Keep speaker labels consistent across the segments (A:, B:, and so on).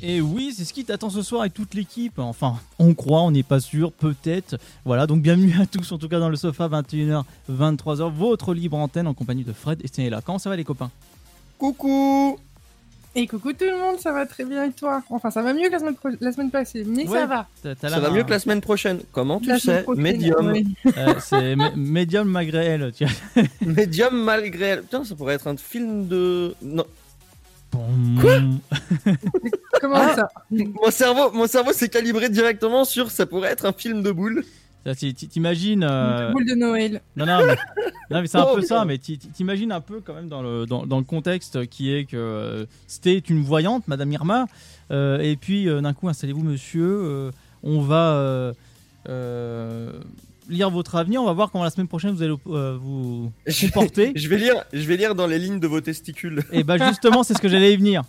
A: Et oui, c'est ce qui t'attend ce soir avec toute l'équipe. Enfin, on croit, on n'est pas sûr, peut-être. Voilà, donc bienvenue à tous, en tout cas dans le sofa, 21h, 23h, votre libre antenne en compagnie de Fred et Stenella. Comment ça va les copains
B: Coucou Et coucou tout le monde, ça va très bien et toi Enfin, ça va mieux que la semaine, pro- la semaine passée, mais
A: Ouais.
B: ça va.
A: T'as- t'as la
C: Ça va
A: main,
C: mieux
A: hein.
C: que la semaine prochaine. Comment tu
B: La semaine
C: sais
B: prochaine,
C: Medium.
B: ouais.
A: Euh, c'est mé- médium malgré elle, tu vois.
C: Medium malgré elle. Putain, ça pourrait être un film de. Non.
A: Quoi
B: Comment ça
C: Ah! Mon cerveau, mon cerveau s'est calibré directement sur ça pourrait être un film de boule.
A: Ça, t'i- t'i- T'imagines. euh,
B: Boule de Noël.
A: Non, non, mais, non, mais c'est un
C: Oh,
A: peu ça,
C: putain.
A: mais t'i- t'i- t'imagines un peu quand même dans le, dans, dans le contexte qui est que euh, c'était une voyante, Madame Irma, euh, et puis euh, d'un coup, installez-vous, monsieur, euh, on va euh, euh, lire votre avenir, on va voir comment la semaine prochaine vous allez euh, vous
C: Je vais,
A: comporter.
C: je vais lire, je vais lire dans les lignes de vos testicules.
A: et bah, justement, c'est ce que j'allais y venir.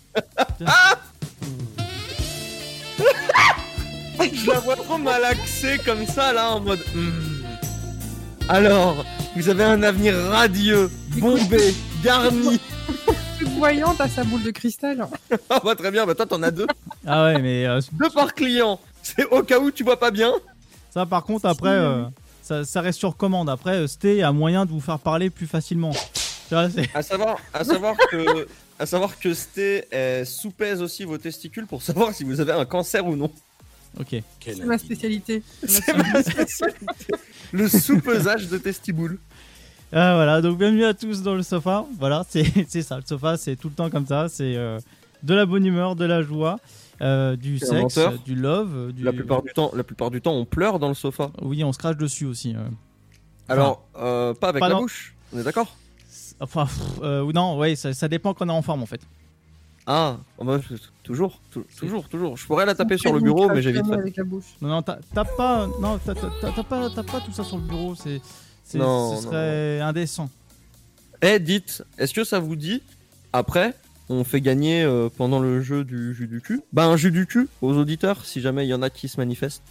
C: je la vois trop malaxée comme ça là en mode. hmm. Alors, vous avez un avenir radieux, bombé, garni.
B: Toute voyante à sa boule de cristal.
C: Ah bah très bien. Bah toi t'en as deux,
A: Ah ouais, mais euh,
C: deux par client. C'est au cas où tu vois pas bien.
A: ça, par contre, après, euh, ça, ça reste sur commande. Après, euh, c'était un moyen de vous faire parler plus facilement. Tu vois, c'est-
C: À savoir, à savoir que, à savoir que Sté euh, soupèse aussi vos testicules pour savoir si vous avez un cancer ou non.
A: Ok.
B: C'est ma spécialité.
C: C'est ma spécialité. Le soupesage de testiboules.
A: Ah, voilà, donc bienvenue à tous dans le sofa. Voilà, c'est c'est ça, le sofa, c'est tout le temps comme ça. C'est euh, de la bonne humeur, de la joie, euh, du
C: C'est un
A: sexe,
C: menteur.
A: euh, du love. euh, Du...
C: La plupart du temps, la plupart du temps, on pleure dans le sofa.
A: Oui, on se crache dessus aussi. euh.
C: Alors, euh, pas avec
A: Pas
C: la
A: dans-
C: bouche. On est d'accord
A: Enfin, pff, euh, ou non, ouais, ça, ça dépend qu'on est en forme en fait.
C: Ah, oh bah, toujours, tou- toujours, toujours. Je pourrais la taper sur le bureau, mais j'évite.
B: Avec la bouche.
A: Non, non, t'as t'as pas, non, t'as- t'as- t'as- t'as pas, t'as pas tout ça sur le bureau. C'est, c'est-
C: Non,
A: ce
C: non,
A: serait Euh, indécent.
C: Eh, dites, est-ce que ça vous dit après on fait gagner euh, pendant le jeu du jus du cul, bah un jus du cul aux auditeurs si jamais il y en a qui se manifestent.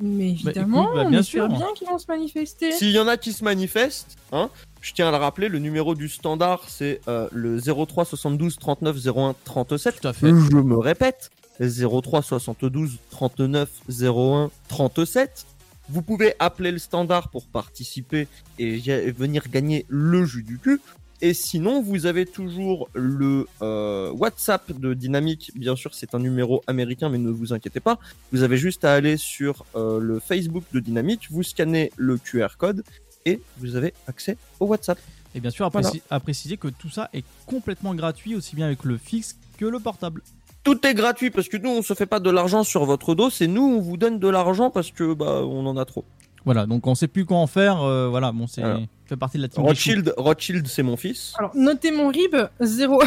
B: Mais évidemment,
A: écoute, bah,
B: on
A: bien
B: espère
A: sûr.
B: bien qu'ils vont se manifester.
C: S'il y en a qui se manifestent, hein, je tiens à le rappeler, le numéro du standard c'est euh, le 03 72 39 01 37.
A: Tout à fait.
C: Je me répète, 03 72 39 01 37. Vous pouvez appeler le standard pour participer et y- et venir gagner le jus du cul. Et sinon, vous avez toujours le euh, WhatsApp de Dynamique. Bien sûr, c'est un numéro américain, mais ne vous inquiétez pas. Vous avez juste à aller sur euh, le Facebook de Dynamique, vous scannez le QR code et vous avez accès au WhatsApp.
A: Et bien sûr, à,
C: Voilà.
A: préci- à préciser que tout ça est complètement gratuit, aussi bien avec le fixe que le portable.
C: Tout est gratuit parce que nous, on se fait pas de l'argent sur votre dos, c'est nous, on vous donne de l'argent parce que bah on en a trop.
A: Voilà, donc on sait plus quoi en faire. euh, voilà, bon, c'est
C: Voilà.
A: fait partie de la team. des choux.
C: Rothschild, Rothschild, c'est mon fils.
B: Alors, notez mon rib, zéro.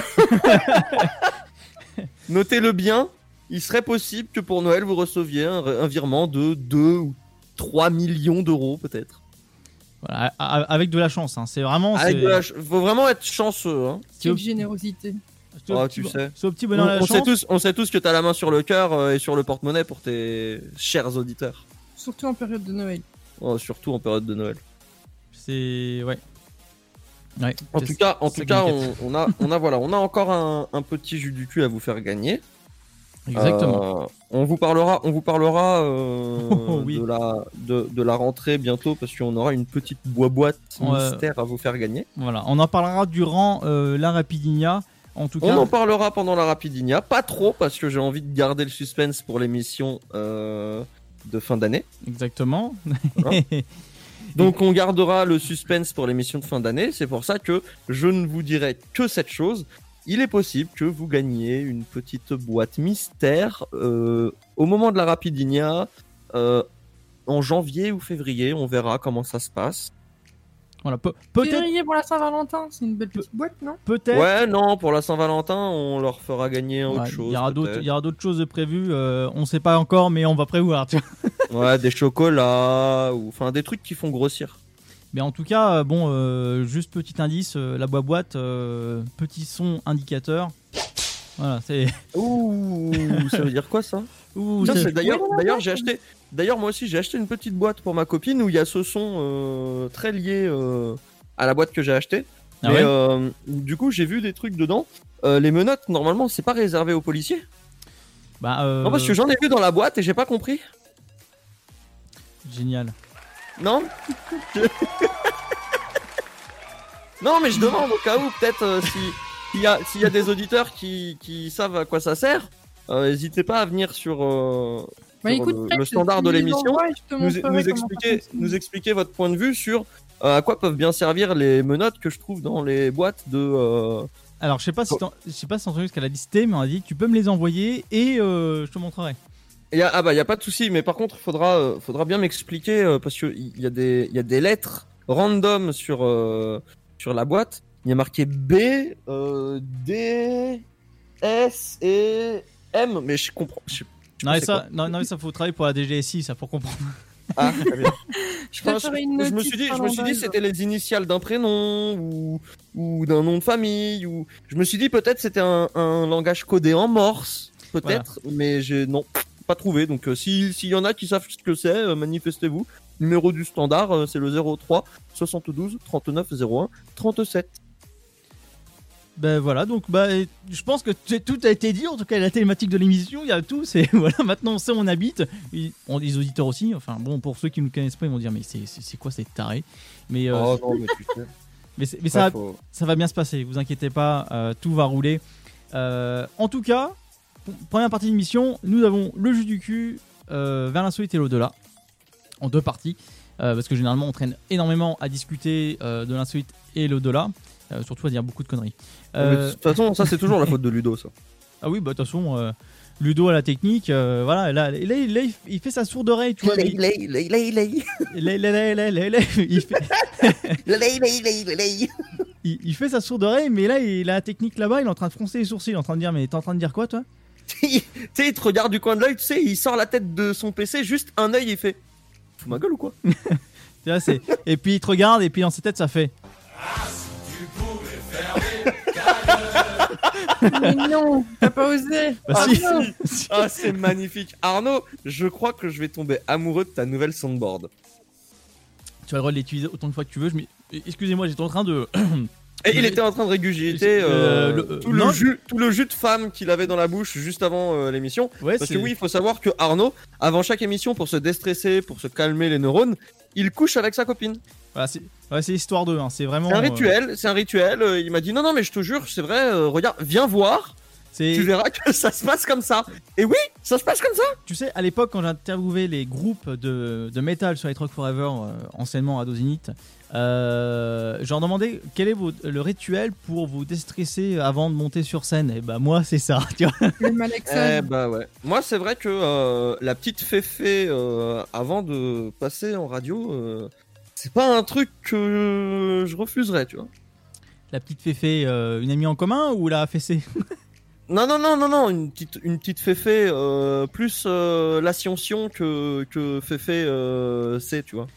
C: Notez-le bien, il serait possible que pour Noël vous receviez un, un virement de 2 ou 3 millions d'euros peut-être.
A: Voilà, a- a- avec de la chance, hein. c'est vraiment.
C: Avec
A: c'est-
C: de la ch- Faut vraiment être chanceux. hein.
A: c'est au-
B: Quelle générosité.
A: c'est au
C: Ah,
A: petit
C: tu
A: bon-
C: sais.
A: C'est au petit
C: On,
A: bonheur la
C: on sait
A: chance.
C: tous, on sait tous que t'as la main sur le cœur euh, et sur le porte-monnaie pour tes chers auditeurs.
B: Surtout en période de Noël.
C: Oh, surtout en période de Noël.
A: C'est. Ouais. Ouais.
C: En
A: c'est-
C: tout cas, en
A: c'est
C: tout cas, on,
A: compliqué.
C: on a, on a voilà, on a encore un, un petit jus du cul à vous faire gagner.
A: Exactement.
C: Euh, on vous parlera, on vous parlera euh,
A: Oh, oui.
C: de la de, de la rentrée bientôt parce qu'on aura une petite boîte
A: Ouais.
C: mystère à vous faire gagner.
A: Voilà, on en parlera durant euh, la Rapidinia. En tout
C: On
A: cas,
C: en parlera pendant la rapidinia, pas trop parce que j'ai envie de garder le suspense pour l'émission euh, de fin d'année.
A: exactement.
C: Voilà. Donc on gardera le suspense pour l'émission de fin d'année. C'est pour ça que je ne vous dirai que cette chose. Il est possible que vous gagniez une petite boîte mystère euh, au moment de la Rapidinia, euh, en janvier ou février. On verra comment ça se passe.
A: voilà, pe- peut-être,
B: Février pour la Saint-Valentin, c'est une belle petite boîte, non
A: peut-être.
C: Ouais, non, pour la Saint-Valentin, on leur fera gagner autre
A: Ouais,
C: chose.
A: il y aura d'autres,
C: peut-être.
A: il y aura d'autres choses de prévues. euh, on sait pas encore, mais on va prévoir. tu vois.
C: Ouais, des chocolats ou enfin des trucs qui font grossir.
A: Mais en tout cas, euh, bon, euh, juste petit indice, euh, la boîte boîte, euh, petit son indicateur. Voilà, c'est.
C: Ouh, ça veut dire quoi ça
A: Ouh,
C: Tiens,
A: c'est-
C: c'est- D'ailleurs, d'ailleurs, j'ai acheté. D'ailleurs, moi aussi, j'ai acheté une petite boîte pour ma copine où il y a ce son euh, très lié euh, à la boîte que j'ai achetée.
A: Ah
C: Mais,
A: ouais
C: euh, du coup, j'ai vu des trucs dedans. Euh, les menottes, normalement, c'est pas réservé aux policiers.
A: Bah, euh,
C: Non, parce que j'en ai vu dans la boîte et j'ai pas compris.
A: Génial.
C: Non Non, mais je demande au cas où, peut-être, euh, si- s'il y, a- s'il y a des auditeurs qui, qui savent à quoi ça sert, euh, n'hésitez pas à venir sur, euh,
B: Bah,
C: sur
B: écoute,
C: le-
B: Fred,
C: le standard
B: tu
C: de
B: me les
C: l'émission,
B: envoies et je te
C: nous,
B: montrerai
C: nous
B: comment
C: expliquer,
B: ça
C: nous expliquer votre point de vue sur euh, à quoi peuvent bien servir les menottes que je trouve dans les boîtes de. euh,
A: Alors, je sais pas si
C: Bon.
A: t'en- je sais pas si t'as entendu ce qu'elle a dit, Sté, mais on a dit tu peux me les envoyer et euh, je te montrerai.
C: Et y a- ah bah, il a pas de souci, mais par contre, faudra, euh, faudra bien m'expliquer euh, parce qu'il y, a des- y a des lettres random sur, euh, sur la boîte. Il y a marqué B, euh, D, S et M, mais je comprends. Je, je
A: Non, mais
C: sais
A: ça,
C: quoi.
A: non, non, mais ça faut travailler pour la DGSI, ça pour comprendre.
C: Ah, très bien. je,
B: Je te
C: pense-
B: ferai une
C: je me
B: notice
C: suis dit, je me
B: finlandaise.
C: suis dit, c'était les initiales d'un prénom ou, ou d'un nom de famille ou. Je me suis dit peut-être c'était un, un langage codé en Morse, peut-être, mais j'ai non pas trouvé. Donc euh, si- s'il y en a qui savent ce que c'est, euh, manifestez-vous. Numéro du standard, euh, c'est le 03 72 39 01 37.
A: Ben voilà, donc bah, et je pense que t- tout a été dit, en tout cas la thématique de l'émission, il y a tout, c'est voilà, maintenant on sait où on habite, Et on, les auditeurs aussi, enfin bon, pour ceux qui ne nous connaissent pas, ils vont dire mais c'est- c'est c'est quoi ces tarés Mais, euh,
C: Oh non, mais tu sais.
A: mais, c'est- mais
C: ça,
A: ça,
C: faut-
A: ça va bien se passer, vous inquiétez pas, euh, tout va rouler. Euh, en tout cas, p- première partie de l'émission, nous avons le jus du cul euh, vers l'insolite et l'au-delà, en deux parties, euh, parce que généralement on traîne énormément à discuter euh, de l'insolite et l'au-delà, euh, surtout à dire beaucoup de conneries.
C: Mais
A: Euh,
C: De toute façon, ça c'est toujours la faute de Ludo, ça.
A: ah oui, bah de toute façon, euh, Ludo à la technique, euh, voilà, là, là, il- là, il- il fait sa sourde oreille, tu vois. mais il- là, là, là, là, là, là, il fait- il- il fait sa sourde oreille, mais là, il a la technique là-bas, il est en train de froncer les sourcils, il est en train de dire, mais t'es en train de dire quoi, toi
C: tu sais, il te regarde du coin de l'œil, tu sais, il sort la tête de son PC, juste un œil, il fait. Fous ma gueule ou quoi
A: Tu vois, c'est- Et puis il te regarde, et puis dans sa tête, ça fait.
B: marche. Mais non, t'as pas osé.
A: Bah
C: Ah,
A: si
C: si. Ah, c'est magnifique. Arnaud, je crois que je vais tomber amoureux de ta nouvelle soundboard.
A: Tu as le droit de l'utiliser autant de fois que tu veux. Je m'y- Excusez-moi, j'étais en train de.
C: Et il
A: Oui.
C: était en train de régurgiter euh,
A: Euh, le- euh,
C: tout, le
A: non.
C: jus, tout le jus de femme qu'il avait dans la bouche juste avant euh, l'émission.
A: Ouais,
C: Parce
A: c'est.
C: que oui, il faut savoir que Arnaud, avant chaque émission, pour se déstresser, pour se calmer les neurones, il couche avec sa copine.
A: voilà, Bah, c'est ouais, c'est histoire de. hein, c'est vraiment.
C: C'est un
A: euh,
C: rituel, c'est un rituel. euh, Il m'a dit non, non, mais je te jure, c'est vrai, euh, regarde, viens voir,
A: c'est-
C: tu verras que ça se passe comme ça. Et oui, ça se passe comme ça.
A: Tu sais, à l'époque, quand j'interviewais les groupes de, de métal sur les Rock Forever, euh, anciennement à Dozenit, euh, j'en demandais quel est vos- le rituel pour vous déstresser avant de monter sur scène. Et bah, moi, c'est ça. Tu vois
B: Le malaxage.
C: Eh bah ouais. Moi, c'est vrai que euh, la petite féfé euh, avant de passer en radio, euh, c'est pas un truc que je refuserais, tu vois.
A: la petite féfé, euh, une amie en commun ou la fessée
C: Non, non, non, non, non, une petite, une petite féfé euh, plus euh, la sciention que, que féfé euh, c'est, tu vois.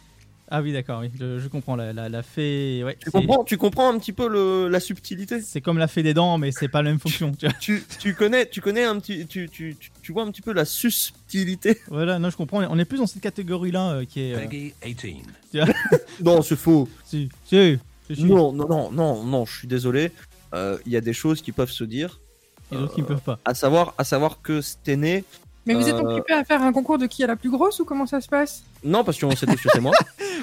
A: Ah oui, d'accord, oui, je, je comprends. La, la, la fée. Ouais,
C: Tu
A: c'est-
C: comprends, tu comprends un petit peu le, la subtilité.
A: C'est comme la fée des dents, mais c'est pas la même fonction. tu vois.
C: Tu, tu connais, tu connais un petit, tu, tu, tu, tu vois un petit peu la subtilité.
A: voilà, non, je comprends. On est plus dans cette catégorie-là euh, qui est. euh,
D: Peggy 18.
C: Non, c'est faux.
A: si, si, si, si.
C: Non, non, non, non, non, je suis désolé. Euh, Il y a des choses qui peuvent se dire. Euh,
A: Et d'autres qui ne peuvent pas.
C: à savoir, à savoir que c'était né.
B: Mais vous êtes
C: euh,
B: occupé à faire un concours de qui est la plus grosse ou comment ça se passe
C: Non, parce qu'on s'est dit que c'était Ah, moi.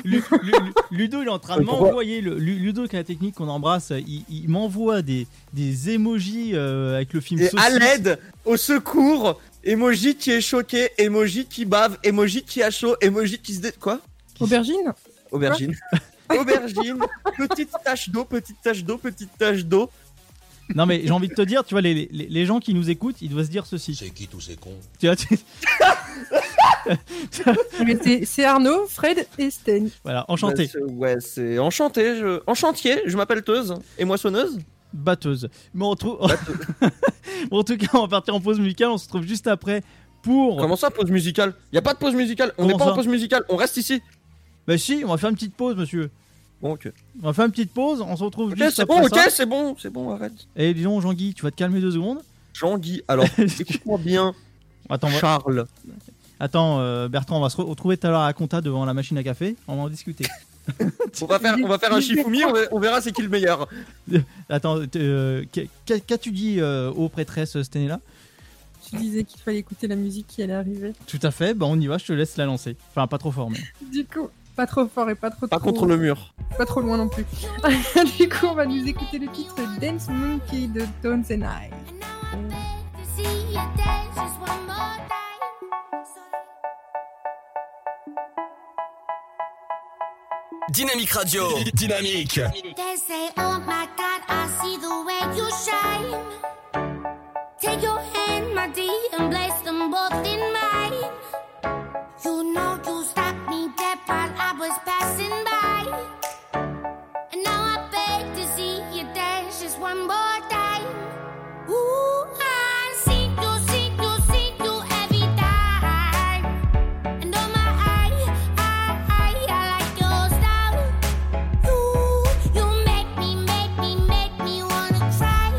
A: Lu- Lu- Lu- Ludo, il est en train de
C: Mais pourquoi
A: m'envoyer. le- Lu- Ludo, qui a la technique qu'on embrasse, euh, il, il m'envoie des, des emojis euh, avec le film
C: Et
A: Saucisse.
C: à l'aide, au secours, emoji qui est choqué, emoji qui bave, emoji qui a chaud, emoji qui se dé... Quoi
B: Aubergine
C: Aubergine. Aubergine, petite tache d'eau, petite tache d'eau, petite tache d'eau.
A: Non, mais j'ai envie de te dire, tu vois, les, les, les gens qui nous écoutent, ils doivent se dire ceci.
D: C'est qui tous ces cons
A: Tu vois, tu-
B: Mais c'est- C'est Arnaud, Fred et Sten.
A: voilà, enchanté,
C: Bah, c'est- ouais, c'est enchanté. Je... Enchantier, je m'appelle Teuse et moissonneuse.
A: batteuse. Mais on trouve. en tout cas, on va partir en pause musicale, on se retrouve juste après pour.
C: Comment ça, pause musicale Y a pas de pause musicale, on
A: Comment
C: n'est pas
A: ça
C: en pause musicale, on reste ici.
A: Bah, si, on va faire une petite pause, monsieur.
C: Bon, ok.
A: On va faire une petite pause, on se retrouve
C: Ok,
A: juste
C: c'est
A: après
C: bon, ok,
A: ça.
C: c'est bon, c'est bon, arrête.
A: Et disons, Jean-Guy, tu vas te calmer deux secondes.
C: Jean-Guy, alors, écoute-moi bien,
A: Attends, on va-
C: Charles.
A: Attends euh, Bertrand, on va se re- retrouver tout à l'heure à la compta devant la machine à café. On va en discuter.
C: On va faire, on va faire un
B: Il- il-
C: Shifumi, on, ver- on verra c'est qui le meilleur.
A: Attends, t- euh, qu'- qu'- qu'as-tu dit euh, aux prêtresses euh, cette année-là
B: Tu disais qu'il fallait écouter la musique qui allait arriver.
A: Tout à fait, bah on y va, je te laisse la lancer. Enfin, pas trop fort, mais.
B: Du coup, pas trop fort et pas trop
C: Pas
B: trop-
C: contre le mur.
B: pas trop loin non plus. du coup, on va nous écouter le titre Dance Monkey de Tones and I.
D: And now I beg to see you dance just one more time. So
E: Dynamique Radio. Dynamique.
D: They say, Oh my God, I see the way you shine. Take your hand, my dear, and place them both in mine. You know you stopped me dead while I was passing by, and now I beg to see you dance just one more time. Ooh, I see you, see you, see you every time, and oh my, I, I, I like your style. You, you make me, make me, make me wanna cry.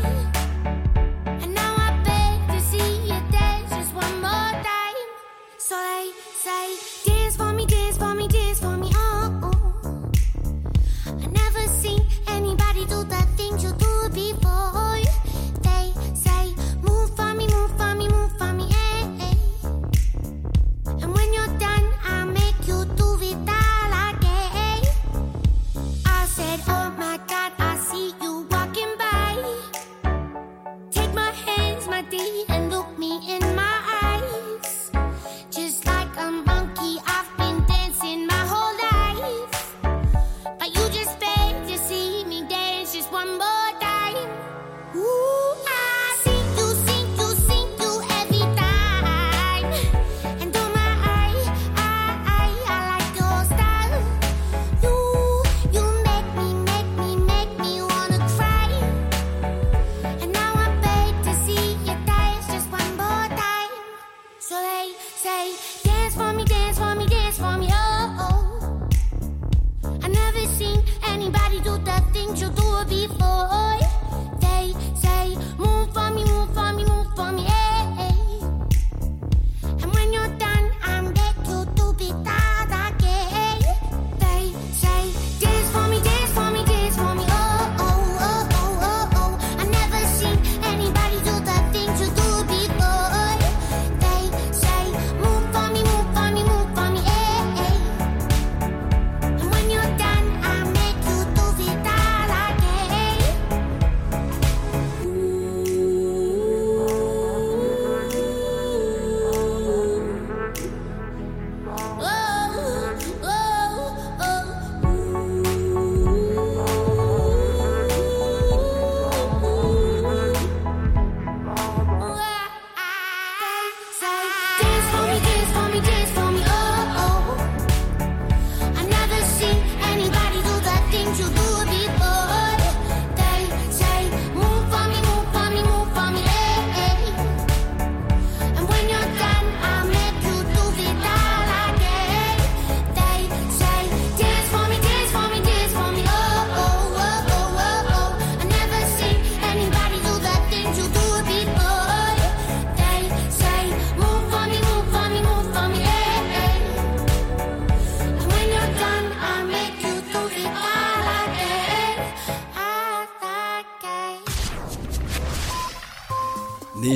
D: And now I beg to see you dance just one more time. So they say, dance for me, dance for me, dance for me, oh. I never seen anybody do the things you do before. They say, move for me, move for me, move for me, eh, And when you're done, I make you do it all again. I said, Oh my god, I see you walking by. Take my hands, my dear, and look me in my eyes. Just like a monkey, I've been dancing my whole life. But you just beg to see me dance just one more time. Ooh, I see you, see you, see you every time. And oh my, I, I, I like your style. You, you make me, make me, make me wanna cry. And now I beg to see you dance just one more time. So they say, dance for me, dance for me, dance for me, oh. oh. I never seen anybody do the things you do before. They say, move for me, move for me, move for me, eh, hey. And when you're done, I'm back to do be that again. They say, dance for me, dance for me, dance for me, oh, oh, oh, oh, oh, oh. I never seen anybody do the things you do before. They say, move for me, move for me, move for me, hey. And when you're done, I make you do it all again. Oh, oh, oh. Dance for me, dance for me, dance for me, oh, oh. I never seen anybody do the things you do before. They say, move for me, move for me, move for me, hey, hey. And when you're done, I'll make you do it all again. They say, dance for me, dance for me, dance for me, oh, oh, oh, oh, oh, oh. I never seen anybody do the things you do before. They say, move for me, move for me, move for me, hey, hey. And when you're done, I'll make you do it all again. All again.
F: Né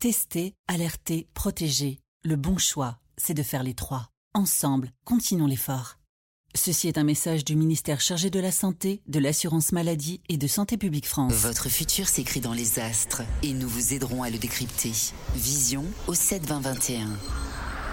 G: Tester, alerter, protéger. Le bon choix, c'est de faire les trois. Ensemble, continuons l'effort. Ceci est un message du ministère chargé de la Santé, de l'Assurance Maladie et de Santé Publique France.
H: Votre futur s'écrit dans les astres et nous vous aiderons à le décrypter. Vision au 7-20-21.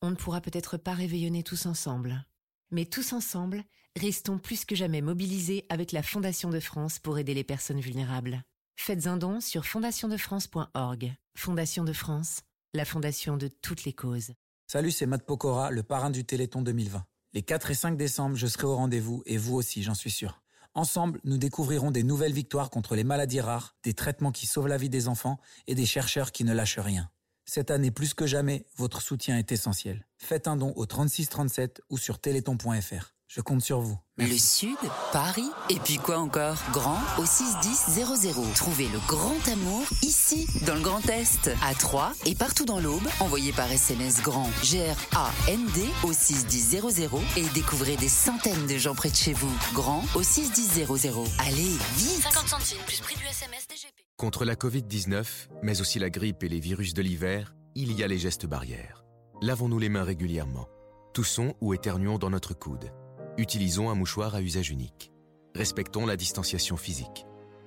I: on ne pourra peut-être pas réveillonner tous ensemble. Mais tous ensemble, restons plus que jamais mobilisés avec la Fondation de France pour aider les personnes vulnérables. Faites un don sur fondationdefrance.org. Fondation de France, la fondation de toutes les causes.
J: Salut, c'est Matt Pokora, le parrain du Téléthon 2020. Les 4 et 5 décembre, je serai au rendez-vous et vous aussi, j'en suis sûr. Ensemble, nous découvrirons des nouvelles victoires contre les maladies rares, des traitements qui sauvent la vie des enfants et des chercheurs qui ne lâchent rien. Cette année plus que jamais, votre soutien est essentiel. Faites un don au 3637 ou sur téléthon.fr. Je compte sur vous.
H: Le Sud, Paris, et puis quoi encore Grand au 61000. Trouvez le grand amour ici, dans le Grand Est, à Troyes et partout dans l'Aube. Envoyez par SMS grand G-R-A-N-D au 61000 et découvrez des centaines de gens près de chez vous. Grand au 61000. Allez, vite
K: 50 centimes plus prix du SMS DG.
L: Contre la Covid-19, mais aussi la grippe et les virus de l'hiver, il y a les gestes barrières. Lavons-nous les mains régulièrement. Toussons ou éternuons dans notre coude. Utilisons un mouchoir à usage unique. Respectons la distanciation physique.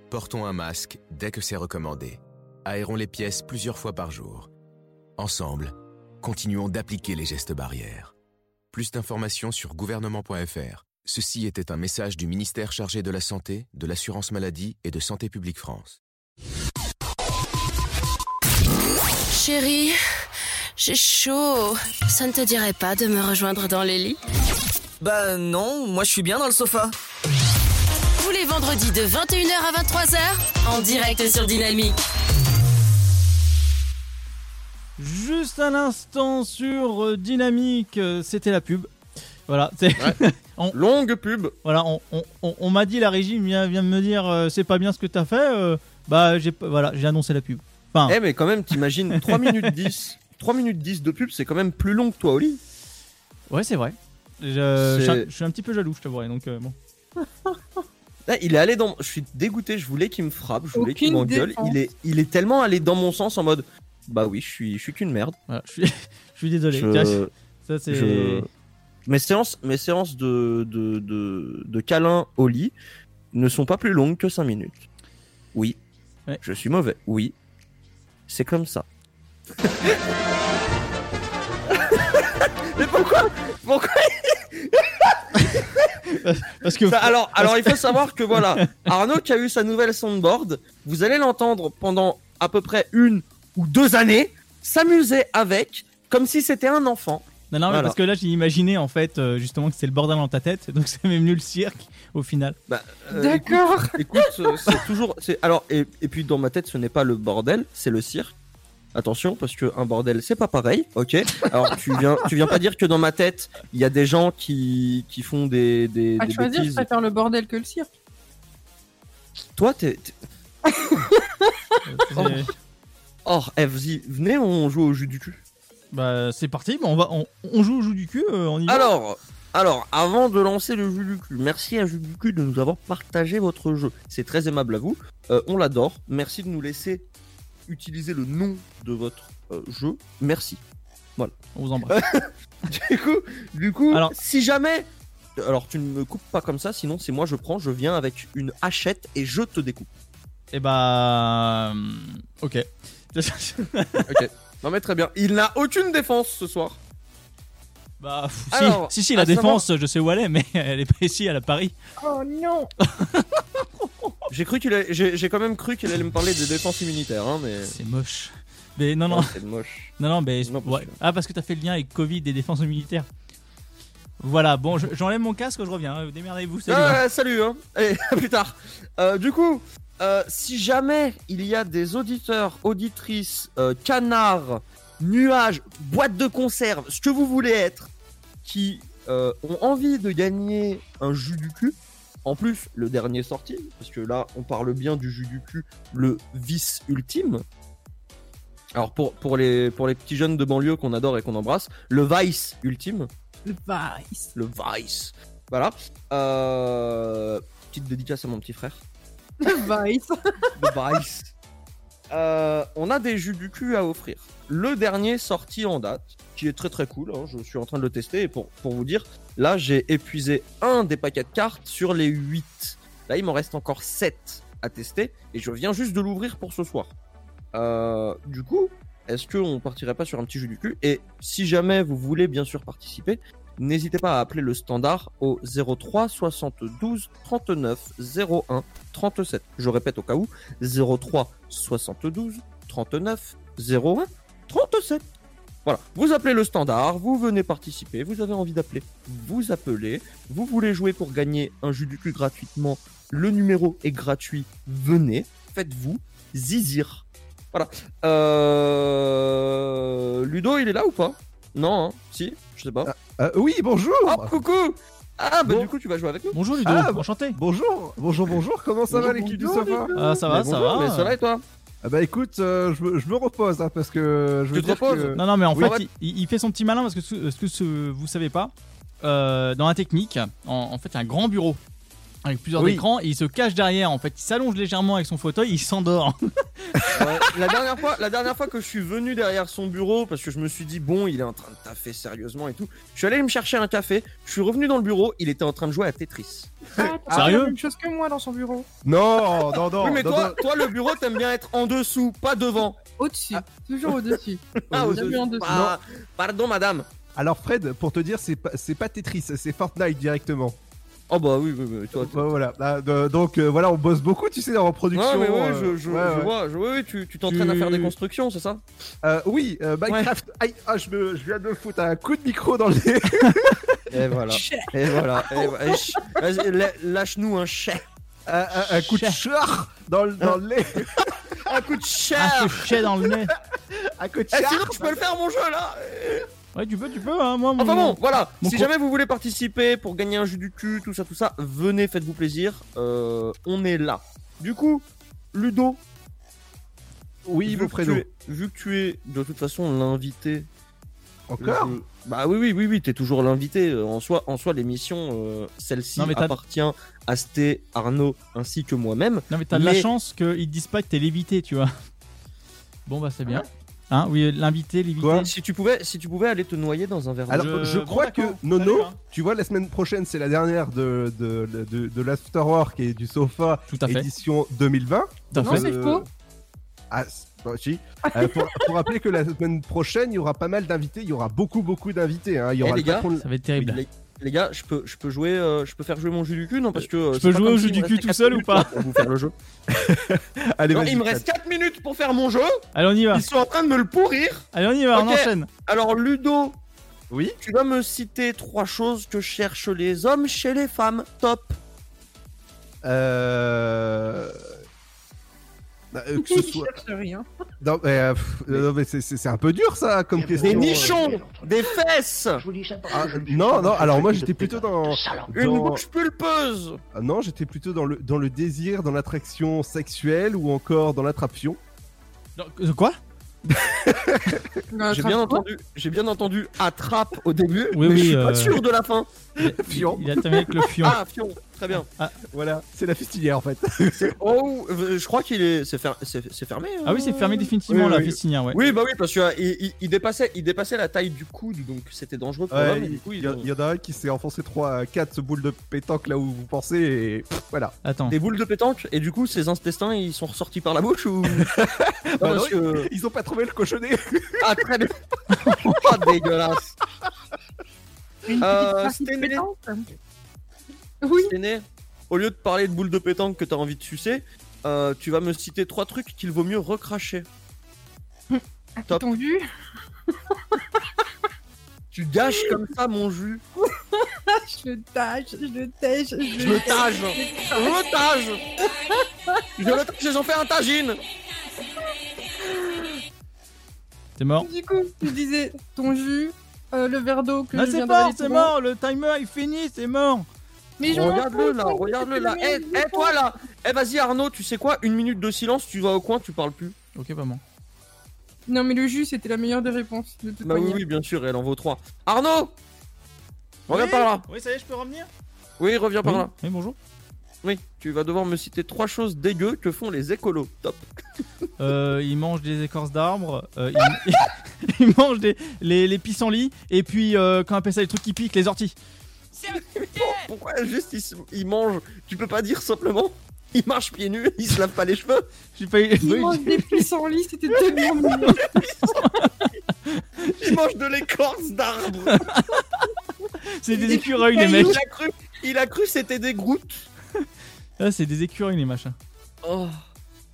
L: Portons un masque dès que c'est recommandé. Aérons les pièces plusieurs fois par jour. Ensemble, continuons d'appliquer les gestes barrières. Plus d'informations sur gouvernement.fr. Ceci était un message du ministère chargé de la Santé, de l'Assurance Maladie et de Santé publique France.
M: Chérie, j'ai chaud. Ça ne te dirait pas de me rejoindre dans les lits
E: Bah non, moi je suis bien dans le sofa.
M: Tous les vendredis de 21h à 23h, en direct sur Dynamique.
A: Juste à l'instant sur euh, Dynamique, euh, c'était la pub. Voilà, c'est
C: longue pub.
A: Voilà, on, on- on- on m'a dit la régie vient, vient de me dire euh, c'est pas bien ce que t'as fait. euh, bah j'ai pas- voilà, j'ai annoncé la pub. Enfin,
C: Eh, mais quand même, t'imagines 3 minutes 10. 3 minutes 10 de pub, c'est quand même plus long que toi, Oli.
A: Ouais, c'est vrai. je, je suis un-
C: C'est-
A: je suis un petit peu jaloux, je t'avouerai. Donc euh, bon.
C: Là, il est allé dans. Je suis dégoûté, je voulais qu'il me frappe, je voulais qu'il
A: Aucune
C: m'engueule.
A: défense.
C: Il est, il est tellement allé dans mon sens en mode. Bah oui, je suis, je suis qu'une merde.
A: je, suis, désolé. Tiens, je- ça, c'est-
C: Mes séances, mes séances de, de, de, de câlin au lit ne sont pas plus longues que 5 minutes. Oui. Je suis mauvais. Oui. C'est comme ça. Mais pourquoi Pourquoi
A: Parce que
C: Ça, alors, alors il faut savoir que voilà, Arnaud qui a eu sa nouvelle soundboard, vous allez l'entendre pendant à peu près une ou deux années s'amuser avec comme si c'était un enfant.
A: Non, non, mais
C: Voilà.
A: parce que là, j'ai imaginé en fait euh, justement que c'est le bordel dans ta tête, donc c'est même mieux le cirque au final.
C: Bah, euh,
B: D'accord.
C: Écoute, écoute, c'est toujours. c'est- Alors, et, et puis dans ma tête, ce n'est pas le bordel, c'est le cirque. Attention, parce que un bordel, c'est pas pareil, ok. Alors tu viens, tu viens pas dire que dans ma tête, il y a des gens qui, qui font des, des,
B: À
C: des
B: choisir, je
C: bêtises.
B: préfère le bordel que le cirque.
C: Toi, t'es. t'es- oh, Or, FZ, venez, on joue au jus du cul.
A: Bah, c'est parti, bah, on, va, on, on joue au jeu du cul, euh, on y va.
C: Alors, alors, avant de lancer le jeu du cul, merci à jeu du cul de nous avoir partagé votre jeu. C'est très aimable à vous. Euh, on l'adore. Merci de nous laisser utiliser le nom de votre euh, jeu. Merci. Voilà.
A: On vous embrasse.
C: du coup, du coup
A: Alors-
C: si jamais. Alors, tu ne me coupes pas comme ça, sinon c'est moi je prends, je viens avec une hachette et je te découpe.
A: Et bah. Eh euh, Ok.
C: ok. Non, mais très bien. Il n'a aucune défense ce soir.
A: Bah, pff, si,
C: Alors,
A: si, si, la
C: à savoir-
A: défense, je sais où elle est, mais elle est pas ici, elle est à Paris.
B: Oh non
C: J'ai cru qu'il allait- j'ai j'ai quand même cru qu'il allait me parler des défenses immunitaires, hein, mais.
A: C'est moche. Mais non, non.
C: Ouais, c'est moche.
A: Non, non, mais. ouais. Ah, parce que t'as fait le lien avec Covid et défense militaire. Voilà, bon, je- j'enlève mon casque, je reviens. hein, Démerdez-vous, salut.
C: Ah,
A: hein.
C: salut, hein. Allez, à plus tard. Euh, du coup, Euh, si jamais il y a des auditeurs, auditrices, euh, canards, nuages, boîtes de conserve, ce que vous voulez être, qui euh, ont envie de gagner un jus du cul, en plus le dernier sorti, parce que là on parle bien du jus du cul, le vice ultime. Alors pour, pour, les, pour les petits jeunes de banlieue qu'on adore et qu'on embrasse, le vice ultime.
B: Le Vice.
C: Le vice. Voilà. Euh, petite dédicace à mon petit frère.
B: Le Vice.
C: Le Vice. Euh, on a des jus du cul à offrir. Le dernier sorti en date, qui est très très cool, hein, je suis en train de le tester, et pour, pour vous dire, là j'ai épuisé un des paquets de cartes sur les 8. Là il m'en reste encore 7 à tester, et je viens juste de l'ouvrir pour ce soir. Euh, du coup, est-ce qu'on partirait pas sur un petit jus du cul Et si jamais vous voulez bien sûr participer, n'hésitez pas à appeler le standard au 03 72 39 01 37. Je répète au cas où, 03 72 39 01 37. Voilà, vous appelez le standard, vous venez participer, vous avez envie d'appeler, vous appelez, vous voulez jouer pour gagner un jus du cul gratuitement, le numéro est gratuit, venez, faites-vous zizir. Voilà. Euh... Ludo, il est là ou pas Non, hein si, je sais pas.
N: Euh, oui, bonjour
C: Ah, coucou Ah, bah du coup, tu vas jouer avec nous
A: Bonjour Ludo,
N: Ah,
A: enchanté.
N: Bonjour, bonjour, bonjour, comment ça
C: Bonjour,
N: va l'équipe du
C: bonjour,
N: sofa
C: Ludo. Ah, ça va,
N: Mais
C: ça
N: bonjour,
C: va. Mais ça va, et toi
N: Ah Bah écoute, euh, je, me, je me repose hein, parce que je veux
A: te
N: dire
A: reposes
N: que-
A: Non, non, mais en
N: Oui.
A: fait, il, il fait son petit malin parce que ce, ce que ce- vous savez pas, euh, dans la technique, en, en fait, il y a un grand bureau avec plusieurs
C: Oui.
A: écrans et il se cache derrière. En fait, il s'allonge légèrement avec son fauteuil, il s'endort.
C: Ouais, Euh, la, dernière fois, la dernière fois que je suis venu derrière son bureau, parce que je me suis dit, bon, il est en train de taffer sérieusement et tout, je suis allé me chercher un café, je suis revenu dans le bureau, il était en train de jouer à Tetris.
B: Ah, t'as
C: Sérieux
B: fait la même chose que moi dans son bureau.
N: Non, non, non.
C: oui, mais
N: non,
C: toi,
N: non.
C: toi, le bureau, t'aimes bien être en dessous, pas devant.
B: Au-dessus, toujours au-dessus.
C: Ah,
N: Au-dessus.
C: au-dessus.
N: Non.
C: Ah, Pardon, madame.
N: Alors Fred, pour te dire, c'est pas, c'est pas Tetris, c'est Fortnite directement.
C: Oh bah oui, oui, oui, toi.
N: Bah, voilà. Ah, de- donc euh, voilà, on bosse beaucoup, tu sais, en production.
C: Ouais, mais ouais,
N: euh,
C: je, je-
N: ouais,
C: je
N: ouais.
C: vois, je- oui, oui, tu tu t'entraînes à faire des constructions, c'est ça
N: Euh, oui, euh, Minecraft. Aïe, ah, je, me- je viens de me foutre un coup de micro dans le nez.
C: Et voilà. Et voilà. Et voilà. Et ch- vas-y, la- Lâche-nous un chat.
N: Un, coup de char dans le, dans le nez.
C: un coup de chat.
A: Un coup de chat dans le nez.
N: un coup de
C: Eh,
N: char.
C: sinon, je peux le faire, mon jeu, là
A: Ouais, tu peux, tu peux, hein, moi. mon-
C: Enfin bon, voilà.
A: mon
C: si
A: co-
C: jamais vous voulez participer pour gagner un jus du cul, tout ça, tout ça, venez, faites-vous plaisir. Euh, on est là. Du coup, Ludo.
N: Oui,
C: vu
N: mon
C: que
N: prénom.
C: tu es- Vu que tu es de toute façon l'invité.
N: Encore
C: je- Bah oui, oui, oui, oui, t'es toujours l'invité. Euh, En soi, en soi l'émission, euh, celle-ci
A: Non, mais t'as-
C: appartient à Sté, Arnaud, ainsi que moi-même.
A: Non, mais t'as de la chance qu'ils te disent pas que t'es lévité, tu vois. Bon, bah, c'est bien. Hein, oui, l'invité, l'évité.
C: Si tu pouvais, si tu pouvais aller te noyer dans un verre d'eau.
N: Alors,
A: Euh,
N: je, crois
A: bah,
N: que Nono,
A: hein.
N: tu vois, la semaine prochaine, c'est la dernière de, de, de, de, l'Afterwork et du Sofa
A: à fait.
N: édition 2020.
A: Tout à
N: Donc,
A: fait.
N: euh,
A: Non, c'est faux.
N: Ah, c'est- bah, si. Euh, pour, pour rappeler que la semaine prochaine, il y aura pas mal d'invités. Il y aura beaucoup, beaucoup d'invités. hein. Il y
C: Eh,
N: aura
C: les
N: le
C: gars,
N: patron de-
A: Ça va être terrible.
C: Les, les gars, je peux, je peux jouer, euh, je peux faire jouer mon jus du cul, non Parce que euh,
A: je
C: c'est
A: peux
C: pas
A: jouer
C: comme
A: au
C: s'il
A: jeu
C: me
A: du
C: restait
A: cul tout
C: quatre
A: seul ou
C: minutes,
A: pas
C: là, pour vous faire le jeu.
N: Allez,
C: Non,
N: vas-y,
C: il me
N: Fred.
C: reste 4 minutes pour faire mon jeu.
A: Allez, on y va.
C: Ils sont en train de me le pourrir.
A: Allez, on y va, on
C: Ok.
A: enchaîne.
C: Alors, Ludo.
N: Oui.
C: Tu dois me citer trois choses que cherchent les hommes chez les femmes. Top.
N: Euh... bah, euh, que ce soit.
B: Je cherche rien.
N: Non, mais, euh, pff, euh, non, mais c'est- c'est c'est un peu dur ça comme question. euh.
C: Des nichons, des fesses,
N: Ah, non, non, alors moi j'étais plutôt dans.
C: une
N: dans-
C: bouche pulpeuse.
N: Ah non, j'étais plutôt dans le, dans le désir, dans l'attraction sexuelle ou encore dans l'attraction.
A: Euh, Quoi
C: J'ai bien entendu, j'ai bien entendu attrape au début,
A: Oui,
C: mais
A: oui,
C: je suis pas
A: euh,
C: sûr de la fin.
N: Fion.
A: Il a terminé avec le fion. ah.
C: Ah, fion, très bien.
N: Voilà, c'est la fustilière en fait.
C: Oh, euh, je crois qu'il est, c'est fer- c'est- c'est fermé. hein.
A: Ah oui, c'est fermé définitivement,
C: Oui,
A: la
C: oui.
A: festinière, ouais.
C: Oui, bah oui, parce que euh, il, il- il dépassait, il dépassait la taille du coude, donc c'était dangereux pour
N: Ouais,
C: l'homme, et
N: il
C: du coup,
N: il
C: ils
N: y, a-
C: ont-
N: il y en a un qui s'est enfoncé 3 4 boules de pétanque là où vous pensez et pff, voilà.
A: Attends.
C: Des boules de pétanque, et du coup, ses intestins, ils sont ressortis par la bouche ou. Ah, Non,
N: Bah non,
C: parce que-
N: Ils ont pas trouvé le cochonnet.
C: Ah, très bien. Ah, dégueulasse.
B: Une
C: Euh,
B: petite
C: Stené.
B: partie pétante.
C: Stené, au lieu de parler de boules de pétanque que t'as envie de sucer, euh, tu vas me citer trois trucs qu'il vaut mieux recracher.
B: Ah,
C: Top.
B: Ton jus
C: Tu gâches comme ça mon jus.
B: je le tâche, je le tâche, je
C: Je le tâche. Je le tâche. Je le tâche et j'en fais un tagine.
A: T'es mort.
B: Du coup, tu disais ton jus, euh, le verre d'eau que
A: Ah,
B: je
A: c'est
B: viens
A: mort,
B: d'avaler
A: c'est
B: tout
A: mort, le timer il finit, c'est mort.
B: Mais je m'en
C: Regarde-le
B: fous,
C: là,
B: c'est
C: regarde-le
B: le
C: là. Eh,
B: même
C: eh, toi là. Eh, vas-y Arnaud, tu sais quoi Une minute de silence, tu vas au coin, tu parles plus.
A: Ok, pas moi.
B: bon. Non, mais le jus, c'était la meilleure des réponses. De toute
C: Bah oui,
B: manière.
C: oui, bien sûr, elle en vaut Ah, 3. Arnaud Reviens par là.
A: Oui, ça y est, je peux revenir
C: Oui, reviens par
A: Oui,
C: là.
A: Oui, bonjour.
C: Oui, tu vas devoir me citer trois choses dégueu que font les écolos. Top.
A: Euh, ils mangent des écorces d'arbres, euh, ils, ils mangent des, les, les pissenlits, et puis, euh, quand on appelle ça les trucs qui piquent, les orties.
C: Pourquoi juste ils, se- ils mangent Tu peux pas dire simplement Ils marchent pieds nus, ils se lavent pas les cheveux
A: J'ai pas eu.
B: Il mange des pissenlits, c'était tellement mignon.
C: Ils mangent de l'écorce d'arbre
A: C'est des écureuils, les mecs.
C: Il a cru, il a cru c'était des groutes
A: Ah, c'est des écureuils, les machins.
C: Oh,
B: Ah,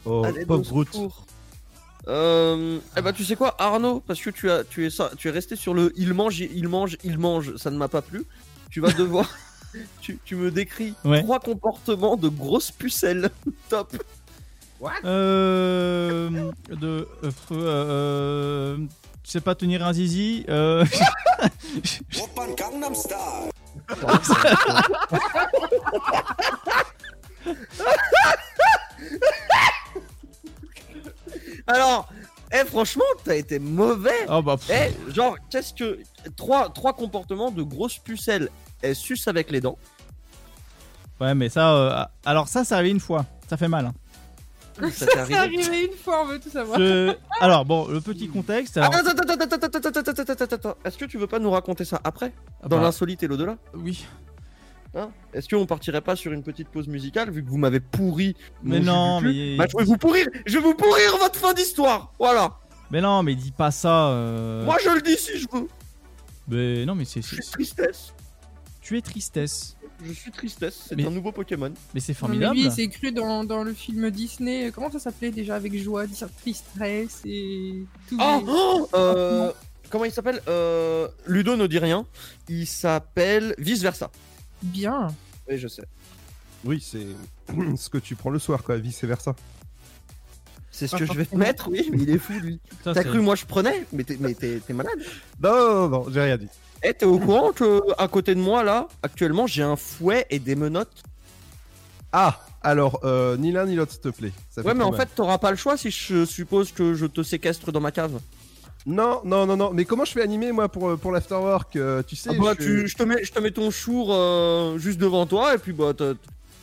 N: Oh,
C: Allez,
N: pauvre
C: donc,
N: Groot.
C: pour- Euh, eh ben tu sais quoi Arnaud Parce que tu, as, tu, es, ça- tu es resté sur le il mange, il mange, il mange, ça ne m'a pas plu. Tu vas devoir. tu, tu me décris
A: Ouais.
C: trois comportements de grosses pucelles. Top
A: Euh. De. euh, pff, euh, je sais pas tenir un zizi. Euh.
C: Alors, eh, franchement, t'as été mauvais.
A: Ah bah.
C: Eh, genre, qu'est-ce que. Trois, trois comportements de grosses pucelles. Elle suce avec les dents.
A: ouais, mais ça. euh, alors, ça, ça arrivé une fois. Ça fait mal. hein.
C: Ça
B: Ça, c'est arrivé une fois, on veut tout savoir.
A: Je- Alors, bon, le petit contexte. alors-
C: Attends, attends, attends, attends, attends, attends, attends, attends, attends. Est-ce que tu veux pas nous raconter ça après
A: Ah
C: Dans
A: bah.
C: l'insolite et l'au-delà
A: Oui.
C: Hein Est-ce qu'on partirait pas sur une petite pause musicale vu que vous m'avez pourri mon
A: Mais
C: jus
A: non,
C: du cul
A: mais-
C: Bah, je vais vous pourrir Je vais vous pourrir votre fin d'histoire Voilà
A: Mais non, mais dis pas ça. euh.
C: Moi je le dis si je veux
A: Mais non, mais c'est. c'est- c'est-
C: Tristesse
A: Tu es tristesse.
C: Je suis tristesse, c'est
A: Mais-
C: un nouveau Pokémon.
A: Mais
B: Non, mais
A: c'est formidable.
B: lui, il s'est cru dans, dans le film Disney. Comment ça s'appelait déjà Avec joie, dire tristesse et tout.
C: Oh, oh, euh, Comment il s'appelle Euh, Ludo ne dit rien. Il s'appelle vice versa.
B: Bien.
C: Oui, je sais.
N: Oui, c'est ce que tu prends le soir, quoi, vice versa.
C: C'est ce que je vais mettre, oui, mais il est fou lui.
N: Ça,
C: T'as
N: c'est-
C: cru moi je prenais Mais t'es mais t'es- t'es malade
N: Non, non, non, j'ai rien dit.
C: Eh, t'es au courant que à côté de moi là, actuellement, j'ai un fouet et des menottes
N: Ah, alors, euh, ni l'un ni l'autre, s'il te plaît. Ça
C: Ouais, mais
N: trop
C: en
N: mal.
C: fait, t'auras pas le choix si je suppose que je te séquestre dans ma cave.
N: Non, non, non, non, mais comment je fais animer, moi, pour, euh, pour l'afterwork euh, Tu sais.
C: Ah bah,
N: je-
C: tu- je, te mets, je te mets ton chour euh, juste devant toi, et puis bah, t'as-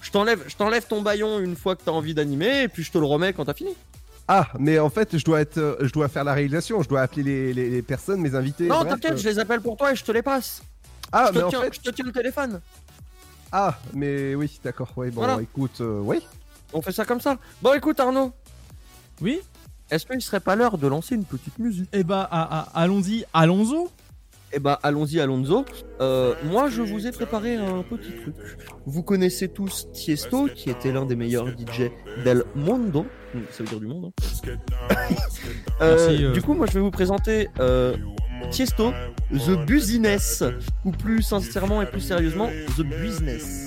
C: je t'enlève je t'enlève ton baillon une fois que t'as envie d'animer, et puis je te le remets quand t'as fini.
N: Ah, mais en fait, je dois, être, euh, je dois faire la réalisation, je dois appeler les, les- les personnes, mes invités.
C: non,
N: bref,
C: t'inquiète,
N: euh,
C: je les appelle pour toi et je te les passe.
N: Ah,
C: je te,
N: mais en
C: tiens,
N: fait-
C: je te tiens le téléphone.
N: Ah, mais oui, d'accord, ouais, bon,
C: Voilà.
N: écoute, euh, oui.
C: On fait ça comme ça. Bon, écoute, Arnaud.
A: Oui
C: Est-ce qu'il serait pas l'heure de lancer une petite musique
A: Eh bah, à- à- allons-y, allons-y.
C: Eh bah, allons-y, Alonso. Euh, moi, je vous ai préparé un petit truc. Vous connaissez tous Tiesto, qui était l'un des meilleurs DJ del mondo. Ça veut dire du monde. hein. Euh,
A: Merci, euh.
C: Du coup, moi, je vais vous présenter euh, Tiesto, The Business, ou plus sincèrement et plus sérieusement, The Business.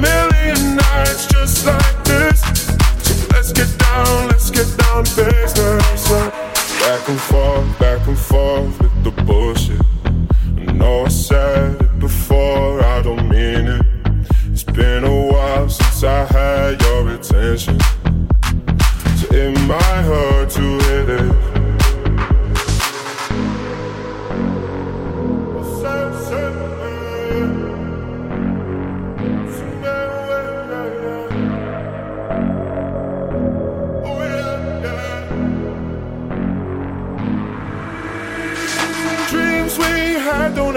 O: million nights just like this. So let's get down, let's get down to business. Back and forth, back won't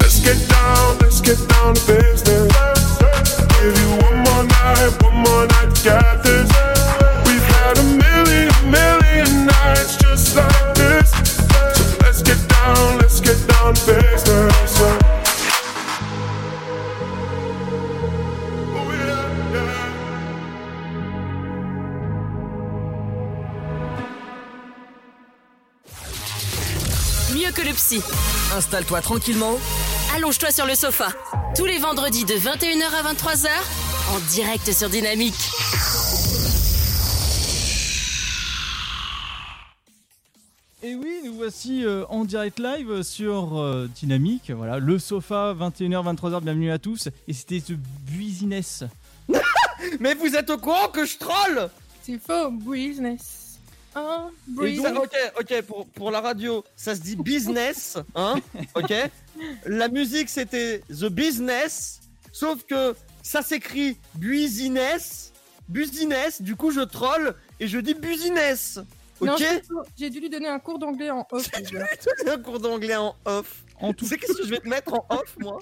O: Let's get down, let's get down to business. Give you one more night, one more night to get this. We've had a million, million nights just like this. So let's get down, let's get down to business.
M: Mieux que le psy.
E: Installe-toi tranquillement
M: Allonge-toi sur le sofa. Tous les vendredis de 21h à 23h, en direct sur Dynamique.
A: Et oui, nous voici euh, en direct live sur euh, Dynamique. Voilà, le sofa, 21h, 23h, bienvenue à tous. Et c'était ce business.
C: Mais vous êtes au courant que je troll
B: C'est faux, business. Oh,
C: Et
B: breeze.
C: donc- ok, ok, pour, pour la radio, ça se dit business, hein, ok La musique, c'était The Business, sauf que ça s'écrit business, business, du coup je troll et je dis business, ok
B: Non, surtout, J'ai dû lui donner un cours d'anglais en off. déjà.
C: C'est un cours d'anglais en off. Tu sais qu'est-ce que je vais te mettre en off, moi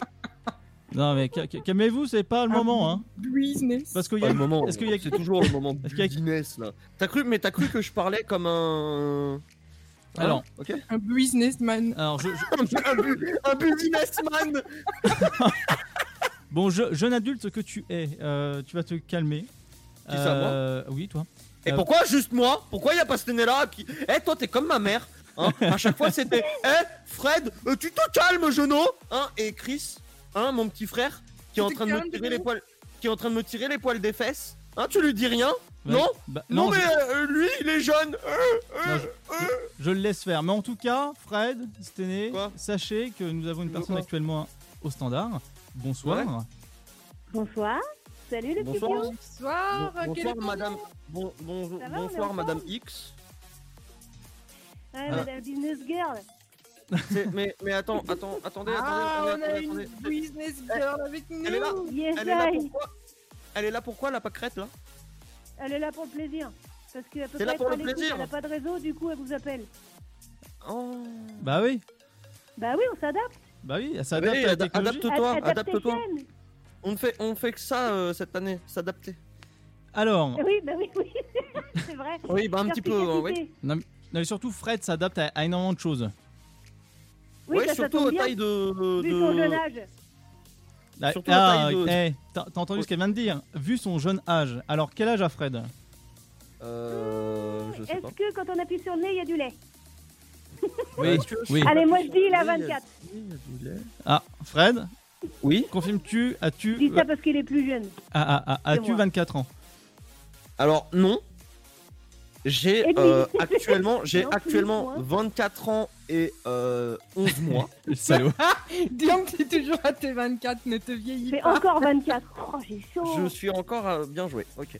A: Non, mais ca- ca- calmez-vous, c'est pas le moment. Hein.
B: Business.
A: Parce qu'il y
C: Pas
A: a.
C: le moment.
A: Est-ce qu'il y a
C: C'est toujours le moment business là. T'as cru, mais t'as cru que je parlais comme un. Hein
A: Alors.
C: ok.
B: Un businessman.
A: Alors, je- je-
C: un, bu- un businessman.
A: Bon, je- jeune adulte que tu es, euh, tu vas te calmer.
C: Qui ça, moi
A: Euh, Oui, toi.
C: Et
A: Euh,
C: pourquoi juste moi Pourquoi y a pas ce là qui. Eh, toi, t'es comme ma mère. Hein à chaque fois, c'était. Eh, Fred, euh, tu te calmes, Jono hein Et Chris, hein, mon petit frère, qui est en
B: te
C: train de me
B: calmes,
C: tirer
B: Jono
C: les poils, qui est en train de me tirer les poils des fesses. Hein, tu lui dis rien
A: Ouais,
C: Non
A: bah,
C: non,
A: non,
C: mais
A: je-
C: euh, lui, il est jeune. Euh, euh,
A: Non, je, je- je le laisse faire. Mais en tout cas, Fred, Stené, sachez que nous avons une personne
P: quoi
A: actuellement au standard. Bonsoir.
P: Bonsoir. Salut le
C: Bonsoir.
P: studio.
B: Bonsoir.
C: Bon- bonsoir, madame. Bon, bonjour-
P: Ça va, on est
C: bonsoir,
P: ensemble
C: madame X.
P: Ouais,
C: Ah.
P: madame business girl.
C: C'est- Mais, mais attends, attends, attendez,
B: Ah, on
C: attendez,
B: a
C: attendez,
B: une
C: attendez. Eh,
B: business girl avec nous.
C: Elle est là.
P: Yes,
C: elle est là
P: I.
C: pourquoi Elle est là pourquoi la pâquerette là
P: Elle est là pour le plaisir. Parce qu'elle peut
C: C'est
P: pas
C: là
P: être
C: pour
P: à
C: le
P: l'écoute,
C: plaisir. Oh.
P: Elle a pas de réseau, du coup elle vous appelle.
A: Bah oui,
P: Bah oui, on s'adapte.
A: bah oui, ça adapte
C: Oui,
A: à la
C: ada-
A: technologie.
C: Adapte-toi,
P: Ad-
C: adapte-toi.
P: adaptation.
C: On fait, on fait que ça euh, cette année, s'adapter.
A: Alors,
P: Oui, bah oui, oui. C'est vrai.
C: Oui, bah, un petit peu,
P: Perspicacité.
C: hein, oui.
A: non, mais- non, mais surtout Fred s'adapte à, à énormément de choses.
P: Oui,
C: ouais,
P: bah, ça
C: surtout
P: tombe
C: aux
P: bien,
C: tailles de.
P: Vu
C: de-
P: son jeune âge.
A: Ah,
C: Surtout la
A: ah,
C: taille de-
A: eh, t'as t'as entendu ce qu'elle vient de dire Vu son jeune âge. Alors, quel âge a Fred
C: Euh, je sais pas.
P: Est-ce que quand on appuie sur le nez, il y a du lait
A: Oui, oui.
P: Allez, moi je dis il a 24.
A: Ah, Fred
C: Oui
A: Confirmes-tu As-tu. euh,
P: Je dis ça parce qu'il est plus jeune.
A: Ah, ah, ah,
P: C'est
A: As-tu
P: moi.
A: 24 ans
C: Alors non, j'ai
P: Et puis-
C: euh, actuellement, j'ai
P: Non, plus,
C: actuellement
P: moins.
C: 24 ans et euh, 11 mois.
A: Salaud.
B: Disons que t'es toujours à tes 24, ne te vieillis
P: Mais
B: pas.
P: encore 24. Oh, j'ai chaud.
C: Je suis encore euh, bien joué. Ok.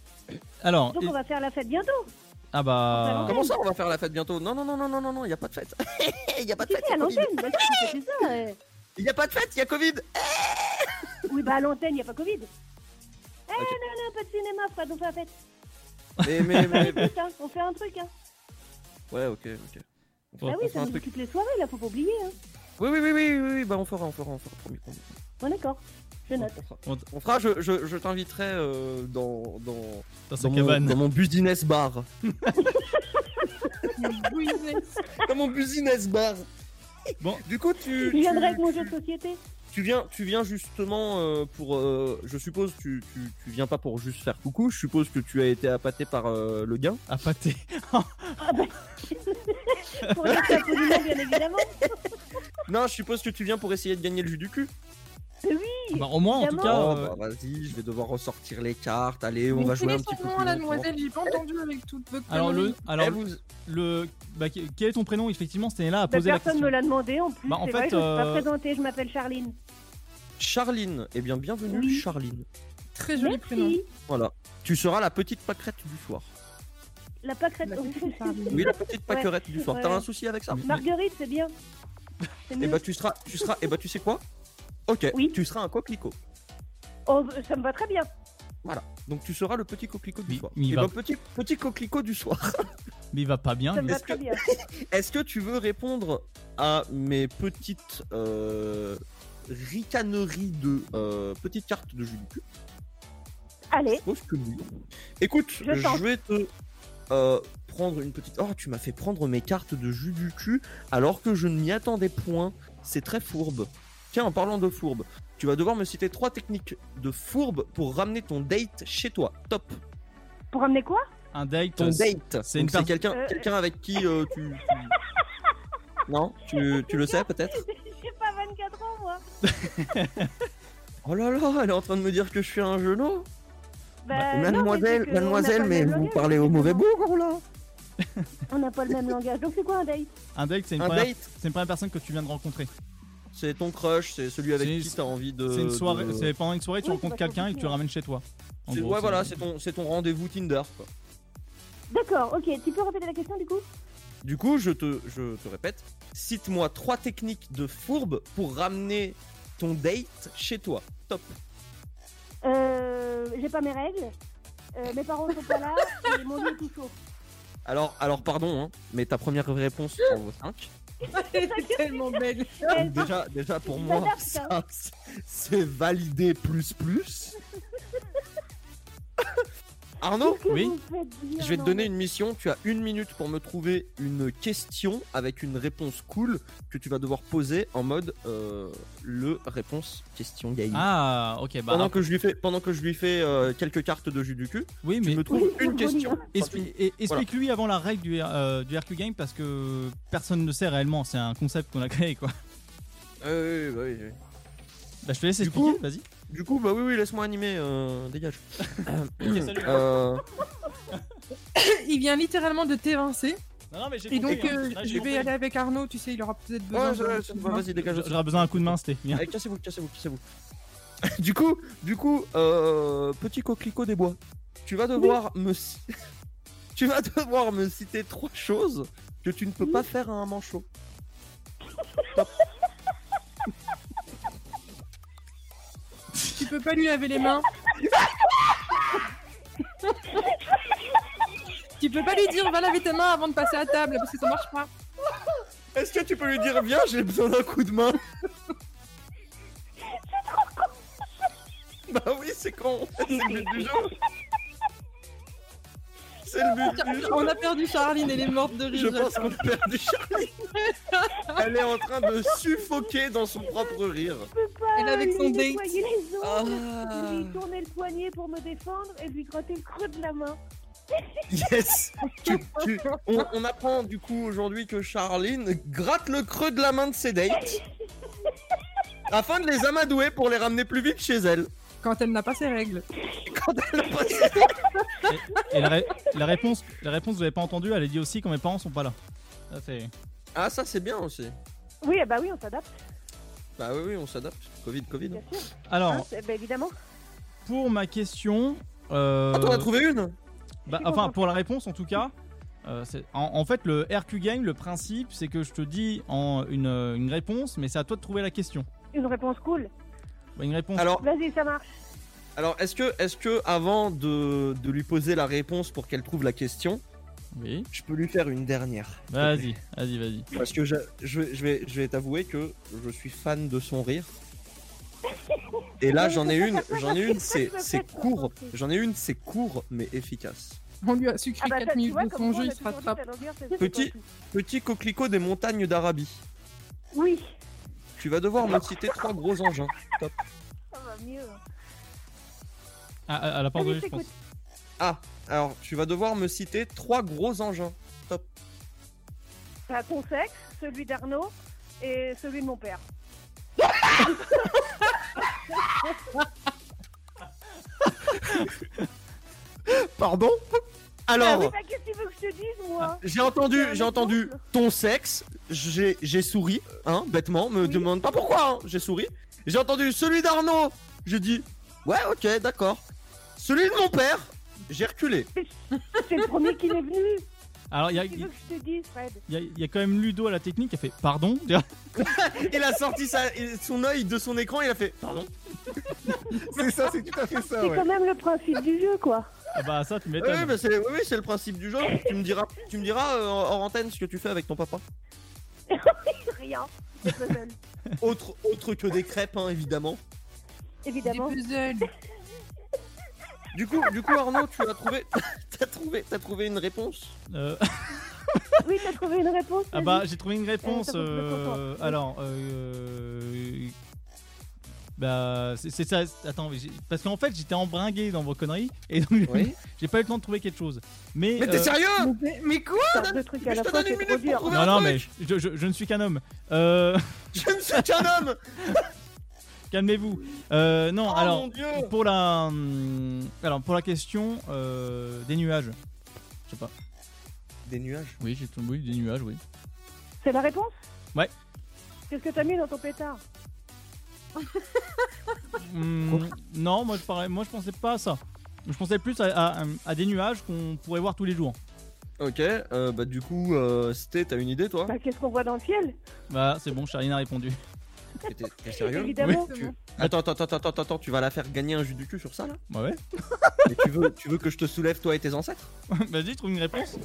A: Alors,
P: Donc
A: et-
P: on va faire la fête bientôt.
A: ah bah.
C: Comment ça, on va faire la fête bientôt Non, non, non, non, non, non, non, y a pas de fête. Eh, y a pas de fête.
P: Si, à l'antenne, bah, si, c'est ça. euh.
C: Il Y a pas de fête, y a Covid.
P: Oui, bah à l'antenne, il n'y a pas Covid. Eh non, non, pas de cinéma, Fred, on fait la fête.
C: Mais, mais, mais-
P: Écoute, hein, on fait un truc. Hein.
C: Ouais, ok, ok.
P: bah
C: On
P: oui,
C: fait
P: ça
C: un
P: nous
C: truc.
P: occupe les soirées, là, faut pas oublier. Hein.
C: Oui, oui, oui, oui, oui, oui, bah on fera, on fera, on fera. promis, promis.
P: Bon, d'accord, je note.
C: On fera, je, je, je t'inviterai euh, dans, dans,
A: Dans sa
C: mon,
A: cabane.
C: dans mon business bar.
B: business.
C: dans mon business bar.
A: Bon.
C: Du coup, tu,
P: Je viendrai avec
C: tu,
P: mon jeu de société.
C: tu viens, tu viens justement euh, pour. euh, je suppose, tu, tu, tu viens pas pour juste faire coucou. Je suppose que tu as été appâté par euh, le gain.
A: Appâté.
P: Ah, bah. Pour dire ça poliment, bien évidemment.
C: non, je suppose que tu viens pour essayer de gagner le jus du cul.
P: Mais oui
A: Bah, au moins, en tout
P: évidemment.
A: cas,
C: Oh,
A: euh,
C: bah, vas-y, je vais devoir ressortir les cartes. Allez, on
B: Mais
C: va
B: quel
C: jouer
B: est
C: un
B: son
C: petit
B: nom,
C: peu. plus
B: la
C: longtemps.
B: demoiselle J'ai pas entendu avec toute votre
A: Alors, le,
B: connerie.
P: Bah,
A: alors le, bah, que- quel est ton prénom Effectivement, cette année-là a
P: Bah,
A: posé la
P: personne
A: question.
P: me l'a demandé en plus.
A: Bah, en
P: c'est
A: fait,
P: vrai, je me suis
A: euh,
P: pas présentée. Je m'appelle Charline.
C: Charline, eh bien, bienvenue, Charline.
B: Très joli prénom.
C: Voilà. Tu seras la petite pâquerette du soir.
P: La pâquerette.
C: Oui, la petite pâquerette du soir.
P: ouais.
C: T'as un souci avec ça
P: Marguerite, c'est bien. C'est
C: Et
P: mieux.
C: bah, tu seras, tu seras, et bah, tu sais quoi Ok, tu seras un coquelicot.
P: Oh, ça me va très bien.
C: Voilà. Donc, tu seras le petit coquelicot du soir.
A: mais il
C: Et
A: va-
C: bah, petit, petit coquelicot du soir.
A: Mais il va pas bien.
C: Ça me
A: lui.
C: va très bien. Est-ce que tu veux répondre à mes petites euh, ricaneries de euh, petites cartes de jus du cul
P: Allez. Je
C: suppose que oui. Écoute, je,
P: tente.
C: vais te euh, prendre une petite. Oh, tu m'as fait prendre mes cartes de jus du cul alors que je ne m'y attendais point. C'est très fourbe. Tiens, en parlant de fourbe, tu vas devoir me citer trois techniques de fourbe pour ramener ton date chez toi. Top.
P: Pour amener quoi
A: Un date. euh,
C: Ton
A: c'est-
C: date.
A: C'est
C: Donc,
A: une
C: C'est
A: personne.
C: quelqu'un
P: Euh,
C: quelqu'un avec qui euh, tu. tu- non tu, tu le sais peut-être
P: J'ai pas 24 ans, moi.
C: Oh là là, elle est en train de me dire que je suis un genou
P: Bah, non, mais
C: Mademoiselle,
P: c'est que
C: mademoiselle,
P: on n'a pas
C: mais
P: le même
C: vous
P: langage.
C: parlez au mauvais bout là
P: On n'a pas le même langage. Donc, c'est quoi un date
A: Un date, c'est une,
C: Un
A: première-
C: date.
A: c'est une première personne que tu viens de rencontrer.
C: C'est ton crush, c'est celui avec
A: C'est-
C: qui t'as envie de.
A: C'est une soirée.
C: de-
A: C'est pendant une soirée, tu
C: Oui,
P: bah,
A: rencontres
C: c'est pas
A: quelqu'un et
C: compliqué.
A: tu le ramènes chez toi. En
C: C'est-
A: gros,
C: ouais, voilà, c'est ton, c'est ton rendez-vous Tinder. Quoi.
P: D'accord, ok. Tu peux répéter la question, du coup
C: Du coup, je te, je te répète, cite-moi trois techniques de fourbe pour ramener ton date chez toi. Top.
P: Euh, J'ai pas mes règles. Euh, mes parents sont pas là. et mon lit est tout chaud.
C: Alors, alors pardon, hein, mais ta première réponse en vaut 5.
B: Elle est tellement belle.
C: Déjà, déjà pour
B: Ça
C: moi,
B: date,
C: ça,
B: hein.
C: c'est- c'est validé plus plus. Arnaud
A: Oui
C: Je vais te donner une mission, tu as une minute pour me trouver une question avec une réponse cool que tu vas devoir poser en mode euh, le réponse question game.
A: Ah, ok. Bah,
C: pendant, que je lui fais, pendant que je lui fais euh, quelques cartes de jus du cul,
A: oui, mais
C: tu me trouves une question.
A: Expli- et- Explique-lui avant la règle du, euh, du RQ Game parce que personne ne sait réellement. C'est un concept qu'on a créé quoi.
C: Euh, oui, oui, oui.
A: Bah, je te laisse
C: Du
A: expliquer.
C: coup-
A: Vas-y.
C: Du coup, bah oui, oui, laisse-moi animer, euh, dégage.
A: Ok, salut.
C: Euh,
B: Il vient littéralement de t'évincer.
A: Non, non, mais j'ai
B: Et
A: compris,
B: donc,
A: hein.
B: euh,
A: Là, j'ai
B: je
A: compris.
B: vais aller avec Arnaud, tu sais, il aura peut-être besoin.
C: ouais,
B: d'un
C: je-
B: petit
C: je-
B: main.
C: vas-y, dégage.
A: J'aurais besoin d'un coup de main, c'était bien.
C: Eh, cassez-vous, cassez-vous, cassez-vous. du coup, du coup, euh, petit coquelicot des bois, tu vas devoir me, ci- tu vas devoir me citer trois choses que tu ne peux pas faire à un manchot.
B: Tu peux pas lui laver les mains. tu peux pas lui dire va laver tes mains avant de passer à table parce que ça marche pas.
C: Est-ce que tu peux lui dire viens, j'ai besoin d'un coup de main Bah oui, c'est con. C'est le but du jeu. C'est le but du jeu.
B: On a perdu Charline, elle est morte de rire.
C: Je pense qu'on a perdu Charline. Elle est en train de suffoquer dans son propre rire.
B: Elle est avec
P: lui
B: son
P: nettoyer
B: date.
P: les ongles,
C: Ah.
P: lui tourner le poignet pour me défendre et lui gratter le creux de la main.
C: Yes Tu- tu- on, on apprend du coup aujourd'hui que Charline gratte le creux de la main de ses dates afin de les amadouer pour les ramener plus vite chez elle.
B: Quand elle n'a pas ses règles.
C: Quand elle n'a pas ses
A: Et la, ré- la réponse, la réponse, vous avez pas entendu. Elle est dit aussi quand mes parents sont pas là. Ça, c'est-
C: Ah ça c'est bien aussi.
P: Oui, eh bah oui, on s'adapte.
C: Bah oui oui on s'adapte. Covid Covid.
P: Hein,
B: Ah,
A: Alors,
P: c'est- bah, évidemment.
A: pour ma question. Euh...
C: Ah, t'en as trouvé une
P: Je
A: bah,
P: suis
A: Enfin,
P: contente.
A: pour la réponse en tout cas. euh, c'est- en, en fait, le RQ Game, le principe, c'est que je te dis en une, une réponse, mais c'est à toi de trouver la question.
P: Une réponse cool.
A: Bah, Une réponse.
C: Alors,
P: Vas-y, ça marche.
C: alors est-ce que est-ce que avant de, de lui poser la réponse pour qu'elle trouve la question,
A: oui.
C: je peux lui faire une dernière
A: vas-y, vas-y, vas-y.
C: Parce que je, je vais- je vais, je vais t'avouer que je suis fan de son rire. Et là, j'en ai une, j'en ai une, c'est c'est court, j'en ai une, c'est court mais efficace.
B: On lui a
P: Ah
B: sucré
P: bah,
B: 4 minutes de son jeu, il se rattrape.
C: Petit, petit coquelicot des montagnes d'Arabie.
P: Oui,
C: Tu vas devoir me citer trois gros engins. Top.
P: ça va mieux. hein.
A: Ah, à, à la porte de
P: Vas-y,
A: je pense.
P: t'écoute.
C: Ah, alors tu vas devoir me citer trois gros engins. Top.
P: T'as ton sexe, celui d'Arnaud et celui de mon père.
C: Pardon Alors,
P: Ah oui, bah, qu'est-ce que tu veux que je te dise, moi
C: j'ai entendu, j'ai entendu ton sexe, j'ai j'ai souri, hein, bêtement, me demande pas pourquoi, hein, j'ai souri. J'ai entendu celui d'Arnaud, j'ai dit, ouais, ok, d'accord. Celui de mon père, j'ai reculé.
P: C'est le premier qui m'est venu.
A: Alors, il y a,
P: Qu'est-ce que tu veux que je te dise, Fred
A: il y a- il y a quand même Ludo à la technique qui a fait pardon.
C: il a sorti sa- son œil de son écran, il a fait, pardon.
N: c'est ça, c'est tout à fait ça,
P: C'est quand même le principe du jeu, quoi.
A: Ah bah ça, tu
C: m'étonnes. Oui, bah, c'est oui, oui, c'est le principe du jeu. tu me diras, tu me diras euh, hors antenne ce que tu fais avec ton papa.
P: Rien. Des puzzles.
C: Autre, autre que des crêpes, hein, évidemment.
P: Évidemment.
B: Des puzzles.
C: Du coup, du coup, Arnaud, tu as trouvé, t'as trouvé, t'as trouvé une réponse.
A: Euh,
P: Oui, t'as trouvé une réponse.
A: ah
P: vas-y.
A: bah j'ai trouvé une réponse.
P: Euh, attends, je me
A: euh,
P: concentre.
A: alors, euh, bah c'est c'est ça. Attends, mais j'ai- parce qu'en fait j'étais embringué dans vos conneries et donc j'ai pas eu le temps de trouver quelque chose. Mais,
C: Mais t'es
A: euh,
C: sérieux
B: mais, quoi
P: Deux trucs à la fois, c'est trop dur.
A: Non, non, mais je, je- je ne suis qu'un homme. Euh,
C: Je ne suis qu'un homme
A: Calmez-vous. Euh, non,
C: Oh, mon
A: alors,
C: Dieu
A: pour la, hum, alors, pour la question euh, des nuages. Je sais pas.
C: Des nuages
A: Oui, j'ai tombé des nuages, oui.
P: C'est la réponse
A: Ouais.
P: Qu'est-ce que t'as mis dans ton pétard
A: Hum, non, moi je, parlais, moi je pensais pas à ça. Je pensais plus à, à- à des nuages qu'on pourrait voir tous les jours.
C: Ok, euh, bah du coup, euh, Sté, t'as une idée, toi
P: Bah, qu'est-ce qu'on voit dans le ciel
A: Bah, c'est bon, Charline a répondu.
C: Mais T'es t'es sérieux
P: Évidemment.
C: Tu- Attends, attends, attends, attends, attends, attends, tu vas la faire gagner un jus du cul sur ça là
A: Bah ouais.
C: Mais tu veux, tu veux que je te soulève toi et tes ancêtres
A: Vas-y, trouve une réponse.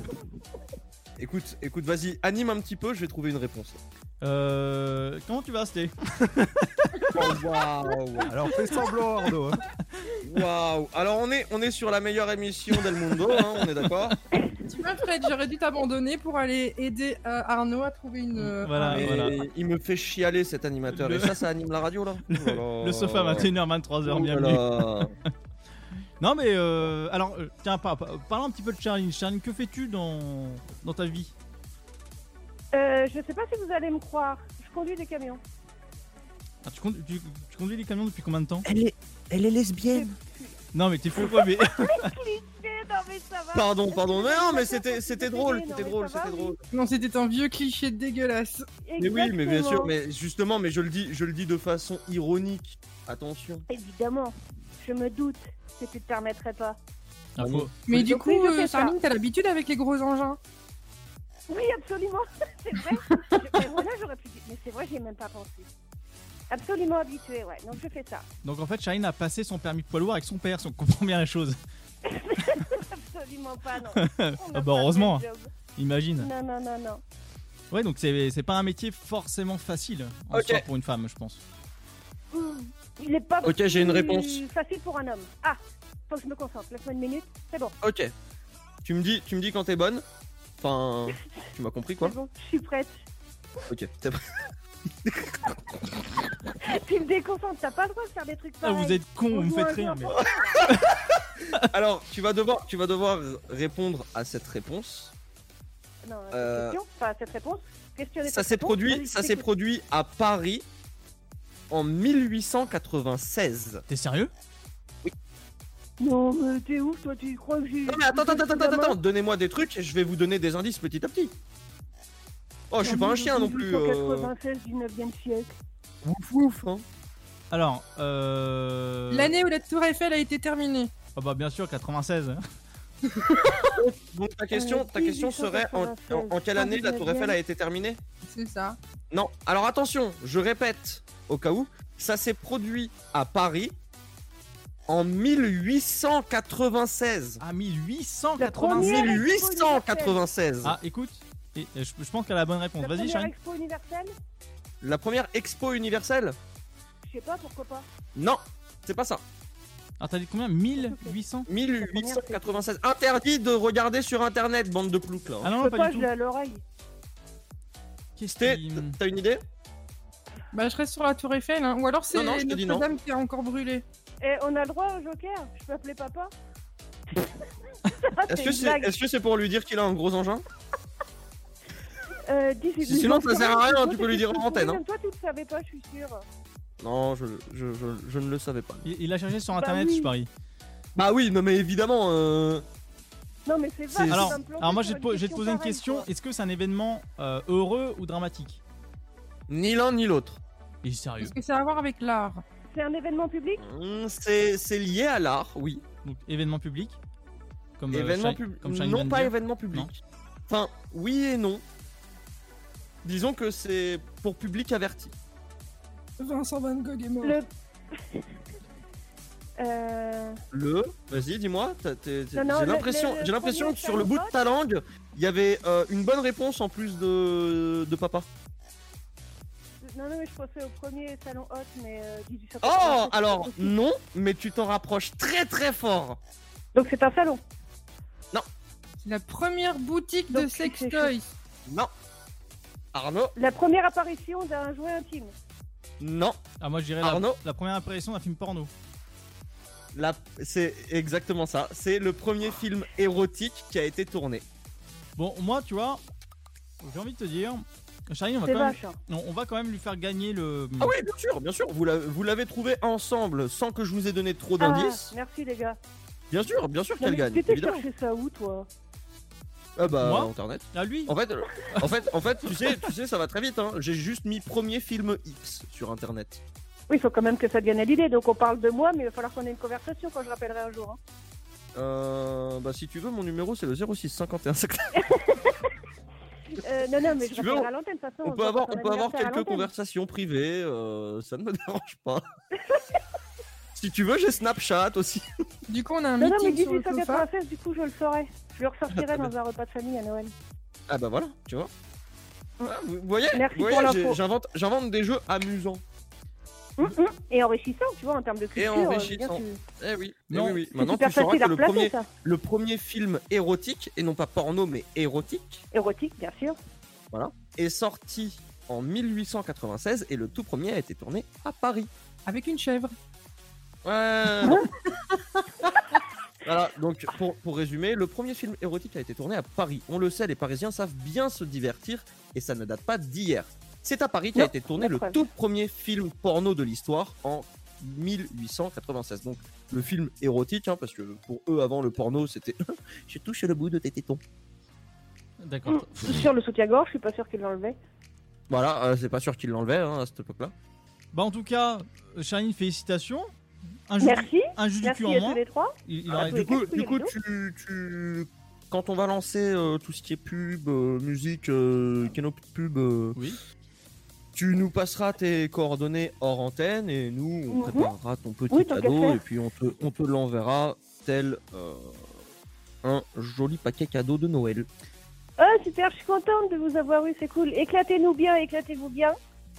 C: Écoute, écoute, vas-y, anime un petit peu, je vais trouver une réponse.
A: Euh, comment tu vas, Sté
C: Oh, Alors fais semblant Arnaud.
A: hein.
C: Waouh. Alors on est on est sur la meilleure émission del mundo, hein, on est d'accord.
B: Tu vois, Fred, j'aurais dû t'abandonner pour aller aider euh, Arnaud à trouver une. euh, un-
C: Mais Il me fait chialer cet animateur et
A: Le-
C: ça ça anime la radio là. Le,
A: Le sofa 21h, 23h, bienvenue. non mais euh, alors euh, tiens par- par- parlons un petit peu de Charline. Charline, que fais-tu dans, dans ta vie
P: Euh, je sais pas si vous allez me croire. Je conduis des camions.
A: Ah, tu, conduis, tu- tu conduis les camions depuis combien de temps
C: Elle est elle est lesbienne.
A: Non mais t'es fou quoi mais
P: Cliché, non mais ça va.
C: Pardon, pardon. Mais non, mais c'était c'était drôle, c'était drôle, c'était drôle.
B: Non, c'était un vieux cliché dégueulasse.
C: Mais oui, mais bien sûr, mais justement, mais je le dis, je le dis de façon ironique. Attention.
P: Évidemment, je me doute que tu te permettrais pas.
A: Ah,
B: Mais du
P: Donc,
B: coup,
P: oui, je
B: euh,
P: fais ça.
B: Charline, t'as l'habitude avec les gros engins.
P: Oui, absolument, c'est vrai. Je- mais voilà, j'aurais pu dire. Mais c'est vrai, j'y ai même pas pensé. Absolument habitué, ouais. Donc je fais ça.
A: Donc en fait Charline a passé son permis poids lourd avec son père, si on comprend bien la chose.
P: Absolument pas, non.
A: ah
P: On n'a
A: bah
P: pas
A: heureusement.
P: le même job.
A: Imagine.
P: Non, non, non, non.
A: Ouais donc c'est c'est pas un métier forcément facile en
P: Ok.
A: soi pour une femme je pense.
P: Mmh. Il est pas.
A: Ok, j'ai une
P: plus
A: réponse.
P: Facile pour un homme. Ah, faut que je me concentre. Laisse-moi une minute. C'est bon.
C: Ok. Tu me dis, tu me dis quand t'es bonne. Enfin, tu m'as compris quoi
P: C'est bon, je suis prête.
C: Ok. t'es-
P: tu me déconcentres, t'as pas le droit de faire des trucs
C: Ah, vous
P: pareils.
C: êtes con,
P: On
C: vous me
P: joue
C: faites
P: un jeu
C: rire, mais-
P: important.
C: Alors, tu vas devoir, tu vas devoir répondre à cette réponse.
P: Non, cette
C: Euh,
P: question, pas cette réponse. Questionner
C: Ça
P: cette
C: s'est
P: réponse. Vas-y,
C: produit,
P: je
C: ça s'est
P: t'écoute.
C: produit à Paris en 1896.
A: T'es sérieux
P: Non, mais t'es ouf, toi, tu crois que j'ai.
C: Non mais attends, attends, attends, attends, attends, donnez-moi des trucs, je vais vous donner des indices petit à petit. Oh, je suis pas un chien non plus. euh.
P: 96 du 9e siècle.
C: Ouf, ouf, hein.
A: Alors euh...
B: L'année où la Tour Eiffel a été terminée.
A: Ah bah bien sûr 96. hein.
C: Donc ta question, ta question serait en, en- en quelle année la Tour Eiffel a été terminée
B: C'est ça.
C: Non, alors attention, je répète au cas où, ça s'est produit à Paris en 1896.
A: Ah 1896.
C: La première expo 1896.
A: Ah écoute, et- et je, je pense qu'elle a la bonne réponse.
P: La
A: Vas-y
P: première
A: Charline.
P: expo universelle
C: La première expo universelle
P: Je sais pas, pourquoi pas.
C: Non, c'est pas ça.
A: Alors Ah, t'as dit combien 1800
C: 1896. Interdit de regarder sur internet, bande de ploucs là. hein.
A: Ah non,
P: Je sais pas, je l'ai à l'oreille.
C: Sté, T'as une idée
B: Bah, je reste sur la Tour Eiffel, hein. ou alors c'est
C: Non, non, je te dis non.
B: Notre-Dame qui a encore brûlé.
P: Et Eh, on a le droit au joker Je peux appeler papa
C: Est-ce que
P: une
C: c'est
P: blague.
C: est-ce que c'est pour lui dire qu'il a un gros engin
P: Euh, dis, Euh,
C: Sinon, ça sert à rien, tu peux lui dire en antenne, hein.
P: Toi, tu le savais pas, je suis sûre.
C: Non, je, je- je- je ne le savais pas.
A: Il, il a cherché
P: Bah
A: sur internet, je parie.
C: Bah oui, non mais évidemment. euh,
P: Non, mais c'est vache.
A: Alors,
P: tu vas me planter
A: alors moi, je
P: sur
A: vais te, po- je vais te poser une
P: pareille,
A: question.
P: quoi.
A: Est-ce que c'est un événement euh, heureux ou dramatique
C: Ni l'un ni l'autre.
A: Il est sérieux.
B: Est-ce que ça a à voir avec l'art
P: C'est un événement public
C: Mm, C'est c'est lié à l'art, oui.
A: Donc événement public Comme, euh,
C: événement
A: Shine-
C: pub-
A: comme Shine
C: Non,
A: Man
C: pas
A: Beer
C: événement
A: Non.
C: public. Enfin, oui et non. Disons que c'est pour public averti.
B: Vincent Van Gogh est mort.
P: Le... Euh...
C: Le Vas-y, dis-moi. t'as- t'es- t'es-
P: Non, non,
C: J'ai
P: le-
C: l'impression
P: le-
C: j'ai l'impression
P: premier
C: que sur le bout de
P: Charlotte.
C: ta langue, il y avait euh, une bonne réponse en plus de, de papa.
P: Non, non, mais je pensais au premier salon hot, mais euh, 18
C: Oh Alors, non, mais tu t'en rapproches très très fort.
P: Donc c'est un salon
C: Non.
B: C'est la première boutique de sextoys.
C: Non. Arnaud
P: La première apparition d'un jouet intime.
C: Non.
A: Ah, moi, je dirais la, la première apparition d'un film porno.
C: La... C'est exactement ça. C'est le premier film érotique qui a été tourné.
A: Bon, moi, tu vois, j'ai envie de te dire, Charlie, on va,
C: C'est
A: quand même,
C: vache, hein.
A: non, on va quand même lui faire gagner le.
C: Ah oui, bien sûr, bien sûr. Vous l'avez- vous l'avez trouvé ensemble sans que je vous ai donné trop
P: Ah,
C: d'indices.
P: merci les gars.
C: Bien sûr, bien sûr
P: Non,
C: qu'elle
P: mais
C: gagne,
P: t'étais
C: évidemment.
P: cherché ça où toi
C: Ah bah
A: Moi
C: internet.
A: Ah lui.
C: En fait, euh, en fait, en fait, tu sais, tu sais, ça va très vite. Hein. J'ai juste mis premier film X sur internet.
P: Oui, il faut quand même que ça devienne à l'idée. Donc on parle de moi, mais il va falloir qu'on ait une conversation quand je rappellerai un jour. hein.
C: Euh, bah si tu veux, mon numéro c'est le 06 51
P: Euh, non, non, mais je
C: tu veux,
P: rappellerai à l'antenne de toute façon. se
C: On peut
P: voit
C: avoir,
P: pour
C: on
P: ton
C: peut avoir
P: anniversaire à
C: quelques
P: l'antenne.
C: conversations privées. euh, ça ne me dérange pas. si tu veux, j'ai Snapchat aussi.
B: Du coup, on a un
P: Non, non, mais
B: meeting sur le sofa.
P: 1896, du coup, je le saurai. Je le ressortirai dans un repas de famille à Noël.
C: Ah bah voilà, tu vois. Ah, vous vous voyez,
P: Merci
C: vous voyez,
P: pour
C: j'ai-
P: l'info.
C: j'invente, j'invente des jeux amusants
P: Hum, hum. Et enrichissant, tu vois, en termes de culture.
C: et
P: euh, bien
C: enrichissants.
P: sûr.
C: Eh oui, eh
P: Non.
C: oui, oui.
P: C'est
C: Maintenant,
P: super
C: tu sauras
P: facile
C: que
P: à
C: le
P: replacer,
C: premier,
P: ça.
C: le premier film érotique et non pas porno mais érotique
P: Érotique, bien sûr.
C: Voilà. Est sorti en 1896 et le tout premier a été tourné à Paris.
B: Avec une chèvre.
C: Ouais. non. voilà, donc pour, pour résumer, le premier film érotique a été tourné à Paris. On le sait, les Parisiens savent bien se divertir et ça ne date pas d'hier. C'est à Paris qu'a été tourné le tout premier film porno de l'histoire en 1896. Donc le film érotique, hein, parce que pour eux avant le porno c'était j'ai touché le bout de tes tétons.
A: D'accord.
P: Mm. Sur le soutien-gorge, je suis pas sûr qu'il l'enlevait.
C: Voilà, euh, c'est pas sûr qu'ils l'enlevaient hein, à cette époque-là.
A: Bah, en tout cas, euh, Charline, félicitations. Un jeu,
P: Merci.
A: Un jeu
P: Merci
A: du cul
P: à
A: en moins.
P: tous les trois.
A: Il- il
C: Ah,
A: aurait-
C: du coup, du coup, tu, tu- quand on va lancer euh, tout ce qui est pub, euh, musique, euh, canop pub, euh, tu nous passeras tes coordonnées hors antenne et nous on
P: Mhm.
C: préparera ton petit
P: Oui, tant qu'à
C: cadeau
P: faire.
C: et puis on te, on te l'enverra tel euh, un joli paquet cadeau de Noël.
P: Oh, super, je suis contente de vous avoir eu, c'est cool. Éclatez-nous bien, éclatez-vous bien.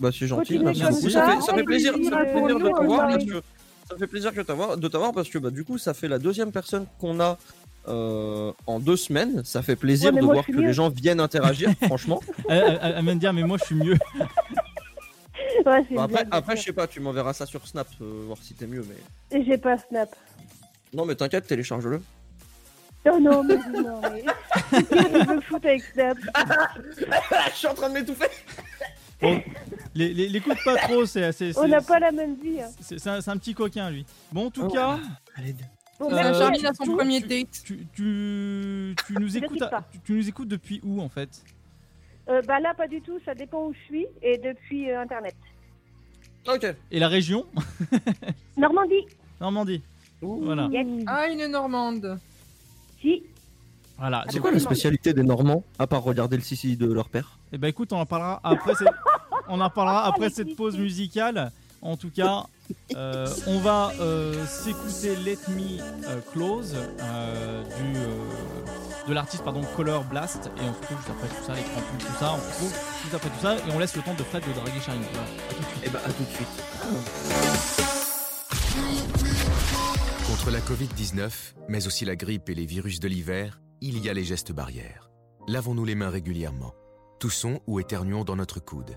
C: Bah c'est gentil,
P: Continuez
C: merci
P: comme
C: beaucoup.
P: ça,
C: Ça fait, ça
P: on
C: fait
P: est
C: plaisir,
P: plaisir
C: ça fait
P: à
C: plaisir de
P: nous,
C: t'avoir
P: on est
C: parce que ça fait plaisir que t'avoir- de t'avoir parce que bah du coup ça fait la deuxième personne qu'on a euh, en deux semaines. Ça fait plaisir
A: Ouais, mais
C: de
A: moi,
C: voir
A: je
C: que
A: suis mieux.
C: les gens viennent interagir, franchement.
A: Elle, elle- elle vient de dire, mais moi, je suis mieux.
P: Ouais, c'est
C: Bah,
P: bien.
C: après, après je sais pas, tu m'enverras ça sur Snap, euh, voir si t'es mieux, mais.
P: Et J'ai pas Snap.
C: Non mais t'inquiète, télécharge-le.
P: Oh non, mais non, mais. Qu'est-ce que je me foutre avec Snap
C: Je suis en train de m'étouffer
A: Bon, les, les, l'écoute pas trop, c'est. c'est-
P: On
A: c'est-
P: n'a pas la même vie. hein.
A: C'est c'est un, c'est un petit coquin, lui. Bon, en tout
C: Oh.
A: cas.
P: Bon,
A: euh,
P: merci.
B: Charlie a son
A: tu-
B: premier
A: tu-
B: date.
A: Tu, tu- tu nous
P: Je
A: écoutes,
P: sais
A: à-
P: pas.
A: tu, tu nous écoutes depuis où en fait
P: Euh, bah là, pas du tout, ça dépend où je suis et depuis euh, Internet.
C: Ok.
A: Et la région
P: Normandie.
A: Normandie. Voilà.
B: Ah, une Normande.
P: Si.
A: voilà. euh,
C: C'est quoi la spécialité des Normands, à part regarder le Sicile de leur père
A: Et bah écoute, on en parlera après, cette- on en parlera après cette pause musicale. En tout cas, euh, on va euh, s'écouter Let Me euh, Close euh, du, euh, de l'artiste pardon Color Blast et on se retrouve juste après tout ça, les cramponnes, tout ça, on se retrouve juste après tout ça et on laisse le temps de Fred de draguer Charlie. Voilà. À tout de suite.
C: Et bah à tout de suite.
L: Contre la Covid-19, mais aussi la grippe et les virus de l'hiver, il y a les gestes barrières. Lavons-nous les mains régulièrement. Toussons ou éternuons dans notre coude.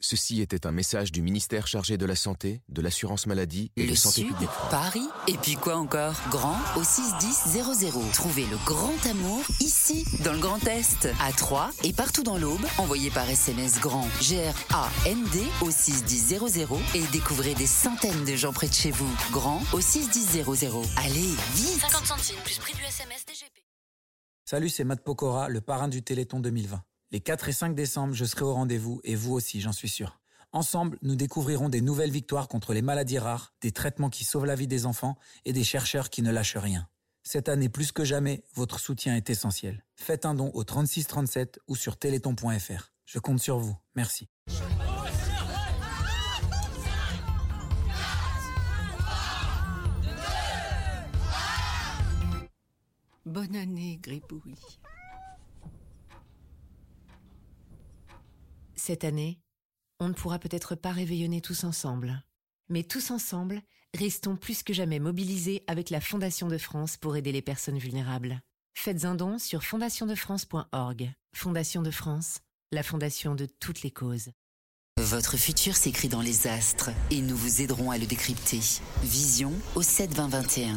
L: Ceci était un message du ministère chargé de la Santé, de l'Assurance Maladie et
H: Le
L: de Santé
H: Sud,
L: publique.
H: Paris, et puis quoi encore Grand au 61000. Trouvez le grand amour ici, dans le Grand Est, à Troyes et partout dans l'Aube. Envoyez par SMS grand G-R-A-N-D au 61000 et découvrez des centaines de gens près de chez vous. Grand au 61000. Allez, vite
K: 50 centimes plus prix du SMS DGP.
J: Salut, c'est Matt Pokora, le parrain du Téléthon 2020. Les 4 et 5 décembre, je serai au rendez-vous et vous aussi, j'en suis sûr. Ensemble, nous découvrirons des nouvelles victoires contre les maladies rares, des traitements qui sauvent la vie des enfants et des chercheurs qui ne lâchent rien. Cette année plus que jamais, votre soutien est essentiel. Faites un don au 3637 ou sur téléthon.fr. Je compte sur vous. Merci.
Q: Bonne année, Gribouille.
I: Cette année, on ne pourra peut-être pas réveillonner tous ensemble. Mais tous ensemble, restons plus que jamais mobilisés avec la Fondation de France pour aider les personnes vulnérables. Faites un don sur fondationdefrance.org. Fondation de France, la fondation de toutes les causes.
H: Votre futur s'écrit dans les astres et nous vous aiderons à le décrypter. Vision au 72021.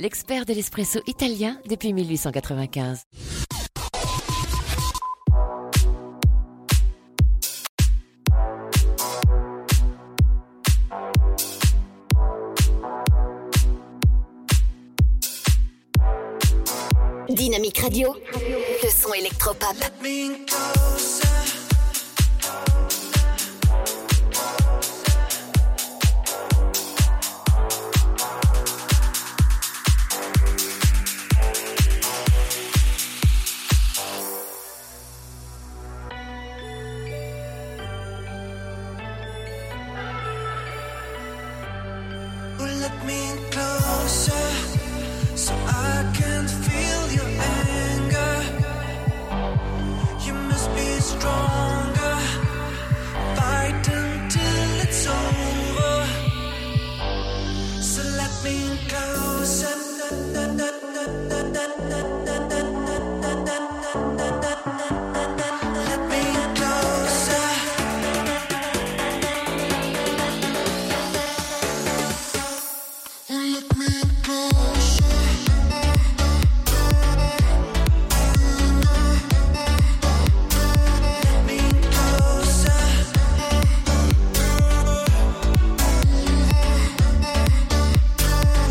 K: l'expert de l'espresso italien depuis 1895.
R: Dynamique Radio, le son électropop.
S: Well, let me closer so I can feel your anger. You must be stronger. Fight until it's over. So let me closer. Let me closer. Let me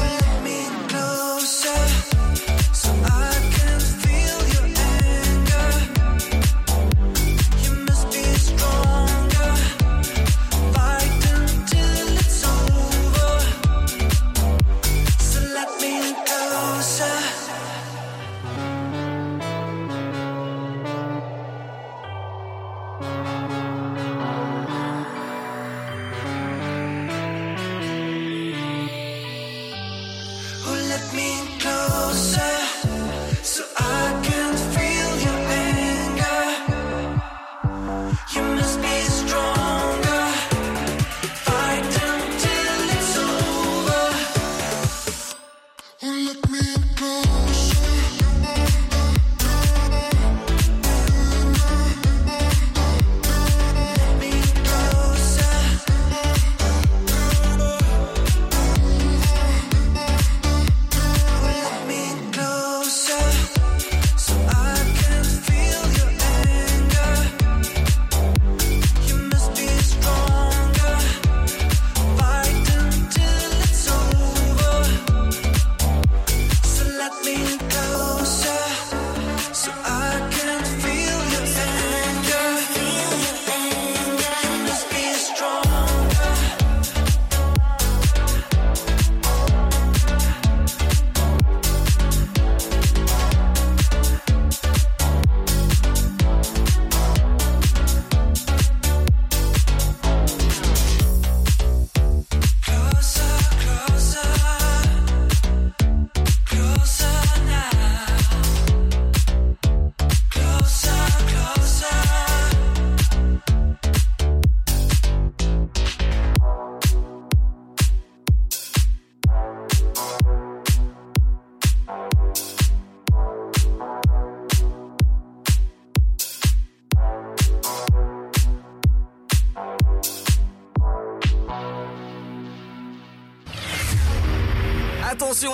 S: closer.
R: Oh, Oh,
E: Attention,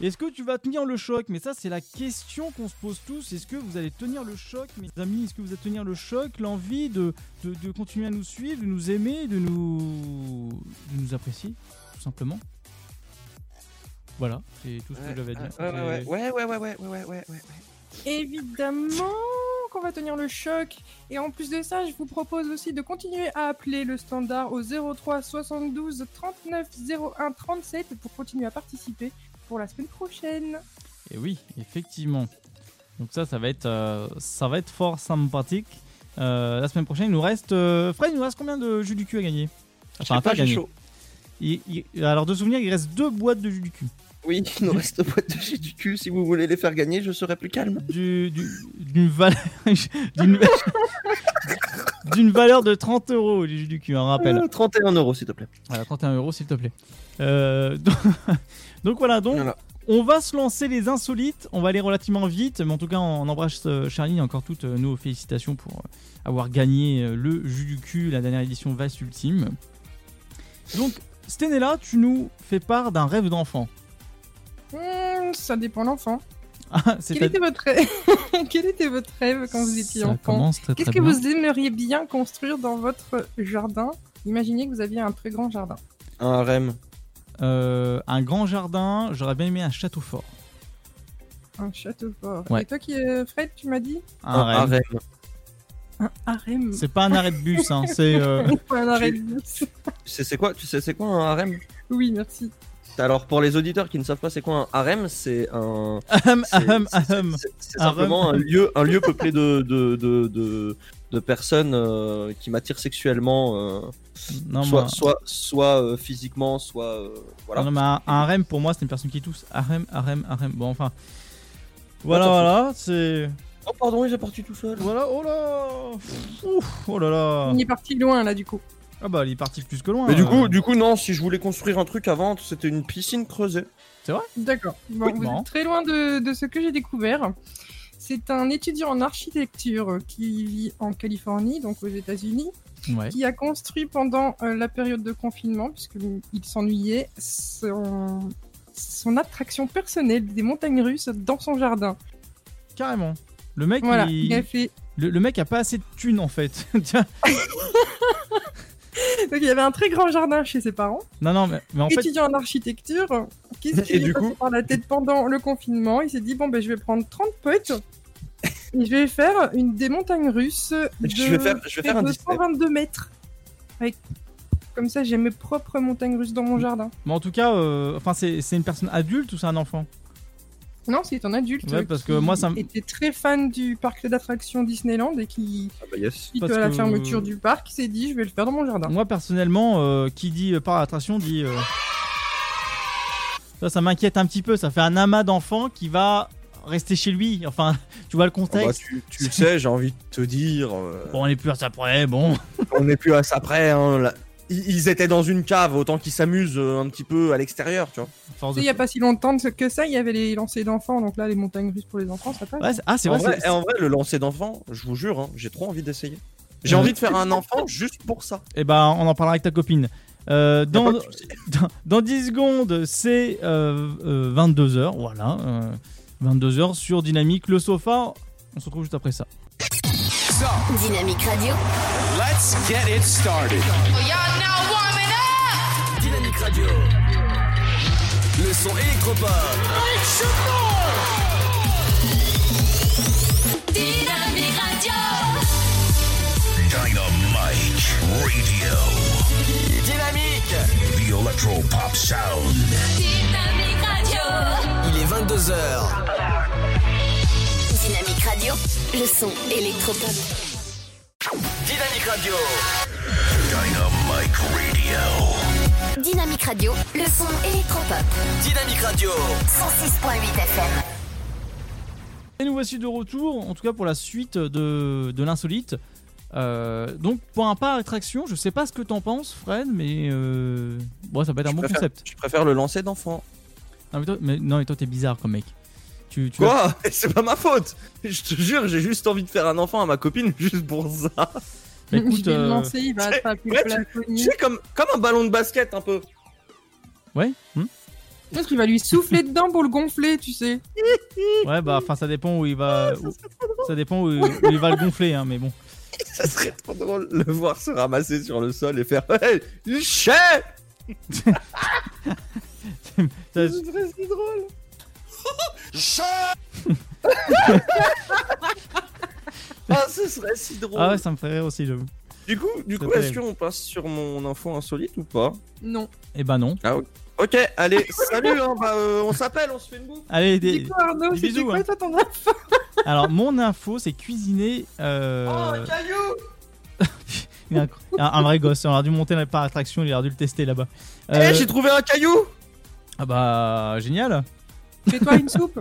A: Est-ce que tu vas tenir le choc Mais ça, c'est la question qu'on se pose tous. Est-ce que vous allez tenir le choc, mes amis Est-ce que vous allez tenir le choc, l'envie de, de, de continuer à nous suivre, de nous aimer, de nous, de nous apprécier, tout simplement Voilà, c'est tout ce que j'avais à dire.
C: ouais, ouais,
A: Et-
C: ouais, ouais, ouais, ouais, ouais, ouais, ouais, ouais.
B: Évidemment qu'on va tenir le choc. Et en plus de ça, je vous propose aussi de continuer à appeler le standard au 03 72 39 01 37 pour continuer à participer pour la semaine prochaine.
A: Et oui, effectivement. Donc ça, ça va être, euh, ça va être fort sympathique. Euh, la semaine prochaine, il nous reste, euh, Fred, il nous reste combien de jus du cul à gagner
C: Je sais pas, j'ai chaud.
A: Il- il- alors de souvenir, il reste deux boîtes de jus du cul.
C: Oui, il nous reste deux boîtes de jus du cul. Si vous voulez les faire gagner, je serai plus calme.
A: Du, D'une valeur, d'une, d'une valeur de 30 euros, les jus du cul, un rappel.
C: Euh, 31 euros, s'il te plaît.
A: Voilà, 31 euros, s'il te plaît. Euh, donc, donc voilà, donc on va se lancer les insolites. On va aller relativement vite, mais en tout cas, on embrasse euh, Charline et encore toutes euh, nos félicitations pour euh, avoir gagné euh, le jus du cul, la dernière édition Vaste Ultime. Donc, Stenella, tu nous fais part d'un rêve d'enfant.
B: Hmm, ça dépend de l'enfant.
A: Ah, c'est
B: Quel
A: à-
B: était, votre rêve Quel était votre rêve quand vous étiez
A: Ça
B: enfant
A: commence très, très
B: Qu'est-ce que
A: bien.
B: vous aimeriez bien construire dans votre jardin Imaginez que vous aviez un très grand jardin.
C: Un REM.
A: Euh, un grand jardin, j'aurais bien aimé un château fort.
B: Un château fort.
A: Ouais.
B: Et toi, qui, euh, Fred, tu m'as dit
A: Un
C: Un
A: harem.
C: harem.
B: harem.
A: C'est pas un arrêt de bus, hein, c'est. euh,
B: un arrêt de bus.
C: Tu sais c'est quoi Tu sais c'est quoi un harem
B: Oui, merci.
C: Alors pour les auditeurs qui ne savent pas c'est quoi un harem, c'est un c'est- c'est- c'est- c'est
A: Harem.
C: simplement un lieu un lieu peuplé de de, de, de- de personnes euh, qui m'attirent sexuellement, euh,
A: Non,
C: soit,
A: moi-
C: soit soit euh, physiquement, soit euh, voilà.
A: Non, mais un, un harem, pour moi, c'est une personne qui tousse. Harem, harem, harem. Bon, enfin. Voilà,
C: t'en fous.
A: voilà, c'est.
C: Oh pardon, oui, j'ai parti tout seul.
A: Voilà, oh là Ouf, oh là là
B: On est parti loin là du coup.
A: Ah bah, il est parti plus que loin.
C: Mais du
A: euh.
C: coup, du coup, non, si je voulais construire un truc avant, c'était une piscine creusée. Ah
A: C'est vrai
B: D'accord. Bon,
C: Oui,
B: vous
C: bon.
B: êtes très loin de, de ce que j'ai découvert. C'est un étudiant en architecture qui vit en Californie, donc aux États-Unis,
A: Ouais.
B: qui a construit pendant euh, la période de confinement, puisqu'il s'ennuyait, son, son attraction personnelle des montagnes russes dans son jardin.
A: Carrément. Le mec,
B: Voilà,
A: il...
B: il a fait-
A: Le, le mec a pas assez de thunes en fait. Tiens.
B: Donc il y avait un très grand jardin chez ses parents.
A: non, non, mais, mais en fait.
B: étudiant en architecture, qu'est-ce qui
A: Et
B: lui est
A: du
B: passé
A: coup-
B: par la tête pendant le confinement Il s'est dit bon ben je vais prendre 30 potes et je vais faire une des montagnes russes de,
C: Je vais faire- je vais faire un
B: de
C: display.
B: 122 mètres. Avec- Comme ça j'ai mes propres montagnes russes dans
A: Mm.
B: mon jardin.
A: Mais en tout cas, euh, enfin, c'est c'est une personne adulte ou c'est un enfant
B: Non, c'est un adulte
A: Ouais, parce que
B: qui
A: moi, ça me-
B: était très fan du parc d'attractions Disneyland et qui,
C: Ah bah
B: suite
A: Parce
B: à la
A: que-
B: fermeture du parc, s'est dit je vais le faire dans mon jardin.
A: Moi personnellement, euh, qui dit euh, par attraction dit. euh, Ça, ça m'inquiète un petit peu. Ça fait un amas d'enfants qui va rester chez lui. Enfin, tu vois le
C: Ah bah,
A: contexte.
C: tu, tu le sais, j'ai envie de te dire. euh,
A: Bon, on est plus à ça près. Bon.
C: on n'est plus à ça près. hein, là. Ils ils étaient dans une cave, autant qu'ils s'amusent euh, un petit peu à l'extérieur, tu vois.
B: Tu sais, Il n'y a pas si longtemps que ça, il y avait les lancers d'enfants, donc là les montagnes russes pour les enfants, ça passe.
A: ah,
C: En vrai, eh, en vrai, le lancer d'enfant, je vous jure, hein, j'ai trop envie d'essayer. J'ai
A: Euh.
C: envie de faire un enfant juste pour ça.
A: Et ben, on en parlera avec ta copine. Euh, dans, dans, dans 10 secondes, c'est euh, 22h. Voilà. 22h sur Dynamique, le sofa. On se retrouve juste après ça.
R: Dynamique Radio.
E: Let's get it started. Dynamique Radio. Le son électropop.
S: Dynamique Radio.
I: Dynamite Radio.
E: Dynamique.
I: The electro pop sound.
S: Dynamique Radio.
E: Il est 22h.
R: Dynamique Radio. Le son électropop.
E: Dynamique Radio.
I: Dynamite Radio.
R: Dynamique Radio. Le son électropop.
E: Dynamique Radio.
R: 106.8 FM.
A: Et nous voici de retour, en tout cas pour la suite de, de l'insolite. Euh, donc pour un parc attraction, je sais pas ce que t'en penses, Fred, mais euh, bon, ça peut être un bon
C: préfère-
A: concept.
C: Je préfère le lancer d'enfant.
A: Non mais toi, mais- non, mais toi, t'es bizarre comme mec. Tu, tu
C: Quoi C'est pas ma faute Je te jure, j'ai juste envie de faire un enfant à ma copine juste pour ça.
A: Bah, écoute, Je vais le euh, lancer,
B: il va
C: C'est-
B: attraper
C: ouais,
B: le
C: tu-
B: plafonnier.
C: tu sais, comme, comme un ballon de basket un peu.
A: Ouais. hmm
B: Peut-être qu'il va lui souffler dedans pour le gonfler, tu sais.
A: ouais, bah enfin ça dépend où il va. où- Ah, ça dépend où, où il va le gonfler, hein, mais bon.
C: Ça serait trop drôle de le voir se ramasser sur le sol et faire hey, chef
A: Ça-
C: c'est drôle. ah, ce serait si drôle.
A: Ah ouais, ça me ferait rire aussi, j'avoue.
C: Du coup, du
A: Ça
C: coup,
A: fait
C: est-ce
A: rire.
C: qu'on passe sur mon info insolite ou pas
B: Non.
A: Eh ben non.
C: Ah oui. Ok, allez, salut, hein, bah, euh, on s'appelle, on se fait une bouffe.
A: Allez, des-
C: Dis quoi, Arnaud,
A: des
C: c'était
A: bisous.
C: quoi,
A: hein.
C: toi, ton
A: Alors mon info, c'est cuisiner. euh,
C: Oh, Caillou
A: il est incro- un, un vrai gosse. On aurait dû monter la par attraction, il aurait dû le tester là-bas.
C: Eh,
A: Euh,
C: j'ai trouvé un caillou
A: Ah bah génial.
B: Fais-toi une soupe.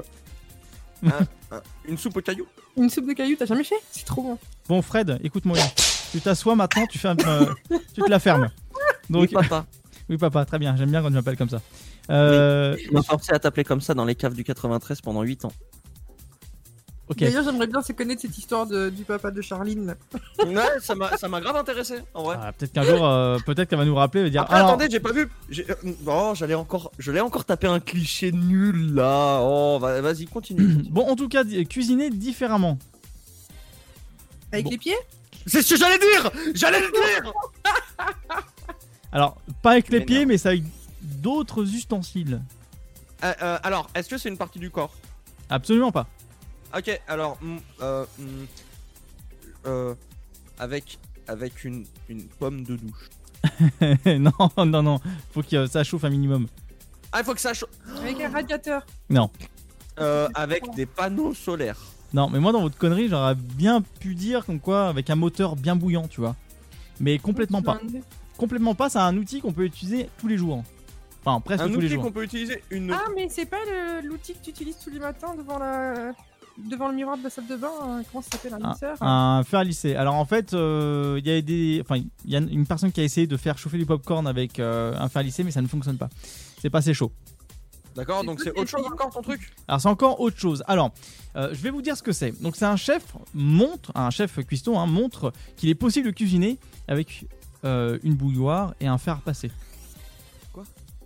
C: Un- un- Une soupe au caillou
B: Une soupe de cailloux, t'as jamais fait C'est trop bon.
A: Bon Fred, écoute-moi. bien. Tu t'assois maintenant, tu fermes, euh, tu te la fermes. Donc,
C: Oui, papa.
A: oui papa, très bien. J'aime bien quand tu m'appelles comme ça. Euh,
C: On m'a forcé à t'appeler comme ça dans les caves du 93 pendant 8 ans.
A: Ok.
B: D'ailleurs, j'aimerais bien se connaître cette histoire de- du papa de Charline.
C: ouais, ça m'a ça m'a grave intéressé, en vrai.
A: Peut-être qu'un jour, euh, peut-être qu'elle va nous rappeler et dire.
C: Après,
A: alors-
C: attendez, j'ai pas vu. J'ai- euh, Non, j'allais encore, je l'ai encore tapé un cliché nul là. Oh, va- vas-y, continue.
A: Bon, en tout cas, di- cuisiner différemment.
B: Avec les pieds
C: C'est ce que j'allais dire J'allais le dire
A: Alors, pas avec les pieds, mais c'est avec d'autres ustensiles.
C: Euh, euh, alors, est-ce que c'est une partie du corps
A: Absolument pas.
C: Ok, alors, mm, euh, mm, euh, avec avec une, une pomme de douche.
A: non, non, non. Faut que euh, ça chauffe un minimum.
C: Ah, il faut que ça chauffe.
B: Avec un radiateur.
A: Non.
C: Euh, avec des panneaux solaires.
A: Non, mais moi, dans votre connerie, j'aurais bien pu dire comme quoi, avec un moteur bien bouillant, tu vois. Mais complètement pas. Complètement pas, c'est un outil qu'on peut utiliser tous les jours. Enfin, presque
C: un
A: tous les
C: outil
A: jours.
C: qu'on peut utiliser une.
B: Ah, mais c'est pas le- l'outil que tu utilises tous les matins devant la devant le miroir de la salle de bain hein, Comment ça
C: Ah,
B: s'appelle Un
A: Un-
B: mixeur
A: Un fer à lisser. Alors en fait, euh, il y a des, enfin, il y a une personne qui a essayé de faire chauffer du popcorn avec euh, un fer à lisser, mais ça ne fonctionne pas. C'est pas assez chaud.
C: D'accord, donc c'est autre chose encore ton truc
A: Alors c'est encore autre chose. Alors, euh, je vais vous dire ce que c'est. Donc c'est un chef montre, un chef cuistot hein, montre qu'il est possible de cuisiner avec euh, une bouilloire et un fer à passer.
C: Quoi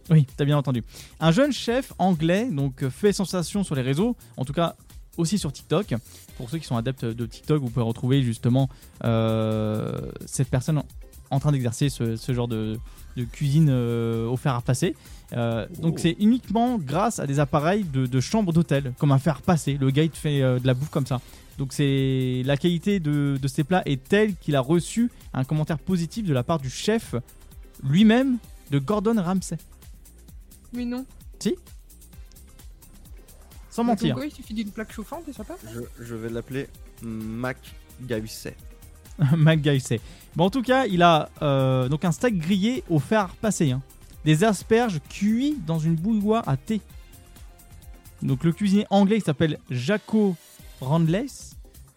A: Oui, t'as bien entendu. Un jeune chef anglais donc euh, fait sensation sur les réseaux, en tout cas aussi sur TikTok. Pour ceux qui sont adeptes de TikTok, vous pouvez retrouver justement euh, cette personne en, en train d'exercer ce, ce genre de, de cuisine euh, au fer à passer. Euh, donc
C: Oh.
A: c'est uniquement grâce à des appareils de, de chambre d'hôtel, comme un fer à passer. Le gars il te fait euh, de la bouffe comme ça. Donc c'est la qualité de, de ces plats est telle qu'il a reçu un commentaire positif de la part du chef lui-même de Gordon Ramsay.
B: Mais non.
A: Si Sans
B: Mais
A: mentir.
B: pourquoi Il suffit d'une plaque chauffante et ça passe.
C: Je, je vais l'appeler Mac Gausset.
A: McGuy c'est. Bon, en tout cas, il a euh, donc un steak grillé au fer à repasser. hein. Des asperges cuites dans une bouilloire à thé. Donc le cuisinier anglais qui s'appelle Jaco Randless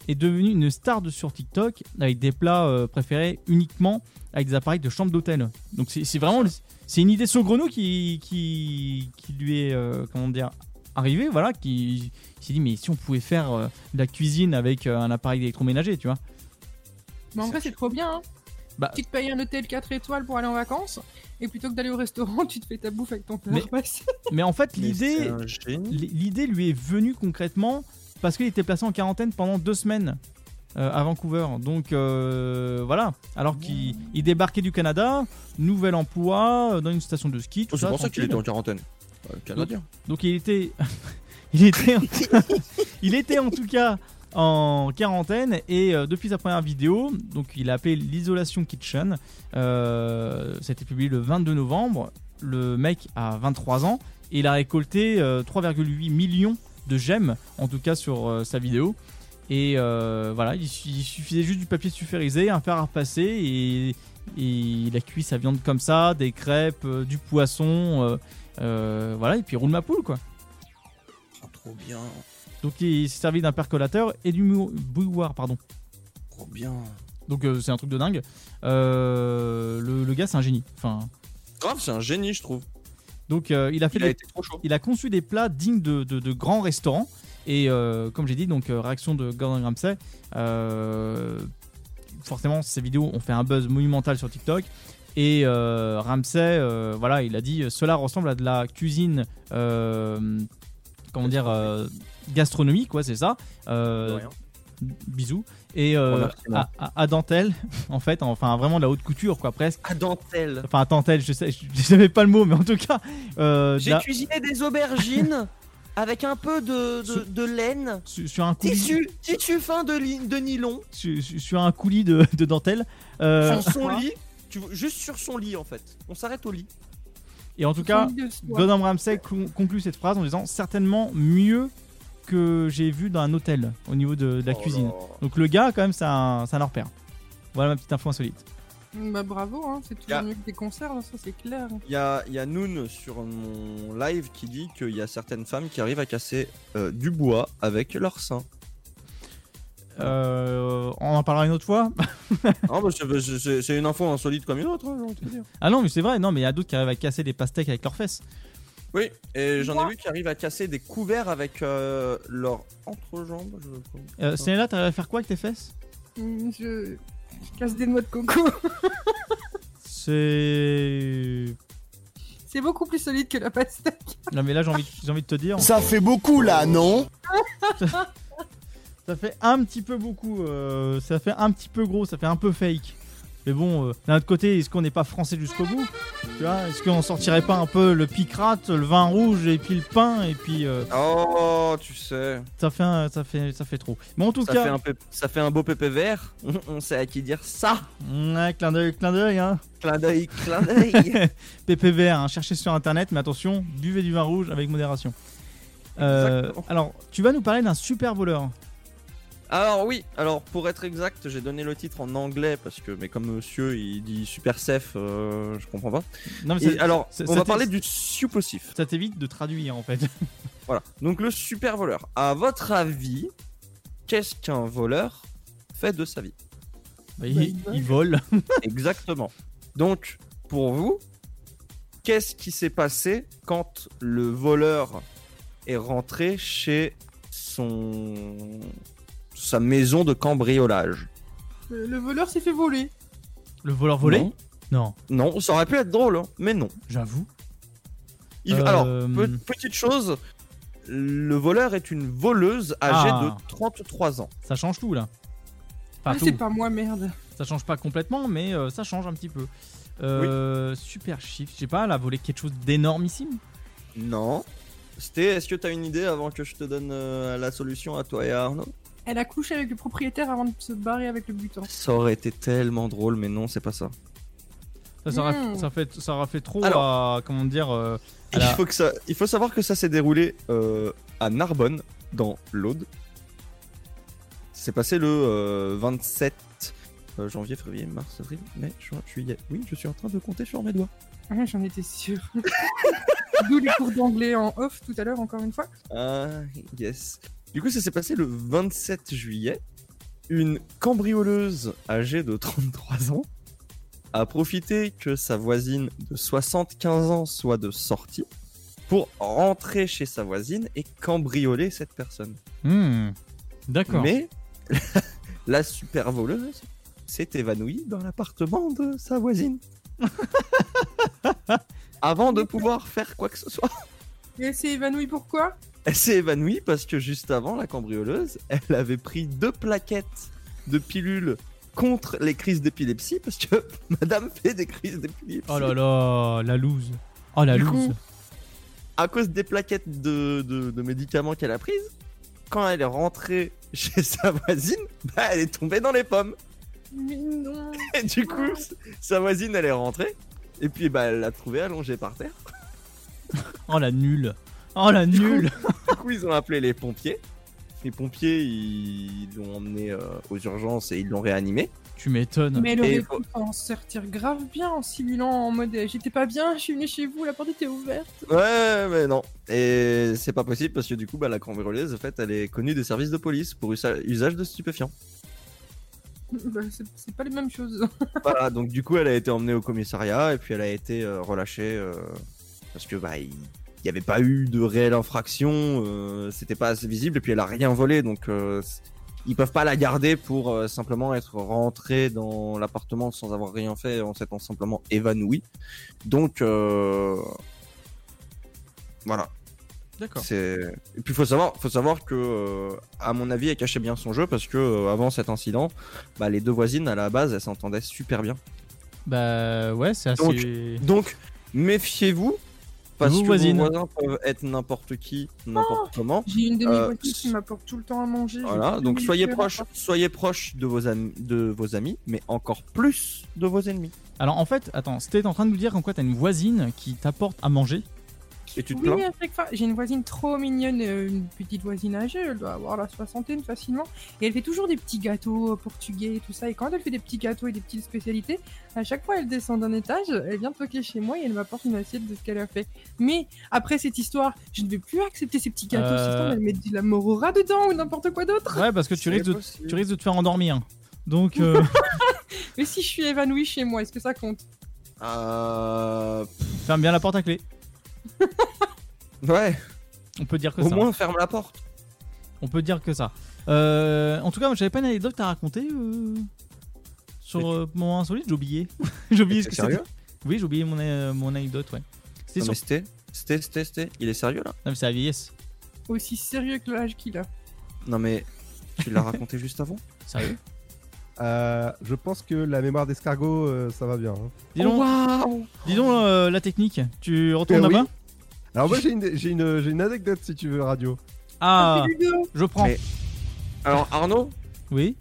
A: est devenu une star de sur TikTok avec des plats euh, préférés uniquement avec des appareils de chambre d'hôtel. Donc c'est c'est vraiment le- c'est une idée saugrenue qui, qui qui lui est euh, comment dire arrivée voilà qui qui s'est dit mais si on pouvait faire euh, de la cuisine avec euh, un appareil électroménager tu vois.
B: Mais en vrai, c'est trop bien. Hein.
A: Bah-
B: Tu te payes un hôtel 4 étoiles pour aller en vacances, et plutôt que d'aller au restaurant, tu te fais ta bouffe avec ton plat.
A: Mais- Mais en fait,
C: c'est
A: l'idée,
C: un génie.
A: l'idée lui est venue concrètement parce qu'il était placé en quarantaine pendant deux semaines euh, à Vancouver. Donc euh, voilà. Alors qu'il il débarquait du Canada, nouvel emploi euh, dans une station de ski. Tout
C: Oh, c'est
A: ça,
C: pour ça qu'il
A: tranquille.
C: était en quarantaine. Euh, Canadien.
A: Donc il était, il était, en... il était en tout cas en quarantaine et euh, depuis sa première vidéo, donc il a appelé l'isolation kitchen. euh, ça a été publié le 22 novembre. Le mec a 23 ans et il a récolté euh, 3,8 millions de j'aime en tout cas sur euh, sa vidéo. Et euh, voilà, il, su- il suffisait juste du papier sulfurisé, un fer à repasser et, et il a cuit sa viande comme ça, des crêpes, euh, du poisson, euh, euh, voilà, et puis roule ma poule quoi.
C: Trop bien,
A: Donc il s'est servi d'un percolateur et du mou- bouilloire, pardon.
C: trop bien.
A: Donc euh, c'est un truc de dingue. Euh, le, le gars, c'est un génie. Enfin,
C: Grave, c'est un génie, je trouve.
A: donc euh, il a fait
C: Il a
A: des-
C: été trop chaud.
A: il a conçu des plats dignes de, de- de grands restaurants et euh, comme j'ai dit donc euh, réaction de Gordon Ramsay euh, forcément ces vidéos ont fait un buzz monumental sur TikTok et euh, Ramsay euh, voilà il a dit cela ressemble à de la cuisine euh, comment dire euh, gastronomique quoi c'est ça Euh, bisous et euh,
C: Remarquez-moi.
A: à, à- à dentelle en fait enfin vraiment de la haute couture quoi presque
C: à dentelle
A: enfin à dentelle je sais je, je savais pas le mot mais en tout cas euh, de
C: J'ai
A: la-
C: cuisiné des aubergines avec un peu de, de, de laine,
A: sur, sur un coulis,
C: tissu, tissu fin de, li- de nylon,
A: sur, sur- sur un coulis de, de dentelle. euh,
C: sur son lit, tu, vois, juste sur son lit en fait. On s'arrête au lit.
A: Et en tout
C: Sur
A: cas,
C: son lit de soie.
A: Gordon Ramsay con- conclut cette phrase en disant certainement mieux que j'ai vu dans un hôtel au niveau de, de la
C: Oh
A: cuisine.
C: là.
A: Donc le gars, quand même, c'est un, c'est un repère. Voilà ma petite info insolite.
B: Bah bravo, hein, c'est toujours
C: Y'a-
B: mieux que des concerts, hein, ça c'est clair.
C: Il y a, il y a Noon sur mon live qui dit qu'il y a certaines femmes qui arrivent à casser euh, du bois avec leur sein.
A: Euh, on en parlera une autre fois.
C: Non, bah, c'est- c'est c'est- c'est une info insolite comme une autre, hein, j'ai envie de te dire.
A: ah non, mais c'est vrai, non, mais il y a d'autres qui arrivent à casser des pastèques avec leurs fesses.
C: Oui, et j'en ai vu qui arrivent à casser des couverts avec euh, leur entrejambe. Je...
A: Euh, là, t'arrives à faire quoi avec tes fesses
B: Hum, Je... je casse des noix de coco.
A: C'est.
B: c'est beaucoup plus solide que la pastèque.
A: Non, mais là, j'ai envie, de- j'ai envie de te dire.
T: Ça fait beaucoup là, non
A: Ça fait un petit peu beaucoup, euh, ça fait un petit peu gros, ça fait un peu fake. Mais bon, euh, d'un autre côté, est-ce qu'on n'est pas français jusqu'au bout Tu vois, est-ce qu'on sortirait pas un peu le picrate, le vin rouge et puis le pain et puis euh,
C: Oh, tu sais.
A: ça fait un- ça fait ça fait trop. Mais en tout
C: ça
A: cas,
C: fait un pép- ça fait un beau pépé vert. On sait à qui dire ça.
A: Ouais, clin d'œil, clin d'œil, hein.
C: Clin d'œil, clin d'œil.
A: PPVR, hein, cherchez sur internet, mais attention, buvez du vin rouge avec modération. Euh, alors, tu vas nous parler d'un super voleur.
C: Alors oui, alors pour être exact, j'ai donné le titre en anglais parce que mais comme monsieur il dit super safe, euh, je comprends pas.
A: Non, mais
C: Et
A: ça-
C: alors
A: ça-
C: on
A: ça
C: va
A: t'é-
C: parler du supposif.
A: Ça t'évite de traduire en fait.
C: Voilà. Donc le super voleur. À votre avis, qu'est-ce qu'un voleur fait de sa vie
A: Bah, il- Bah, il vole. il vole.
C: Exactement. Donc pour vous, qu'est-ce qui s'est passé quand le voleur est rentré chez son sa maison de cambriolage
B: Le, le voleur s'est fait voler.
A: Le voleur volé
C: Non.
A: Non.
C: Non, ça aurait pu être drôle, hein, mais non.
A: J'avoue.
C: Il-
A: Euh,
C: Alors, pe- petite chose, le voleur est une voleuse âgée
A: Ah.
C: de 33 ans.
A: Ça change tout là. Enfin,
B: Ah,
A: tout.
B: c'est pas moi, merde.
A: Ça change pas complètement, mais euh, ça change un petit peu. Euh, Super chiffre, je sais pas, elle a volé quelque chose d'énormissime.
C: Non. C'était, est-ce que t'as une idée avant que je te donne euh, la solution à toi et à Arnaud
B: Elle a couché avec le propriétaire avant de se barrer avec le butin.
C: Ça aurait été tellement drôle, mais non, c'est pas ça.
A: Ça, ça, aura,
B: Mmh.
A: ça fait, ça aura fait trop
C: Alors.
A: à. Comment dire euh, à
C: Il
A: la-
C: faut, que ça, il faut savoir que ça s'est déroulé euh, à Narbonne, dans l'Aude. C'est passé le euh, 27 euh, janvier, février, mars, avril, mai, juin, juillet. Oui, je suis en train de compter sur mes doigts.
B: Ah, J'en étais sûr. D'où les cours d'anglais en off tout à l'heure, encore une fois.
C: Ah, yes. Du coup, ça s'est passé le 27 juillet. Une cambrioleuse âgée de 33 ans a profité que sa voisine de 75 ans soit de sortie pour rentrer chez sa voisine et cambrioler cette personne.
A: Hmm. D'accord.
C: Mais la super voleuse s'est évanouie dans l'appartement de sa voisine. Avant de pouvoir faire quoi que ce soit.
B: Et elle s'est évanouie pourquoi
C: Elle s'est évanouie parce que juste avant, la cambrioleuse, elle avait pris deux plaquettes de pilules contre les crises d'épilepsie parce que madame fait des crises d'épilepsie.
A: Oh là là, la loose. Oh la
C: Du
A: loose.
C: coup, à cause des plaquettes de, de- de médicaments qu'elle a prises, quand elle est rentrée chez sa voisine, bah, elle est tombée dans les pommes.
B: Mais non.
C: Et du coup, sa voisine, elle est rentrée. Et puis, bah, elle l'a trouvée allongée par terre.
A: Oh la nulle. Oh la nulle.
C: Du coup, ils ont appelé les pompiers. Les pompiers, ils ils l'ont emmenée euh, aux urgences et ils l'ont réanimée.
A: Tu
C: Ah.
A: m'étonnes.
B: Mais elle aurait pu en sortir grave bien en simulant en mode euh, j'étais pas bien, je suis venu chez vous, la porte était ouverte.
C: Ouais, mais non. Et c'est pas possible parce que du coup, bah, la cambrioleuse, en fait, elle est connue des services de police pour usa- usage de stupéfiants.
B: Bah, c'est- c'est pas les mêmes choses.
C: Voilà, donc du coup, elle a été emmenée au commissariat et puis elle a été euh, relâchée euh, parce que bah il n'y avait pas eu de réelle infraction, euh, c'était pas assez visible et puis elle a rien volé, donc euh, c- ils peuvent pas la garder pour euh, simplement être rentrée dans l'appartement sans avoir rien fait, en s'étant simplement évanouie. Donc euh, voilà.
A: D'accord.
C: C'est et puis faut savoir faut savoir que euh, à mon avis elle cachait bien son jeu parce que euh, avant cet incident, bah, les deux voisines à la base elles s'entendaient super bien.
A: Bah ouais, c'est assez.
C: Donc, donc, méfiez-vous parce
A: Vos
C: que
A: voisines.
C: vos voisins peuvent être n'importe qui, n'importe comment.
B: Oh, J'ai une de mes
C: Euh,
B: voisines qui m'apporte tout le temps à manger.
C: voilà,
B: J'ai
C: donc
B: plus de
C: soyez
B: cœur.
C: proche, soyez proche de vos amis, de vos amis, mais encore plus de vos ennemis.
A: Alors en fait, attends, c'était en train de nous dire qu'en quoi t'as une voisine qui t'apporte à manger.
C: Et tu
B: Oui, à chaque fois. J'ai une voisine trop mignonne, euh, une petite voisine âgée, elle doit avoir la soixantaine facilement. Et elle fait toujours des petits gâteaux euh, portugais et tout ça. Et quand elle fait des petits gâteaux et des petites spécialités, à chaque fois elle descend d'un étage, elle vient toquer chez moi et elle m'apporte une assiette de ce qu'elle a fait. Mais après cette histoire, je ne vais plus accepter ces petits gâteaux.
A: Euh.
B: Sinon, elle met de la morora dedans ou n'importe quoi d'autre.
A: Ouais, parce que tu
B: C'est
A: risques, de,
B: possible.
A: tu risques de te faire endormir. Donc, euh,
B: Mais si je suis évanouie chez moi, est-ce que ça compte
C: Euh,
A: ferme bien la porte à clé.
C: ouais.
A: On peut dire que
C: Au
A: ça.
C: moins, ferme la porte.
A: On peut dire que ça. Euh, en tout cas, moi, j'avais pas une anecdote à raconter euh, sur euh, mon insolite, j'ai oublié. j'ai oublié ce
C: T'es
A: que
C: sérieux
A: c'était. Oui, j'ai oublié mon, euh, mon anecdote, ouais. C'était
C: Non,
A: sur.
C: mais C'était, c'était, c'était, c'était- Il est sérieux là
A: Non, mais c'est la vieillesse.
B: Aussi sérieux que l'âge qu'il a.
C: Non mais tu l'as raconté juste avant.
A: Sérieux
N: Euh, je pense que la mémoire d'escargot, euh, ça va bien. hein.
A: Dis
C: Oh,
A: donc, dis donc, euh, la technique, tu retournes
N: Eh oui.
A: là-bas
N: Alors moi j'ai une, j'ai une, j'ai une anecdote si tu veux radio.
A: Ah, je prends.
C: Mais- Alors Arnaud
A: Oui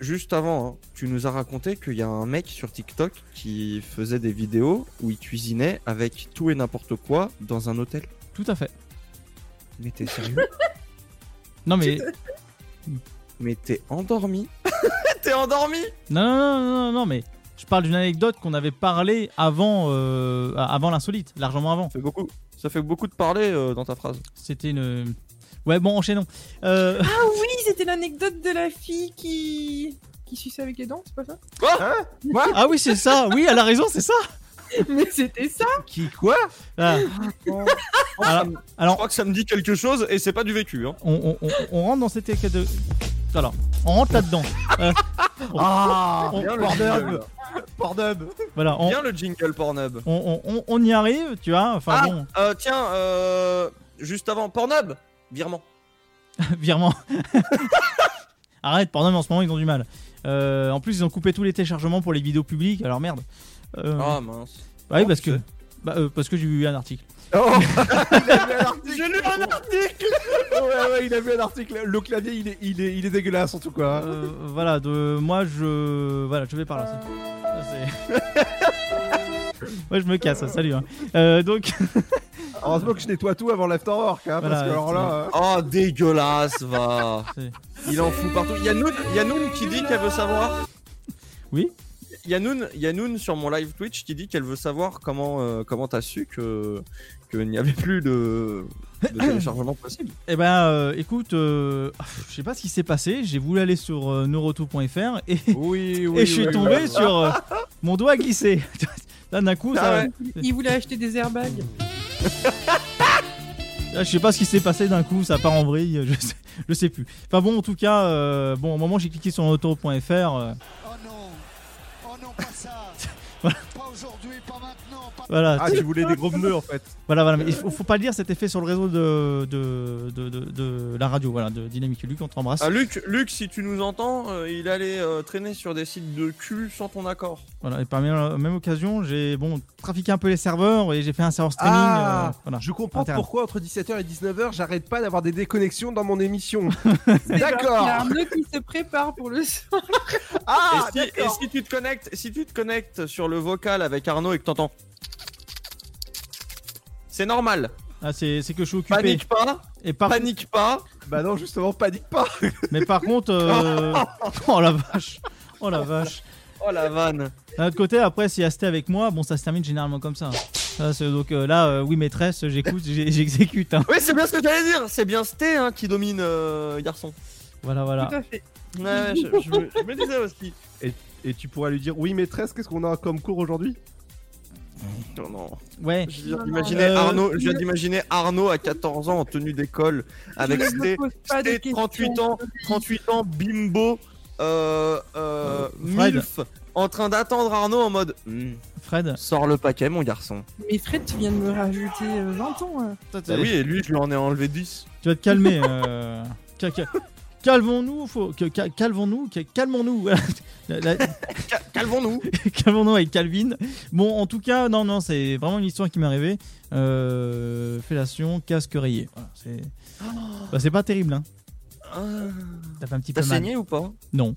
C: Juste avant, hein, tu nous as raconté qu'il y a un mec sur TikTok qui faisait des vidéos où il cuisinait avec tout et n'importe quoi dans un hôtel.
A: Tout à fait.
C: Mais t'es sérieux
A: Non, mais.
C: Mais t'es endormi T'es endormi
A: Non, non, non, non, non, mais je parle d'une anecdote qu'on avait parlé avant, euh, avant l'insolite, largement avant. Ça
C: fait beaucoup, ça fait beaucoup de parler euh, dans ta phrase.
A: C'était une. Ouais, bon, enchaînons. Euh,
B: Ah oui, c'était l'anecdote de la fille qui qui suçait avec les dents, c'est pas ça
A: ah oui, c'est ça. Oui, elle a raison, c'est ça.
B: Hein Mais c'était ça.
C: Qui quoi
A: Ah.
C: alors, Je crois que ça me dit quelque chose et c'est pas du vécu. Hein.
A: On, on- on- on rentre dans cette étiquette de. Voilà, on rentre là-dedans. Euh, on-
C: Ah,
A: on-
C: bien le
A: Pornhub.
C: jingle. Pornhub
A: Voilà, on,
C: Bien le jingle Pornhub
A: on- on- on- on y arrive, tu vois. Enfin
C: Ah,
A: bon,
C: euh, tiens, euh, juste avant, Pornhub Virement.
A: virement. Arrête, pardon, mais en ce moment ils ont du mal. Euh, en plus, ils ont coupé tous les téléchargements pour les vidéos publiques, alors merde. Euh,
C: Ah, mince. Oh,
A: Bah oui, parce que, bah, euh, parce que j'ai vu un article.
N: J'ai lu un article Ouais ouais il a vu un article. Le clavier il est, il est, il est dégueulasse en tout cas.
A: Euh, voilà, de, moi je. Voilà, je vais par là. c'est- ça, c'est- moi je me casse, salut. hein. Euh, donc.
N: Heureusement que je nettoie tout avant l'afterwork hein, parce que alors là.
C: Oh, dégueulasse, va
A: C'est-
C: Il en fout partout. Yanoun, Yanoun qui dit qu'elle veut savoir.
A: Oui
C: Yanoun, Yanoun sur mon live Twitch qui dit qu'elle veut savoir comment euh, comment t'as su que qu'il n'y avait plus de, de téléchargement possible.
A: Eh ben, euh, écoute, euh, je sais pas ce qui s'est passé. J'ai voulu aller sur euh, neuroto.fr et,
N: oui,
A: et je suis
N: oui,
A: tombé
N: oui.
A: sur euh, mon doigt glissé. Là, d'un coup,
N: Ah
A: ça.
B: Ah Il voulait acheter des airbags.
A: Là, Ah, je sais pas ce qui s'est passé d'un coup, ça part en vrille, je sais, je sais plus. Enfin bon, en tout cas, euh, bon, au moment où j'ai cliqué sur auto.fr. euh, voilà.
N: Ah, tu voulais des gros pneus en fait.
A: Voilà, voilà, mais il faut, faut pas le dire cet effet sur le réseau de, de, de, de- de la radio, voilà, de Dynamique Luc, on t'embrasse.
C: Ah, Luc, Luc, si tu nous entends, euh, il allait euh, traîner sur des sites de cul sans ton accord.
A: Voilà, et par la même occasion, j'ai bon, trafiqué un peu les serveurs et j'ai fait un serveur streaming.
N: Ah,
A: euh, voilà,
N: je comprends
A: interne.
N: pourquoi entre 17h et 19h, j'arrête pas d'avoir des déconnexions dans mon émission.
B: Il y a
N: D'accord.
B: Arnaud qui se prépare pour le soir.
C: et, si, et si tu te connectes, si tu te connectes sur le vocal avec Arnaud et que t'entends, c'est normal.
A: Ah, c'est c'est que je suis occupé.
C: Panique pas.
A: Et par-
C: Panique pas.
N: Bah non, justement, panique pas.
A: Mais par contre, euh, oh la vache, oh la vache.
C: Oh la vanne.
A: D'un autre côté, après, si Asté avec moi, bon, ça se termine généralement comme ça. Ça, c'est- donc euh, là, euh, oui maîtresse, j'écoute, j'ai- j'exécute. hein.
C: Oui, c'est bien ce que j'allais dire. C'est bien Sté hein, qui domine, euh, garçon.
A: Voilà, voilà.
B: Tout à fait.
C: Ouais, ouais, je- je me- je me disais aussi.
N: Et, et tu pourrais lui dire, oui maîtresse, qu'est-ce qu'on a comme cours aujourd'hui
C: Non, non.
A: Ouais. Euh,
C: Je viens d'imaginer Arnaud, je viens d'imaginer Arnaud à 14 ans en tenue d'école avec
N: ne
C: ses,
N: pose pas
C: ses
N: des
C: 38 ans, 38 ans bimbo euh, euh,
A: Fred.
C: milf en train d'attendre Arnaud en mode Hmm.
A: Fred
C: sors le paquet mon garçon.
B: Mais Fred, tu viens de me rajouter euh, 20 ans. hein.
C: Bah oui, et lui je lui en ai enlevé 10.
A: Tu vas te calmer. euh, ca- ca- Calmons-nous, faut... que- ca- calmons-nous, ca- calmons-nous. Voilà. La- la-
C: Calmons-nous.
A: Calmons-nous avec Calvin. Bon, en tout cas, non, non, c'est vraiment une histoire qui m'est arrivée. Euh, fellation, casque rayé. Voilà, c'est bah, c'est pas terrible. Hein. T'as fait un petit
C: T'as
A: peu mal.
C: saigné ou pas
A: Non.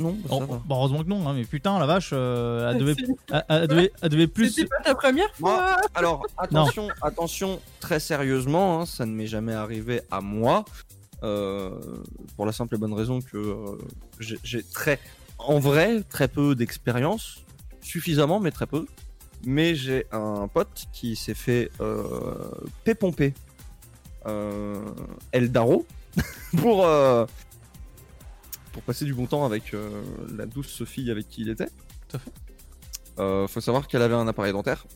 C: Non,
A: Oh,
C: ça va.
A: bah, heureusement que non, hein, mais putain, la vache, euh, elle,
C: T'as
A: devait,
C: saigné.
A: elle, elle devait, elle devait plus. Ah.
B: C'était pas ta première
C: Moi,
B: fois
C: alors
A: Non.
C: attention, attention, très sérieusement, hein, ça ne m'est jamais arrivé à moi, euh, pour la simple et bonne raison que euh, j'ai- j'ai très, en vrai, très peu d'expérience, suffisamment, mais très peu. Mais j'ai un pote qui s'est fait euh, pépomper euh, Eldaro pour euh, pour passer du bon temps avec euh, la douce Sophie avec qui il était.
A: Tout à fait.
C: Euh, faut savoir qu'elle avait un appareil dentaire.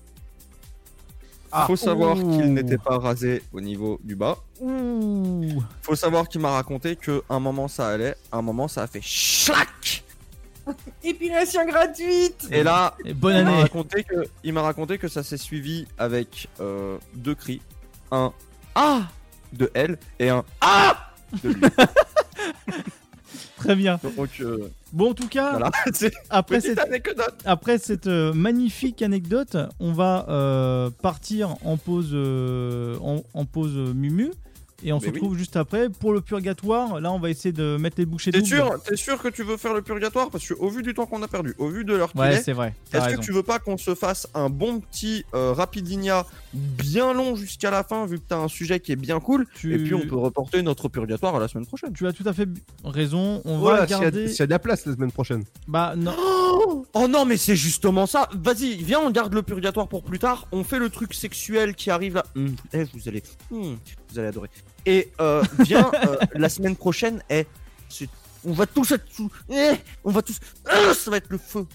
A: Ah,
C: faut savoir
A: ouh.
C: qu'il n'était pas rasé au niveau du bas.
A: Ouh.
C: Faut savoir qu'il m'a raconté que un moment ça allait, un moment ça a fait schlac.
B: Épilation gratuite
C: Et là,
A: bonne
C: il m'a
A: année.
C: raconté que il m'a raconté que ça s'est suivi avec euh, deux cris, un ah de elle et un ah de lui.
A: Très bien.
C: Donc euh,
A: Bon, en tout cas,
C: voilà, c'est
A: après
C: petite
A: cette,
C: anecdote.
A: après cette euh, magnifique anecdote, on va euh, partir en pause, euh, en, en pause euh, Mumu. Et on
C: Mais
A: se retrouve juste après pour le purgatoire. Là, on va essayer de mettre les bouchées
C: T'es
A: doubles.
C: sûr, t'es sûr que tu veux faire le purgatoire Parce qu'au vu du temps qu'on a perdu, au vu de l'heure qu'il
A: Ouais,
C: est,
A: c'est vrai, t'as
C: Est-ce
A: raison.
C: que tu veux pas qu'on se fasse un bon petit euh, rapidinia bien long jusqu'à la fin, vu que t'as un sujet qui est bien cool Et puis on peut reporter notre purgatoire à la semaine prochaine.
A: Tu as tout à fait bu- raison. On
N: Voilà,
A: va
N: s'il y a-
A: garder.
N: s'il y a de la place la semaine prochaine.
A: Bah non.
C: Oh, Oh non, mais c'est justement ça. Vas-y, viens, on garde le purgatoire pour plus tard. On fait le truc sexuel qui arrive là. Hum, eh, vous allez, hum, vous allez adorer. Et euh, viens, euh, la semaine prochaine, eh, c'est- on va tous être sous. eh, on va tous. Ah, ça va être le feu.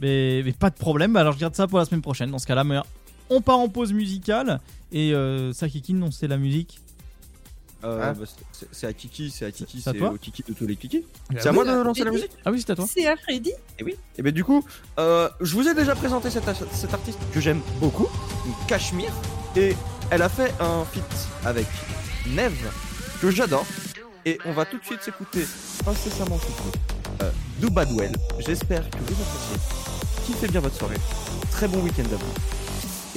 A: Mais, mais pas de problème. Bah, alors je garde ça pour la semaine prochaine. Dans ce cas-là, mais on part en pause musicale. Et euh, ça, Kikine, on sait la musique.
C: Euh, bah, c'est- c'est- c'est à Kiki, c'est à Kiki,
A: Ah. c'est à
C: c'est
A: toi
C: au Kiki de tous les Kiki.
A: Ah
C: C'est à
A: oui,
C: moi
A: à
C: de lancer la
A: Kiki.
C: musique
A: Ah oui, c'est à toi.
B: C'est à Freddy
C: Et oui. Et bien du coup, euh, je vous ai déjà présenté cet, cet artiste que j'aime beaucoup, Cachemire, et elle a fait un feat avec Neve que j'adore. Et on va tout de suite s'écouter incessamment sous peu, euh, Do Bad Well. J'espère que vous appréciez. Kiffez bien votre soirée. Très bon week-end à vous.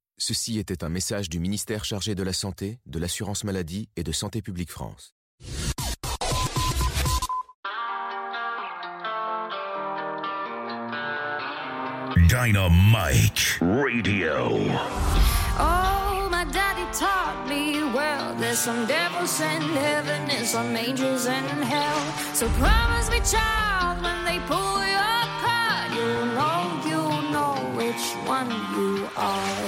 L: Ceci était un message du ministère chargé de la Santé, de l'Assurance Maladie et de Santé publique France.
I: Dynamite Radio.
S: Oh, my daddy taught me well. There's some devils in heaven and some angels in hell. So promise me, child, when they pull you apart, you know, you know which one you are.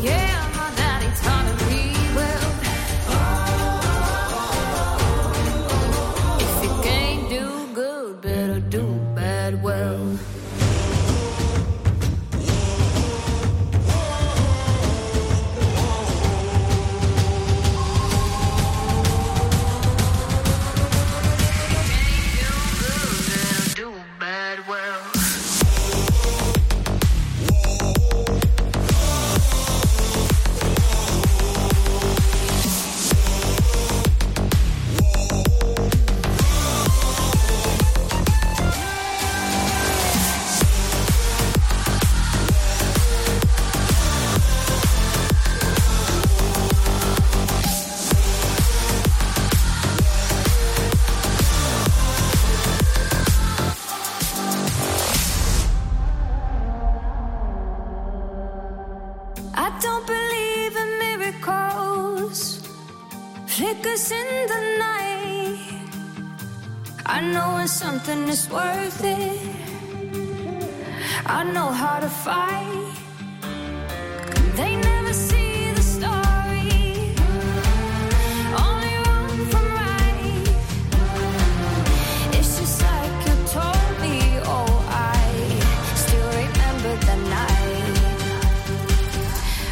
S: Yeah, my daddy taught me well. If you can't do good, better do bad well. us in the night. I know when something is worth it. I know how to fight. They never see the story. Only wrong from right. It's just like you told me. Oh, I still remember the night.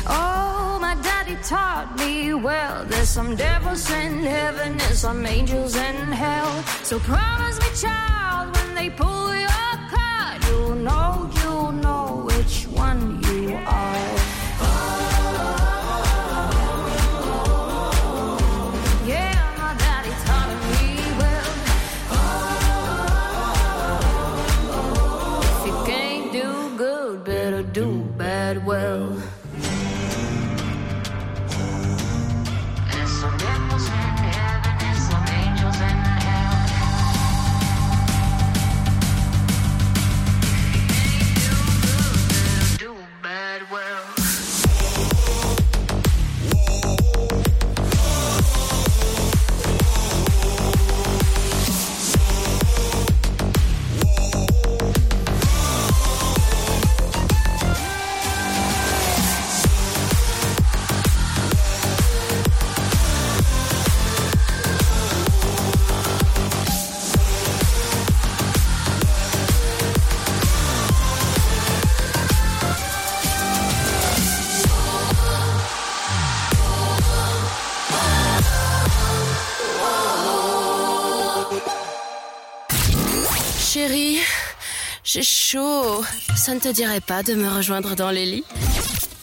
S: Oh, my daddy taught me well. There's some devils in heaven and some angels in hell. So promise me, child, when they pull your card, you'll know, you'll know which one you are. Yeah, my daddy taught me well. If you can't do good, better do bad well.
D: And some devils in heaven and some angels in hell.
M: Chérie, j'ai chaud. Ça ne te dirait pas de me rejoindre dans les lits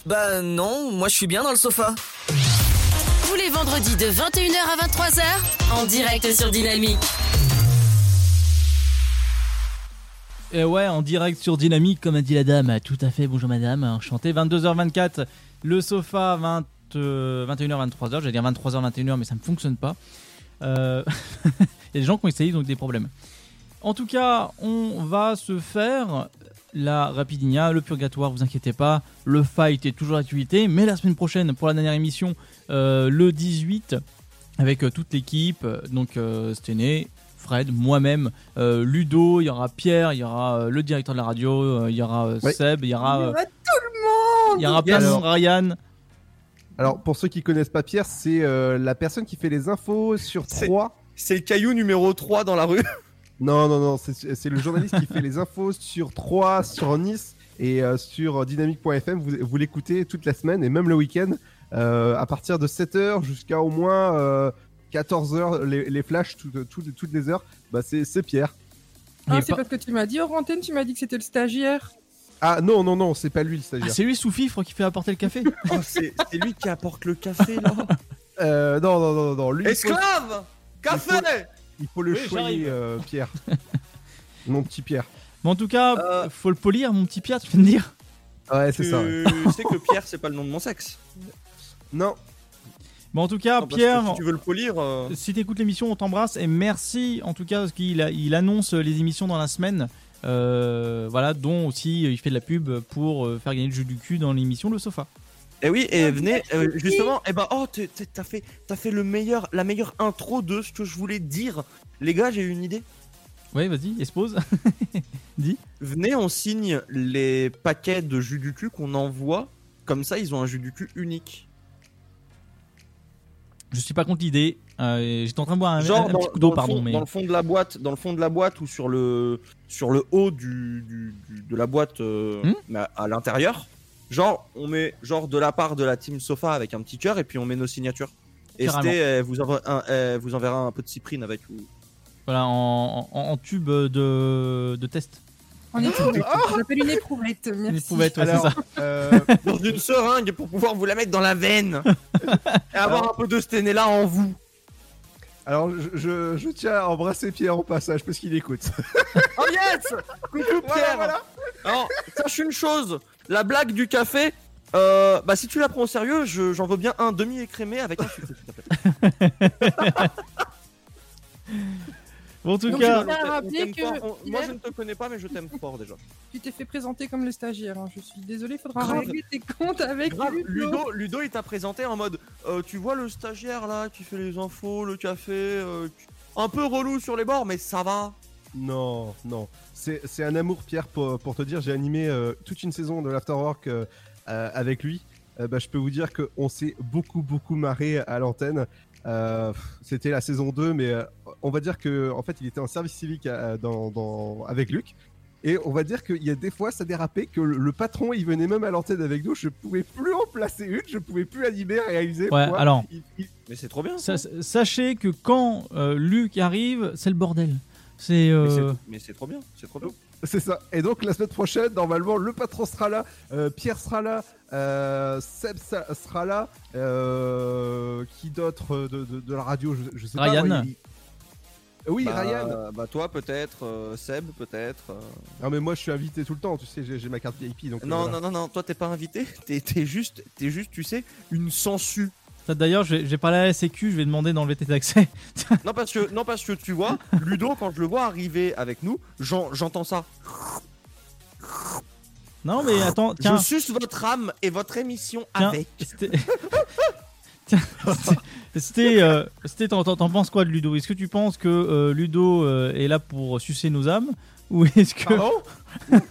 E: Bah non, moi je suis bien dans le sofa.
M: Tous les vendredis de 21h à 23h, en direct sur Dynamique.
A: Et Euh, ouais, en direct sur Dynamique, comme a dit la dame. Tout à fait, bonjour madame, enchanté. 22h24, le sofa, 20, euh, 21h, 23h. J'allais dire 23h, 21h, mais ça ne fonctionne pas. Euh, Il y a des gens qui ont essayé, ils ont eu des problèmes. En tout cas, on va se faire la Rapidinia, le Purgatoire, vous inquiétez pas. Le fight est toujours d'actualité, mais la semaine prochaine, pour la dernière émission, euh, le 18, avec euh, toute l'équipe, euh, donc euh, Stené, Fred, moi-même, euh, Ludo, il y aura Pierre, il y aura euh, le directeur de la radio, euh, il y aura euh,
N: Ouais.
A: Seb, il y aura, euh,
N: Il y aura tout
A: il y aura plein de monde, Ryan.
N: Alors, pour ceux qui connaissent pas Pierre, c'est euh, la personne qui fait les infos sur 3.
C: C'est le caillou numéro 3 dans la rue.
N: Non, non, non, c'est c'est le journaliste qui fait les infos sur 3, sur Nice et euh, sur dynamique.fm. Vous, vous l'écoutez toute la semaine et même le week-end euh, à partir de 7h jusqu'à au moins 14h, les, les flashs toutes, toutes- toutes les heures. Bah, c'est c'est Pierre.
B: Ah, c'est parce que tu m'as dit hors antenne, tu m'as dit que c'était le stagiaire.
N: Ah non, non, non, c'est pas lui le stagiaire.
A: Ah, c'est lui sous fifre qui fait apporter le café
C: Oh, C'est lui qui apporte le café là.
N: Euh, non, non, non, non, non, lui. il faut-
C: Esclave Café
N: Il faut le
C: Oui,
N: choyer,
C: j'arrive.
N: euh, Pierre. Mon petit Pierre.
A: Mais en tout cas,
C: Euh.
A: faut le polir, mon petit Pierre, tu viens de dire
N: Ouais, c'est ça. ouais.
C: Tu sais que Pierre, c'est pas le nom de mon sexe.
N: Non.
A: Mais en tout cas,
C: parce que
A: Ah, Pierre.
C: si tu veux le polir. euh,
A: Si t'écoutes l'émission, on t'embrasse et merci en tout cas parce qu'il a- il annonce les émissions dans la semaine. Euh, voilà, dont aussi euh, il fait de la pub pour euh, faire gagner le jeu du cul dans l'émission Le Sofa.
C: Eh oui, et venez, euh, justement, eh ben, oh, t'es- t'es- t'as fait, t'as fait le meilleur, la meilleure intro de ce que je voulais dire. Les gars, j'ai une idée.
A: Ouais, vas-y, expose. Dis.
C: Venez, on signe les paquets de jus du cul qu'on envoie. Comme ça, ils ont un jus du cul unique.
A: Je suis pas contre l'idée. Euh, J'étais en train de boire un,
C: Genre
A: un
C: dans,
A: petit coup
C: dans
A: d'eau,
C: le
A: pardon.
C: fond,
A: mais...
C: dans le fond de la boîte, dans le fond de la boîte ou sur le sur le haut du, du- du- de la boîte, euh,
A: Hmm
C: mais à, à l'intérieur. Genre, on met genre de la part de la team sofa avec un petit cœur et puis on met nos signatures. Et
A: Carrément.
C: Sté, elle vous envoie un, elle vous enverra un peu de cyprine avec ou-
A: Voilà, en, en- en tube de, de test.
B: En éprouvette. J'appelle une éprouvette. Merci.
A: Ah, Une éprouvette, ouais, c'est ça.
C: Euh, dans une seringue pour pouvoir vous la mettre dans la veine et avoir un peu de sténéla en vous.
N: Alors, je, je- je tiens à embrasser Pierre au passage parce qu'il écoute.
C: Oh yes Coucou Pierre Alors, sache une chose, la blague du café, euh, bah si tu la prends au sérieux, je- j'en veux bien un demi écrémé avec un sucre. s'il te plaît.
A: Bon, en tout
B: Donc,
A: cas,
B: je tiens à rappeler
C: t'aime fort.
B: que
C: On- Moi, je ne te connais pas, mais je t'aime fort déjà.
B: tu t'es fait présenter comme le stagiaire. hein. Je suis désolé, faudra
C: Grave.
B: régler tes comptes avec
C: Grave,
B: Ludo.
C: Ludo, Ludo, il t'a présenté en mode euh, Tu vois le stagiaire là qui fait les infos, le café, euh, qui- un peu relou sur les bords, mais ça va.
N: Non, non. C'est c'est un amour, Pierre, pour, pour te dire. J'ai animé euh, toute une saison de l'Afterwork euh, euh, avec lui. Euh, bah, je peux vous dire qu'on s'est beaucoup, beaucoup marré à l'antenne. Euh, pff, C'était la saison 2, mais euh, on va dire que en fait, il était en service civique euh, dans- dans- avec Luc. Et on va dire qu'il y a des fois, ça dérapait que le, le patron, il venait même à l'antenne avec nous. Je pouvais plus en placer une, je pouvais plus animer, réaliser.
A: Ouais,
N: quoi.
A: alors.
N: Il-
C: Mais c'est trop bien.
A: sa- sachez que quand euh, Luc arrive, c'est le bordel. C'est.
C: Mais c'est-
A: euh,
C: Mais c'est trop bien, c'est trop bien.
N: C'est ça. Et donc la semaine prochaine, normalement, le patron sera là, euh, Pierre sera là, euh, Seb sa- sera là, euh, qui d'autre euh, de, de- de la radio, je, je sais pas.
C: Ryan.
N: moi, il- Oui,
C: Bah,
N: Ryan.
C: Bah, toi peut-être, euh, Seb peut-être. euh.
N: Non mais moi je suis invité tout le temps, tu sais, j'ai j'ai ma carte VIP. Donc,
C: Non, non, non, non, toi t'es pas invité, t'es t'es juste, t'es juste, tu sais, une sangsue.
A: ça, D'ailleurs, je vais- j'ai parlé à la Sécu, je vais demander d'enlever tes accès.
C: Non parce que, non parce que tu vois, Ludo quand je le vois arriver avec nous, j'en- j'entends ça.
A: non, mais attends, tiens.
C: Je suce votre âme et votre émission
A: Tiens,
C: avec.
A: C'était, euh, c'était- t'en, t'en- t'en penses quoi de Ludo Est-ce que tu penses que euh, Ludo euh, est là pour sucer nos âmes Ou est-ce que.
C: Pardon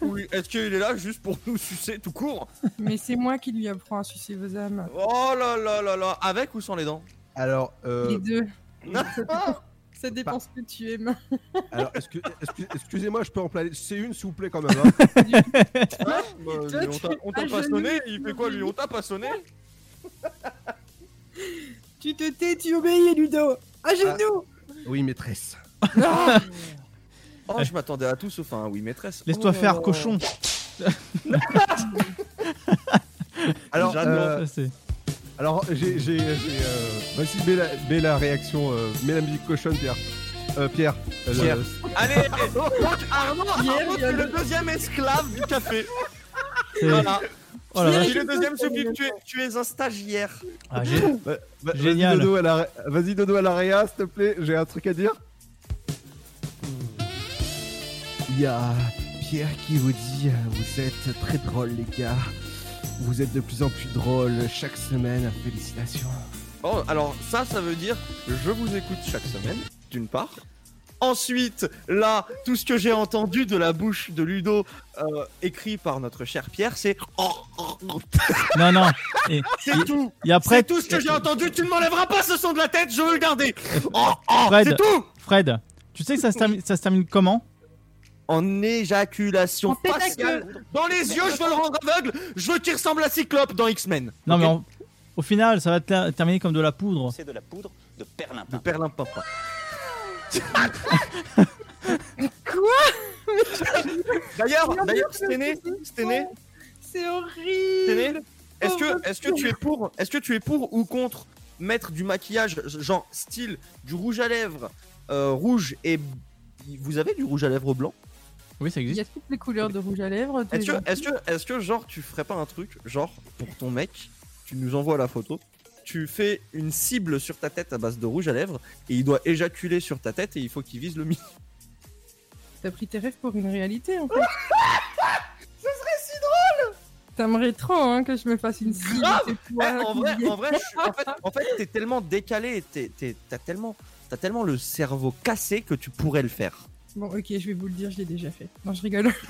C: Oui, est-ce qu'il est là juste pour nous sucer tout court
B: Mais c'est moi qui lui apprends à sucer vos âmes.
C: Oh là là là là, avec ou sans les dents
N: Alors, euh,
B: Les deux. Ça dépend ce que tu aimes.
N: alors, excu- excu- excusez-moi, je peux en planer. C'est une, s'il vous plaît, quand même. hein. Ah,
C: Hein Bah,
N: Toi,
C: lui, on
N: tu
C: t'a- on
N: es
C: t'a
N: à
C: pas
N: genoux,
C: sonné, il fait quoi lui On t'a pas sonné
B: Tu te tais, tu obéis, Ludo. À genoux.
N: Oui, maîtresse.
C: Ah. Oh, je m'attendais à tout sauf à un oui, maîtresse.
A: Laisse-toi
C: Oh.
A: faire, cochon
N: Alors,
C: J'adore.
N: euh, alors j'ai, j'ai, j'ai, euh, vas-y, mets la, mets la réaction, euh, mets la musique cochonne, Pierre. Euh, Pierre. euh,
C: Pierre.
N: le-
C: Allez donc, Arnaud, Arnaud, c'est le deuxième esclave du café.
A: C'est-
C: Voilà.
A: Oh la
C: Tu es
A: vache.
C: le deuxième souffle, tu es, tu es un stagiaire.
A: Ah, j'ai-
C: euh,
N: Bah, bah,
A: Génial.
N: Vas-y Dodo, à la... ré- vas-y, Dodo à la réa, s'il te plaît, j'ai un truc à dire. Il y a Pierre qui vous dit euh, Vous êtes très drôle, les gars. Vous êtes de plus en plus drôle chaque semaine. Félicitations.
C: Bon, alors ça, ça veut dire je vous écoute chaque semaine, d'une part. Ensuite, là, tout ce que j'ai entendu de la bouche de Ludo, euh, écrit par notre cher Pierre, c'est. Oh,
A: Non, non. Et,
C: C'est
A: et-
C: tout.
A: et après-
C: C'est tout ce que j'ai entendu. Tu ne m'enlèveras pas ce son de la tête. Je veux le garder.
A: Fred,
C: Oh, c'est tout.
A: Fred, tu sais que ça se termine, ça se termine comment
C: En éjaculation
A: faciale.
C: Dans les yeux, je veux le rendre aveugle. Je veux qu'il ressemble à Cyclope dans X-Men.
A: Non, mais en- au final, ça va te- terminer comme de la poudre.
C: de la poudre de perlimpinpin. De perlimpinpin.
B: Quoi
C: D'ailleurs, d'ailleurs, Stené, Stené,
B: C'est
C: Stené,
B: horrible.
C: est-ce que, est-ce que tu es pour, est-ce que tu es pour ou contre mettre du maquillage, genre style du rouge à lèvres euh, rouge et vous avez du rouge à lèvres blanc
A: Oui, ça
B: Il y a toutes les couleurs de rouge à lèvres. t'es
C: Est-ce que,
B: gentil.
C: est-ce que, est-ce que genre tu ferais pas un truc, genre pour ton mec, tu nous envoies la photo, tu fais une cible sur ta tête à base de rouge à lèvres et il doit éjaculer sur ta tête et il faut qu'il vise le mi.
B: T'as pris tes rêves pour une réalité en fait. Ce serait si drôle T'aimerais trop hein, que je me fasse une cible.
C: Grave
B: c'est toi
C: Eh, en
B: qui
C: vrai,
B: dis-
C: en vrai, je suis- en fait, en fait, t'es tellement décalé, et t'es- t'es- t'as tellement, t'as tellement le cerveau cassé que tu pourrais le faire.
B: Bon, ok, je vais vous le dire, je l'ai déjà fait. Non, je
C: Bah,
B: rigole.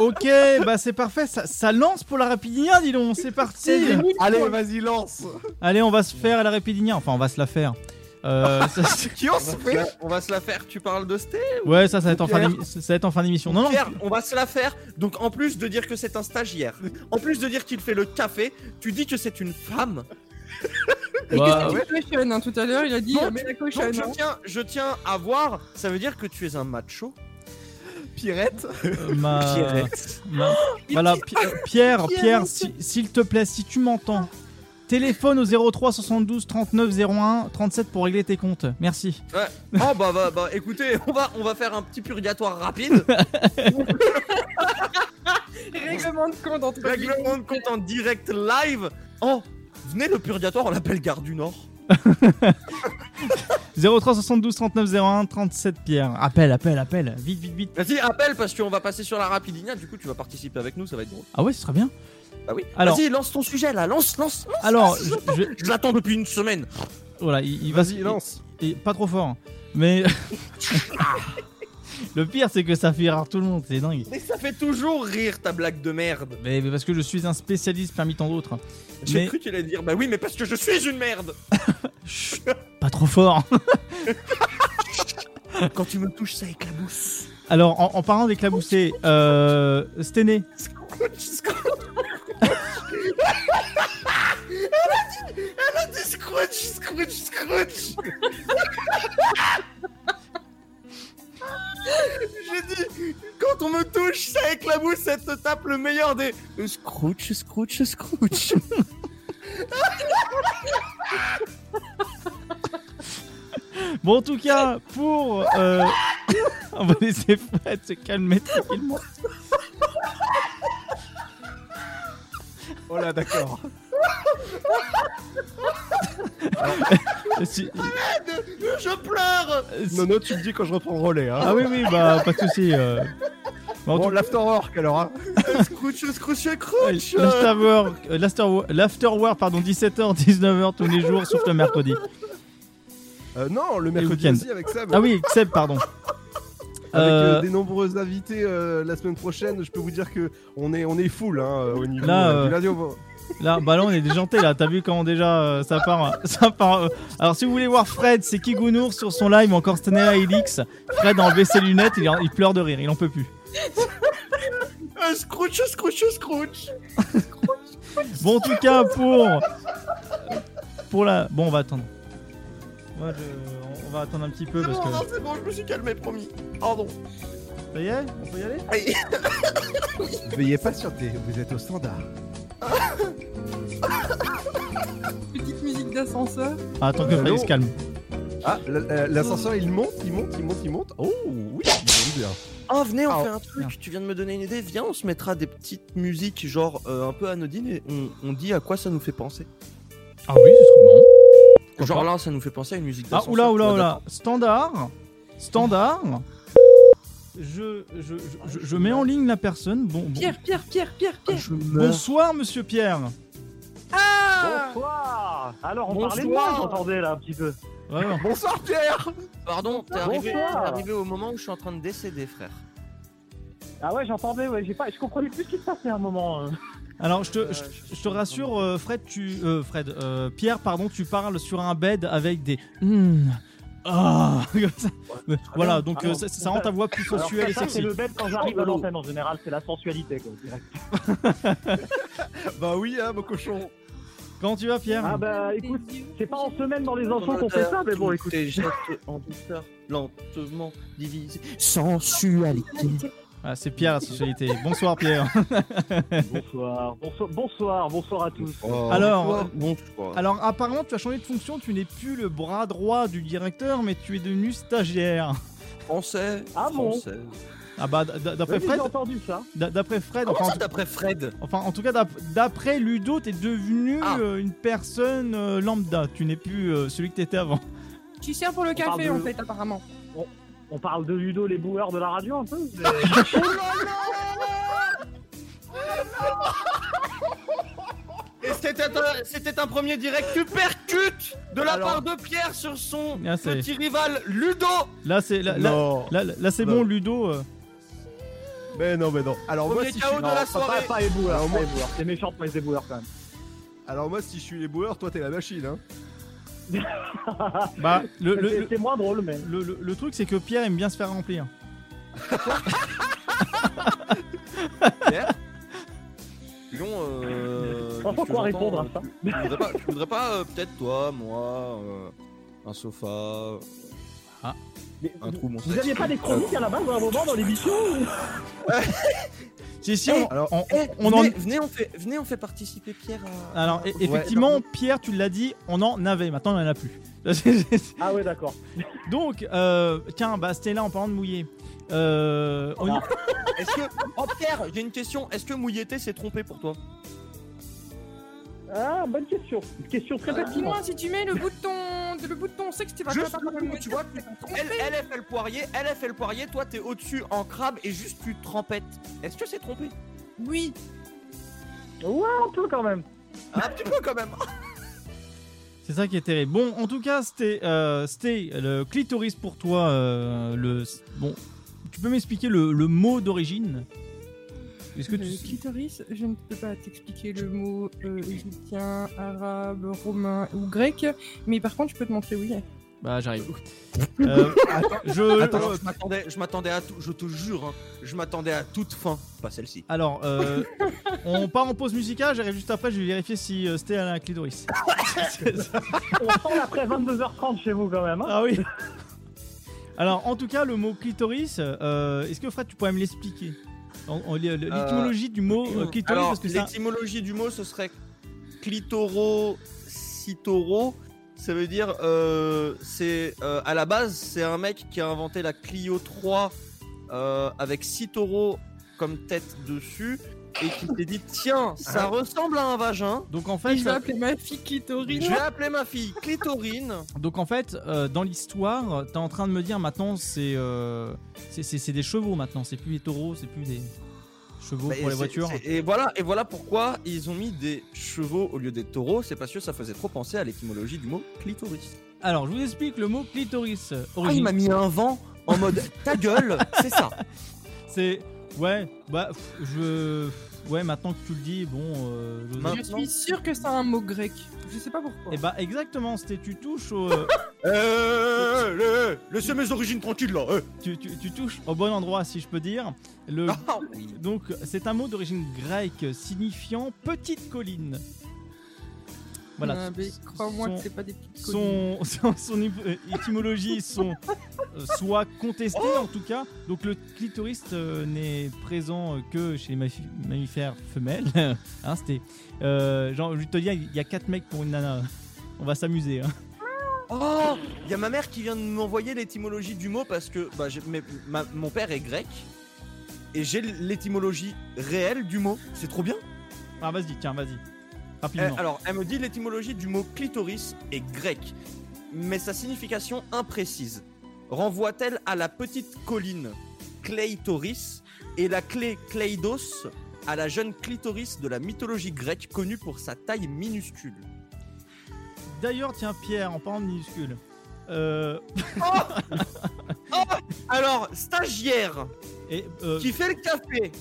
A: Ok, bah c'est parfait, ça, ça lance pour la rapidinia, dis donc, c'est parti
N: Allez, vas-y, lance.
A: Allez, on va se faire la rapidinia, enfin on va se la faire. Euh, ça, c'est-
C: Qui on se fait On va se la faire. Tu parles de Sté ou-
A: ouais, ça, ça va être en fin
C: Pierre
A: d'émi- ça va être en fin d'émission. Non, non,
C: Pierre, on va se la faire. Donc en plus de dire que c'est un stagiaire, en plus de dire qu'il fait le café, tu dis que c'est une femme. Ah
B: Et que
A: Bah,
B: c'est
A: ouais.
B: une cochonne, hein, tout à l'heure, il a dit
C: Donc,
B: euh, mets la
C: donc,
B: cochonne. hein.
C: je, tiens, je tiens à voir, ça veut dire que tu es un macho.
N: Pirette
A: euh, ma-
C: Pierrette.
A: ma- Voilà, Pi- euh, Pierre,
C: Pierre,
A: Pierre,
C: non,
A: si- s'il te plaît, si tu m'entends, téléphone au 03 72 39 01 37 pour régler tes comptes. Merci.
C: Ouais. Oh bah, bah bah écoutez, on va on va faire un petit purgatoire rapide.
B: Règlement de compte entre
C: Règlement de compte en direct live. Oh, venez le purgatoire, on l'appelle Gare du Nord.
A: 03 72 39 01 37 Pierre. Appel, appel, appel. Vite, vite, vite.
C: Vas-y, appelle parce qu'on va passer sur la rapidina. Du coup, tu vas participer avec nous, ça va être drôle.
A: Ah ouais, ce serait bien.
C: Bah oui.
A: Alors-
C: Vas-y, lance ton sujet là, lance, lance, lance.
A: Alors,
C: lance,
A: je,
C: lance. Je l'attends depuis une semaine.
A: Voilà, il, il va.
C: Vas-y, lance.
A: il- il- pas trop fort. hein. Mais. le pire, c'est que ça fait rire tout le monde, c'est dingue.
C: Mais ça fait toujours rire ta blague de merde.
A: Mais, mais parce que je suis un spécialiste parmi tant d'autres.
C: J'ai
A: Mais
C: cru qu'il allait dire bah oui, mais parce que je suis une merde.
A: pas trop fort.
C: Quand tu me touches, ça éclabousse.
A: Alors, en, en parlant d'éclabousser, euh, Stené,
C: Elle a dit, elle a dit scrunch, scrunch, scrunch. J'ai dit, quand on me touche, ça éclabousse, ça te tape le meilleur des scrooge, scrooge, scrooge.
A: Bon, en tout cas, pour. euh, on va laisser Fred se calmer tranquillement.
N: Oh là, d'accord.
A: Si-
C: Aide, je pleure.
N: Nono, tu me dis quand je reprends le relais. Hein.
A: Euh, Ah oui, oui, bah, pas de soucis. euh. Bon, en
N: Bon,
A: tout-
N: l'afterwork alors. Hein.
C: Scrooge, scrooge,
A: L'after- euh, l'after wo- L'after War, pardon, 17h, 19h tous les jours, sauf le mercredi.
N: Euh, non, le
A: Et
N: mercredi
A: week-end.
N: aussi avec Seb.
A: Ah oui, avec Seb, pardon.
N: Avec euh,
A: Euh,
N: des nombreux invités euh, la semaine prochaine, je peux vous dire que on est on est full hein, au niveau
A: Là,
N: euh,
A: euh,
N: du lundi au vendredi.
A: Là, bah là, on est déjanté là. T'as vu comment déjà euh, ça part, ça part. euh. Alors, si vous voulez voir Fred, c'est Kigounour sur son live, ou encore Stanley Helix. Fred a enlevé ses lunettes, il, en- il pleure de rire, il en peut plus.
C: Euh, Scrooge, scrooge, scrooge.
A: Bon, en tout cas, pour pour la. Bon, on va attendre. Moi, je- on va attendre un petit peu
C: C'est
A: parce
C: bon, non,
A: que. Ah,
C: c'est bon, je me suis calmé, promis. Pardon.
A: Ça y est, on peut y aller.
C: Aïe.
N: Veuillez patienter, vous êtes au standard.
B: Petite musique d'ascenseur.
A: Ah, attends que
N: Euh,
A: Fred il
N: non.
A: se calme.
N: Ah, l- euh, l'ascenseur il monte, il monte, il monte, il monte. Oh oui, il monte bien.
C: Ah, venez, on
N: Ah,
C: fait un truc. Tu viens de me donner une idée. Viens, on se mettra des petites musiques, genre euh, un peu anodines, et on, on dit à quoi ça nous fait penser.
A: Ah oui, c'est trop bon.
C: Genre là, ça nous fait penser à une musique
A: Ah,
C: d'ascenseur.
A: oula,
C: tu vois,
A: oula, oula. Standard. Standard. Je, je, je, je mets en ligne la personne. Bon, bon.
B: Pierre, Pierre, Pierre, Pierre, Pierre.
T: Ah,
A: Bonsoir, monsieur Pierre.
B: Ah
T: Bonsoir Alors, on
C: Bonsoir.
T: parlait de moi, j'entendais là un petit peu.
A: Ouais,
C: Bonsoir Pierre Pardon, t'es arrivé, t'es
T: Bonsoir.
C: arrivé au moment où je suis en train de décéder, frère.
T: Ah ouais, j'entendais, ouais, j'ai pas, je comprenais plus ce qui se passait à un moment. euh.
A: Alors, je te, je, je te rassure, euh, Fred, tu, euh, Fred, euh, Pierre, pardon, tu parles sur un bed avec des. Hmm, ah, comme ça. voilà, donc
T: Alors,
A: euh, ça, ça rend ta voix plus
T: alors,
A: sensuelle et
T: ça,
A: sexy. Oh,
T: C'est le bête quand j'arrive à l'antenne en général, c'est la sensualité quoi. direct.
N: Bah oui, hein, mon cochon.
A: Comment tu vas, Pierre
T: Ah bah écoute, c'est pas en semaine dans les enfants qu'on fait ça, mais bon écoute.
C: Tes gestes en douceur, lentement divisés. Sensualité.
A: Ah, c'est Pierre la socialité. Bonsoir, Pierre.
T: Bonsoir, bonsoir, Ah, bonsoir, bonsoir à tous.
A: alors,
C: bonsoir.
A: alors, apparemment, tu as changé de fonction. Tu n'es plus le bras droit du directeur, mais tu es devenu stagiaire.
C: Français.
T: Ah bon
C: française.
A: Ah bah, d- d- d'après
T: Oui,
A: Fred,
T: J'ai entendu ça.
A: d'a- d'après Fred,
C: Comment
A: enfin,
C: ça, d'après Fred Ah.
A: Enfin, en tout cas, d'ap- d'après Ludo, t'es devenu euh, une personne euh, lambda. Tu n'es plus euh, celui que t'étais avant.
B: Tu sers pour le
T: parle
B: café
T: de-
B: en fait, apparemment.
T: On parle de Ludo, les boueurs de la radio un peu mais-
C: Et c'était un, c'était un premier direct tu percutes de la part de Pierre sur son
A: Ah, c'est-
C: petit rival Ludo
A: Là, c'est là, là-
N: Non.
A: là, là, c'est
N: Non.
A: bon, Ludo. euh,
N: Mais Eh, non, mais non. Alors moi,
C: Premier
N: si je
C: KO
N: suis...
C: de
N: non,
C: la
N: pas-
C: soirée.
T: Pas, pas les boueurs,
N: Alors,
T: pas
N: moi-
T: les boueurs. C'est méchant pour les boueurs quand même.
N: Alors moi, si je suis les boueurs, toi t'es la machine. Hein.
A: Bah, le, le-
T: C'est-
A: le-
T: C'est moins drôle mais.
A: le- le- le truc, c'est que Pierre aime bien se faire remplir.
C: Sinon, euh.
T: Franchement,
C: de ce que
T: quoi
C: j'entends,
T: répondre hein. à ça
C: euh, tu, tu voudrais pas, tu voudrais pas, euh, peut-être toi, moi, euh, un sofa, euh,
A: Ah.
C: un trou, mon
T: Vous aviez pas des chroniques à la base à un moment dans l'émission ou-
A: Si, si, on,
N: alors,
A: on-
C: Eh,
A: on en-
C: venez, venez, on fait, venez, on fait participer Pierre à.
A: alors,
C: à-
A: e-
C: Ouais,
A: effectivement, Pierre, tu l'as dit, on en avait. Maintenant, on en a plus.
T: Ah ouais d'accord.
A: Donc, euh, tiens, bah, c'était là en parlant de mouillé. Euh, on y-
T: Ah.
C: non. Est-ce que. Oh Pierre, j'ai une question. Est-ce que Mouilleté s'est trompé pour toi
T: Ah bonne question. Question très
B: Bah,
T: pertinente.
B: Euh, Dis-moi si tu mets le bout de ton, de c'est le bouton, on sait que tu vas
C: Juste
B: pas
C: le
B: quand
C: bout,
B: même
C: tu
B: mettre-
C: Elle, elle, elle fait le poirier, elle, elle fait le poirier, toi t'es au-dessus en crabe et juste tu trempettes. Est-ce que c'est trompé
B: Oui.
C: Ouais, un peu quand même. Un petit peu quand même.
A: C'est ça qui est terrible. Bon, en tout cas, c'était euh, c'était le clitoris pour toi. euh, le bon, tu peux m'expliquer le, le mot d'origine Est-ce que
T: Euh,
B: Le
A: tu
B: Euh, clitoris, je ne peux pas t'expliquer le mot euh, égyptien, arabe, romain ou grec, mais par contre, je peux te montrer où il est.
A: Bah j'arrive.
C: Euh,
A: Euh,
C: Attends,
A: je-
C: attends,
A: euh,
C: je m'attendais, je m'attendais à tout, je te jure, hein, je m'attendais à toute fin, pas celle-ci.
A: Alors, euh, on part en pause musicale. J'arrive juste après. Je vais vérifier si euh, c'était un clitoris.
T: On parle après 22h30 chez vous quand même. hein.
A: Ah oui. Alors, en tout cas, le mot clitoris. euh, Est-ce que Fred, tu pourrais me l'expliquer En- en- l- L'étymologie du mot euh, clitoris
C: Alors,
A: parce que c'est un-
C: l'étymologie du mot, ce serait clitoro, citoro. Ça veut dire, euh, c'est euh, à la base, c'est un mec qui a inventé la Clio 3 euh, avec citoro comme tête dessus et qui s'est dit tiens, ça ressemble à un vagin.
A: Donc en fait,
C: je
A: ça-
C: vais
B: appeler ma fille clitorine.
C: Je vais appeler ma fille clitorine.
A: Donc en fait, euh, dans l'histoire, t'es en train de me dire maintenant c'est euh, c'est- c'est c'est des chevaux maintenant, c'est plus des taureaux, c'est plus des chevaux
C: Bah, et
A: pour les
C: c'est-
A: voitures.
C: c'est- Et voilà, et voilà pourquoi ils ont mis des chevaux au lieu des taureaux, c'est parce que ça faisait trop penser à l'étymologie du mot clitoris.
A: Alors je vous explique le mot clitoris. euh,
C: Ah, il
A: origine.
C: m'a mis un vent en mode ta gueule, c'est ça.
A: C'est ouais bah pff, je ouais maintenant que tu le dis bon. euh, j'ose-
B: Je suis sûr que c'est un mot grec. Je sais pas pourquoi.
A: Et bah exactement, c'était tu touches au. euh,
C: Eh, laissez mes origines tranquilles là. eh.
A: Tu, tu- tu touches au bon endroit si je peux dire. Le...
C: Ah,
A: Donc c'est un mot d'origine grecque signifiant petite colline. Voilà.
B: Ah, mais crois-moi
A: son-
B: que c'est pas des petites
A: son, son, son é- étymologie sont, euh, soit contestées en tout cas. Donc le clitoris euh, n'est présent euh, que chez les mammif- mammifères femelles. Hein, c'était, euh, genre, je te dis, il y a 4 mecs pour une nana. On va s'amuser. hein.
C: Oh, il y a ma mère qui vient de m'envoyer l'étymologie du mot parce que bah, j'ai- mais- ma- mon père est grec et j'ai l'étymologie réelle du mot. C'est trop bien.
A: Ah vas-y, tiens, vas-y.
C: Elle-
A: Rapidement.
C: alors, elle me dit l'étymologie du mot clitoris est grecque, mais sa signification imprécise. Renvoie-t-elle à la petite colline Cléitoris et la clé Cleidos à la jeune clitoris de la mythologie grecque connue pour sa taille minuscule
A: D'ailleurs, tiens, Pierre, en parlant de minuscule. Euh...
C: Oh Alors, stagiaire
A: Et, euh,
C: qui fait le café,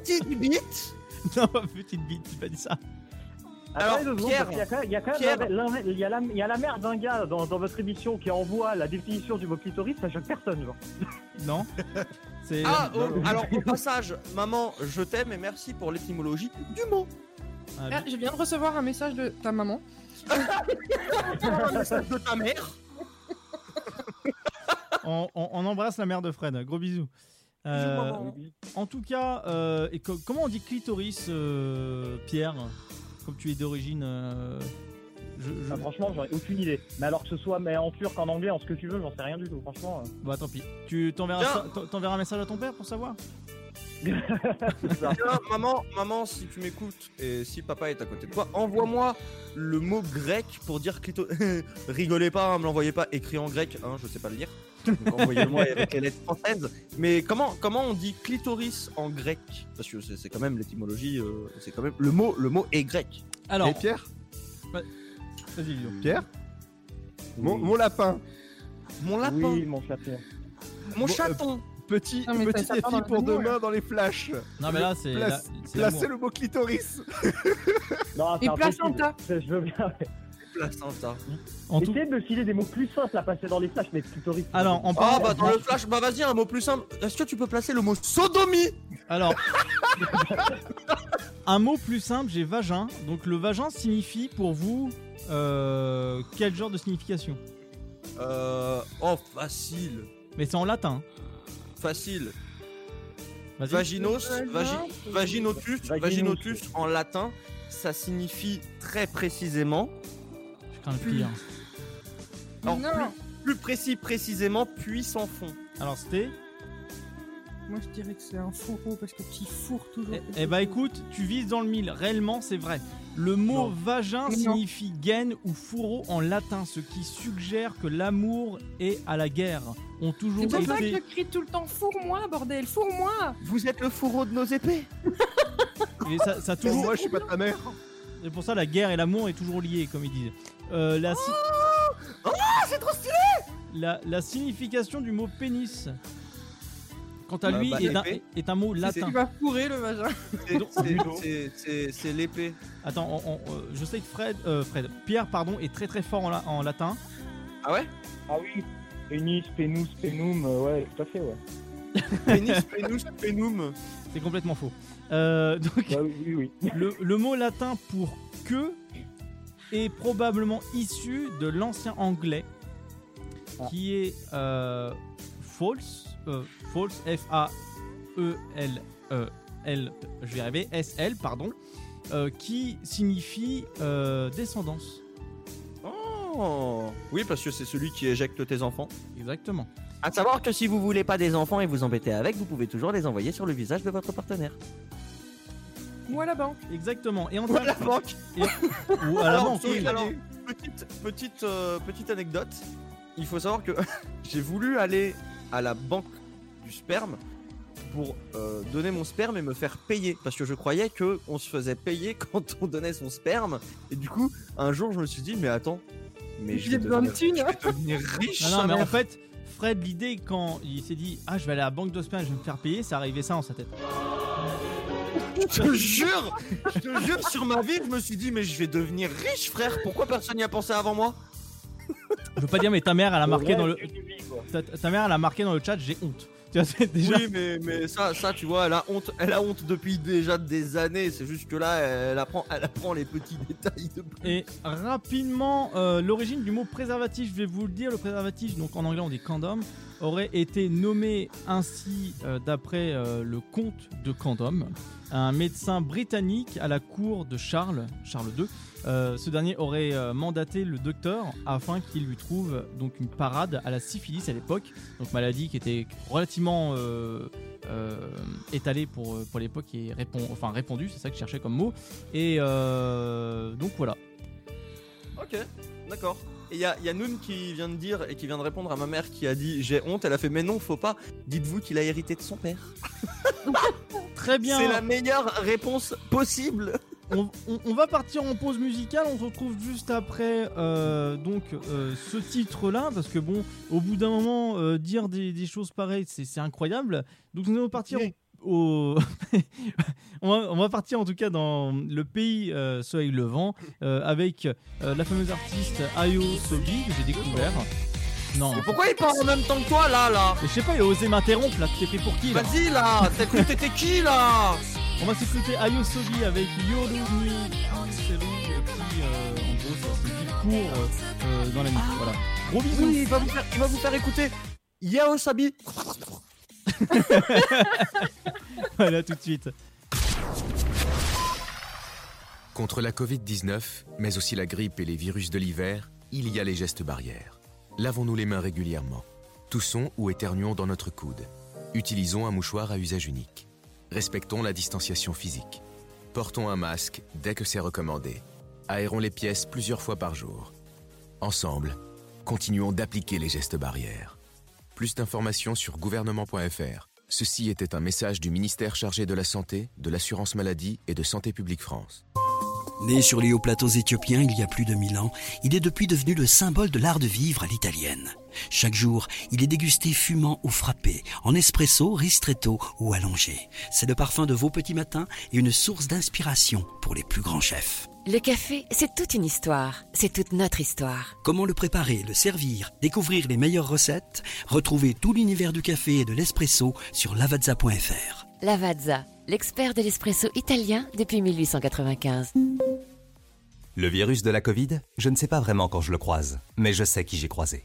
C: petite bite
A: Non, petite bite, tu pas dit ça.
C: Alors,
T: Attendez deux secondes,
C: Pierre,
T: parce qu'il y a quand même- il y a quand même
C: Pierre.
T: la- la- il y a la- il y a la mère d'un gars dans, dans votre émission qui envoie la définition du mot clitoris, ça choque personne, genre.
A: Non C'est.
C: Ah,
T: euh,
C: oh, alors au passage, maman, je t'aime et merci pour l'étymologie du mot.
B: Ah, je viens de recevoir un message de ta maman.
C: Un message de ta mère.
A: on, on- on embrasse la mère de Fred. Gros bisous. Euh,
C: maman.
A: en tout cas, euh, et co- comment on dit clitoris, euh, Pierre Comme tu es d'origine. euh, je, je-
T: Ah, franchement, j'en ai aucune idée. Mais alors que ce soit mais en turc, en anglais, en ce que tu veux, j'en sais rien du tout, franchement. euh.
A: Bah tant pis. Tu t'enverras, ça- t'en- t'enverras un message à ton père pour savoir
C: Tiens, maman, maman, si tu m'écoutes et si papa est à côté de toi, envoie-moi le mot grec pour dire clito. Rigolez pas, hein, me l'envoyez pas, écrit en grec, hein, je sais pas le lire. Donc envoyez-le-moi avec les lettres françaises. Mais comment, comment on dit clitoris en grec Parce que c'est c'est quand même l'étymologie, euh, c'est quand même le mot, le mot est grec.
A: Alors.
C: Et
N: Pierre
A: Vas-y, Lyon.
N: Pierre mon, mon lapin.
C: Mon lapin.
T: Oui, mon chaton.
C: Mon chaton.
N: euh, Petit,
B: Non, mais
N: petit
B: ça, ça part
N: défi
B: dans
N: pour
B: le mot,
N: demain
B: là.
N: dans les flashs.
A: Non, mais là, c'est-
N: Place-
A: là, c'est
N: Placez
A: l'amour.
N: le mot clitoris.
T: Non, c'est
N: Et
T: impossible.
N: placenta.
T: Je veux bien.
C: Placenta.
T: Essayez de me filer des mots plus simples à passer dans les flashs, mais clitoris.
A: Alors, en
C: Ah
A: parlant-
C: bah dans le flash, bah vas-y, un mot plus simple. Est-ce que tu peux placer le mot sodomie
A: Alors. un mot plus simple, j'ai vagin. Donc le vagin signifie pour vous euh, quel genre de signification
C: Euh. Oh, facile.
A: Mais c'est en latin.
C: Facile.
A: Vas-y.
C: Vaginos, vagi-
A: Vagin-
C: vaginotus,
A: Vaginus.
C: vaginotus en latin, ça signifie très précisément. Oh.
A: Je crains le pire.
C: Alors, plus, plus précis, précisément, puits sans fond.
A: Alors c'était
B: Moi, je dirais que c'est un fourreau parce que petit fourre toujours.
A: Eh bah écoute, tu vises dans le mille, réellement c'est vrai. Le mot vagin
B: Non.
A: signifie gaine ou fourreau en latin, ce qui suggère que l'amour est à la guerre. Ont toujours
B: C'est pour ça que je
A: été.
B: crie tout le temps fourre-moi, bordel, fourre-moi
C: Vous êtes le fourreau de nos épées
A: et ça, ça a toujours.
N: Moi, je suis pas ta mère.
A: C'est pour ça la guerre et l'amour est toujours lié, comme il disait. Euh, la, si-
B: Oh
C: Ah,
D: c'est trop stylé
A: la, la signification du mot pénis, quant à
C: Bah,
A: lui,
C: bah,
A: est, un,
C: l'épée.
A: est un mot latin.
B: Tu vas fourrer le vagin.
C: C'est- c'est- c'est- C'est c'est l'épée.
A: Attends, on- on- euh, je sais que Fred, euh, Fred, Pierre, pardon, est très très fort en, la- en latin.
C: Ah ouais
O: Ah oui, pénis, pénus, pénum, euh, ouais, tout à fait, ouais.
C: Pénis, pénus, pénum.
A: C'est complètement faux. Euh, donc, le, le mot latin pour queue est probablement issu de l'ancien anglais, qui est euh, false, euh, false, F A E L E L, je vais y arriver, S L, pardon, euh, qui signifie euh, descendance.
C: Oh Oui, parce que c'est celui qui éjecte tes enfants.
A: Exactement.
C: À savoir que si vous voulez pas des enfants et vous embêtez avec, vous pouvez toujours les envoyer sur le visage de votre partenaire.
B: Ou à la banque.
A: Exactement. Et en
C: Ou à la banque.
A: Ou à la banque,
C: sauf-
A: oui.
C: alors, petite, petite, euh, petite anecdote. Il faut savoir que j'ai voulu aller à la banque du sperme pour euh, donner mon sperme et me faire payer parce que je croyais que on se faisait payer quand on donnait son sperme et du coup un jour je me suis dit mais attends mais
B: J'ai
C: je vais
B: besoin de
C: devenir,
B: thunes.
C: je vais devenir riche
A: Ah Non, non,
C: sa
A: mais en
C: mère.
A: fait, Fred, l'idée, quand il s'est dit Ah, je vais aller à la banque de sperme, je vais me faire payer, ça arrivait ça en sa tête.
C: Je te jure, je te jure sur ma vie, je me suis dit mais je vais devenir riche frère. Pourquoi personne n'y a pensé avant moi
A: Je veux pas dire, mais ta mère, elle a marqué
C: Ouais,
A: dans le.
C: tu
A: Ta, ta mère, elle a marqué dans le chat, j'ai honte. Tu vois, c'est déjà.
C: Oui mais, mais ça ça tu vois elle a honte, elle a honte depuis déjà des années. C'est juste que là elle apprend elle apprend les petits détails de plus.
A: Et rapidement, euh, l'origine du mot préservatif, je vais vous le dire, le préservatif, donc en anglais on dit condom, aurait été nommé ainsi euh, d'après euh, le comte de Condom, un médecin britannique à la cour de Charles, Charles II. Euh, ce dernier aurait euh, mandaté le docteur afin qu'il lui trouve euh, donc une parade à la syphilis à l'époque, donc maladie qui était relativement euh, euh, étalée pour, euh, pour l'époque et répond, enfin répandue, c'est ça que je cherchais comme mot. Et euh, donc voilà.
C: Ok, d'accord. Et il y a, y a Noon qui vient de dire et qui vient de répondre à ma mère qui a dit j'ai honte. Elle a fait mais non, faut pas. Dites-vous qu'il a hérité de son père.
A: Très bien.
C: C'est la meilleure réponse possible.
A: on, on- on va partir en pause musicale, on se retrouve juste après euh, donc euh, ce titre-là, parce que bon, au bout d'un moment, euh, dire des, des choses pareilles, c'est c'est incroyable. Donc nous allons partir au... on, va, on va partir en tout cas dans le pays euh, Soleil Levant, euh, avec euh, la fameuse artiste Ayo Sogi, que j'ai découvert. Non.
C: Mais pourquoi il part en même temps que toi là là
A: Mais je sais pas, il a osé m'interrompre là, tu t'es fait pour qui là
C: Vas-y là, t'as cru que t'étais qui là
A: On va s'écouter Ayo Sogi avec Yoru Ni Anselu, qui euh, en gros c'est ce qui court euh, euh, dans la nuit. Voilà. Gros bisous
C: Oui, il va vous faire, il va vous faire écouter Yao Sabi.
A: Voilà tout de suite.
L: Contre la Covid-19, mais aussi la grippe et les virus de l'hiver, il y a les gestes barrières. Lavons-nous les mains régulièrement. Toussons ou éternuons dans notre coude. Utilisons un mouchoir à usage unique. Respectons la distanciation physique. Portons un masque dès que c'est recommandé. Aérons les pièces plusieurs fois par jour. Ensemble, continuons d'appliquer les gestes barrières. Plus d'informations sur gouvernement.fr. Ceci était un message du ministère chargé de la Santé, de l'Assurance Maladie et de Santé publique France.
F: Né sur les hauts plateaux éthiopiens il y a plus de 1000 ans, il est depuis devenu le symbole de l'art de vivre à l'italienne. Chaque jour, il est dégusté fumant ou frappé, en espresso, ristretto ou allongé. C'est le parfum de vos petits matins et une source d'inspiration pour les plus grands chefs.
K: Le café, c'est toute une histoire. C'est toute notre histoire.
F: Comment le préparer, le servir, découvrir les meilleures recettes Retrouvez tout l'univers du café et de l'espresso sur lavazza.fr.
K: Lavazza, l'expert de l'espresso italien depuis 1895.
U: Le virus de la Covid, je ne sais pas vraiment quand je le croise, mais je sais qui j'ai croisé.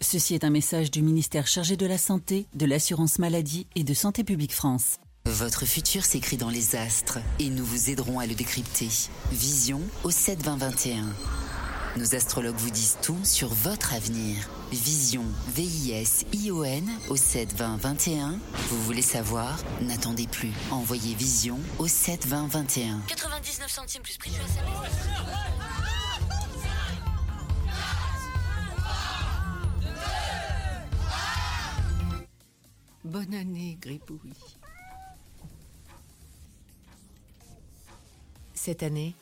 G: Ceci est un message du ministère chargé de la Santé, de l'Assurance Maladie et de Santé Publique France.
H: Votre futur s'écrit dans les astres et nous vous aiderons à le décrypter. Vision au 7-20-21. Nos astrologues vous disent tout sur votre avenir. Vision, V-I-S-I-O-N au 7-20-21. Vous voulez savoir N'attendez plus. Envoyez Vision au 7-20-21.
P: 99 centimes plus prix du SMS.
Q: Bonne année, Gribouille.
I: Cette année,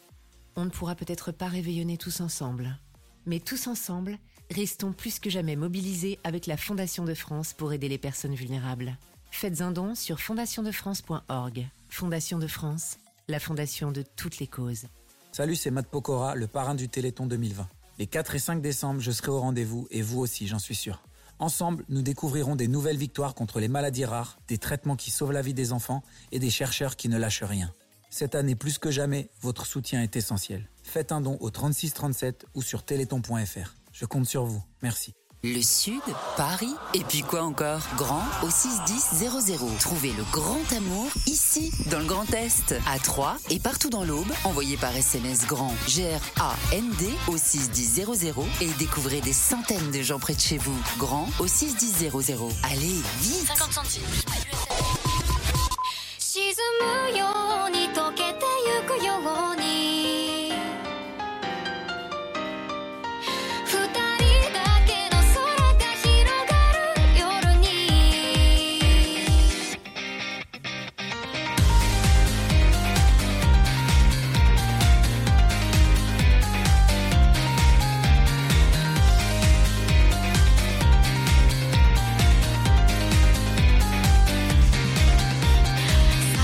I: on ne pourra peut-être pas réveillonner tous ensemble. Mais tous ensemble, restons plus que jamais mobilisés avec la Fondation de France pour aider les personnes vulnérables. Faites un don sur fondationdefrance.org. Fondation de France, la fondation de toutes les causes.
J: Salut, c'est Matt Pokora, le parrain du Téléthon 2020. Les 4 et 5 décembre, je serai au rendez-vous et vous aussi, j'en suis sûr. Ensemble, nous découvrirons des nouvelles victoires contre les maladies rares, des traitements qui sauvent la vie des enfants et des chercheurs qui ne lâchent rien. Cette année plus que jamais, votre soutien est essentiel. Faites un don au 3637 ou sur téléthon.fr. Je compte sur vous. Merci.
H: Le Sud, Paris, et puis quoi encore Grand au 61000. Trouvez le grand amour ici, dans le Grand Est, à Troyes et partout dans l'Aube. Envoyez par SMS grand G-R-A-N-D au 61000 et découvrez des centaines de gens près de chez vous. Grand au 61000. Allez, vite
P: 50 centimes plus prix du SMS. 沈むように溶けてゆくように二人だけの空が広がる夜に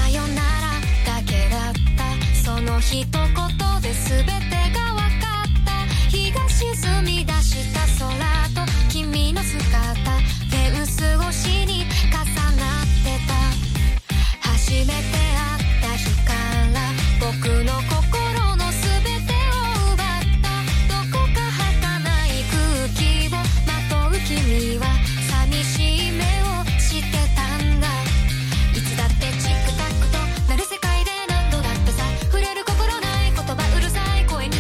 P: さよならだけだったその一言で全てが分かった日が沈み出した空と君の姿フェンス越しに重なってた初めて会った日から僕の心の全てを奪ったどこか儚い空気をまとう君は寂しい目をしてたんだいつだってチックタックとなる世界で何度だってさ触れる心ない言葉うるさい声に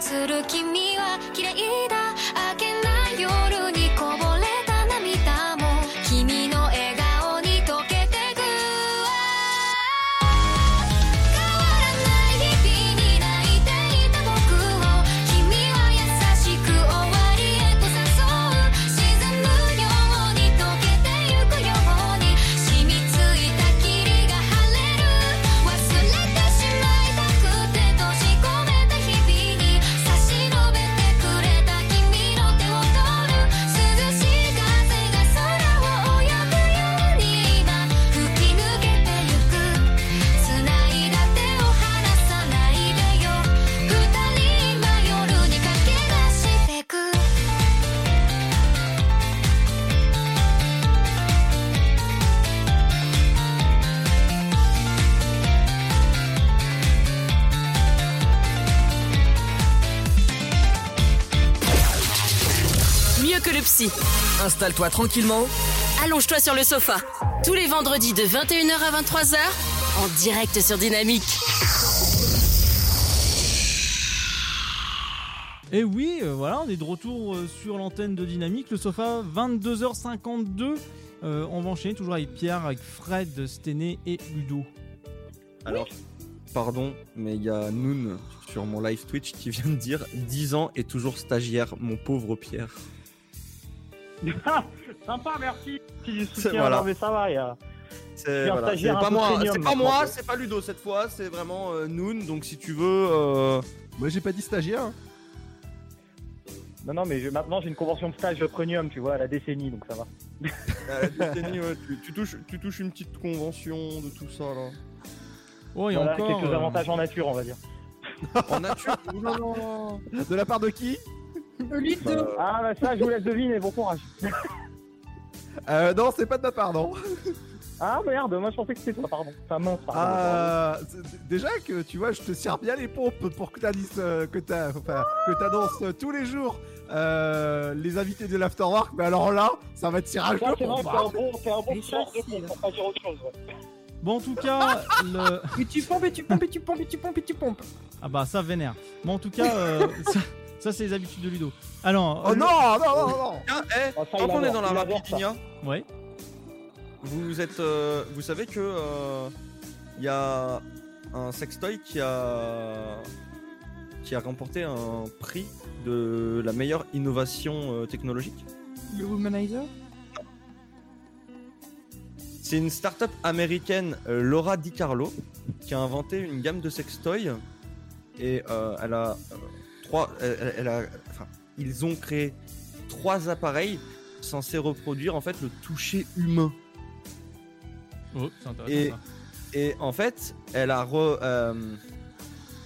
P: する君は嫌いだ明けない夜にこぼれた涙も君の笑顔に溶けてく変わらない日々に泣いていた僕を君は優しく終わりへと誘う沈むように溶けてゆくように染みついた霧が晴れる忘れてしまいたくて閉じ込めた日々に差し伸べてくれた君の手を取る涼しい風が空を泳ぐように今吹き抜けてゆく「つないだ手を離さないでよ」「二人今夜に駆け出してく」
M: Mieux que le psy.
E: Installe-toi tranquillement.
M: Allonge-toi sur le sofa. Tous les vendredis de 21h à 23h, en direct sur Dynamique.
A: Et oui, euh, voilà, on est de retour euh, sur l'antenne de Dynamique, le sofa 22h52. Euh, on va enchaîner toujours avec Pierre, avec Fred, Stené et Ludo.
C: Alors, pardon, mais il y a Noon sur mon live Twitch qui vient de dire 10 ans et toujours stagiaire, mon pauvre Pierre.
T: Ah, Sympa, merci. Petit du
C: C'est-
T: soutien,
C: voilà.
T: non, mais ça va, il y a-
C: C'est
T: Pierre
C: voilà, c'est
T: Stagiaire, un
C: pas
T: peu
C: moi,
T: premium, euh,
C: c'est pas
T: maintenant.
C: moi, c'est pas Ludo cette fois, c'est vraiment euh, Noon. Donc si tu veux, euh,
N: moi j'ai pas dit stagiaire. hein.
T: Non, non, mais je- maintenant j'ai une convention de stage premium, tu vois, à la décennie, donc ça va.
C: euh, Denis, ouais, tu, tu touches, tu touches une petite convention de tout ça là.
A: Oh,
T: il y a Voilà, encore, quelques euh, avantages en nature, on va dire.
C: en nature
N: De la part de qui
T: Ah, bah ça, je vous laisse deviner, bon courage.
N: Euh, Non, c'est pas de ma part, non.
T: Ah, merde, moi je pensais que c'était toi, pardon. Ça mince, pardon.
N: Ah, c'est- déjà que tu vois, je te sers bien les pompes pour que t'annonces que t'a- enfin, que t'annonces, euh, tous les jours euh, les invités de l'afterwork. Mais alors là, ça va être tirage
T: Ça,
N: de
T: c'est vrai,
N: pompe,
T: c'est un
N: hein.
T: bon, c'est un bon sport de pompe, pour pas dire autre chose. ouais.
A: Bon, en tout cas, le...
B: Et tu pompes, et tu pompes, et tu pompes, et tu pompes, et tu pompes.
A: Ah bah ça vénère. Bon, en tout cas, euh, ça, ça, c'est les habitudes de Ludo. Alors, euh,
N: Oh
A: le-
N: non, non, non, non.
C: Tiens, eh,
T: Ah, ça, il
C: tant qu'on
T: adore,
C: est dans la
T: il adore
A: hein.
C: rapidinia,
A: Ouais.
C: vous êtes, euh, vous savez que euh, il y a un sextoy qui a qui a remporté un prix de la meilleure innovation euh, technologique.
B: Le womanizer
C: C'est une start-up américaine, euh, Laura DiCarlo, qui a inventé une gamme de sextoys. Et euh, elle a euh, trois. elle- elle a- enfin, ils ont créé trois appareils censés reproduire en fait le toucher humain.
A: Oh, c'est intéressant.
C: Et,
A: ça.
C: et en fait, elle a, re- euh,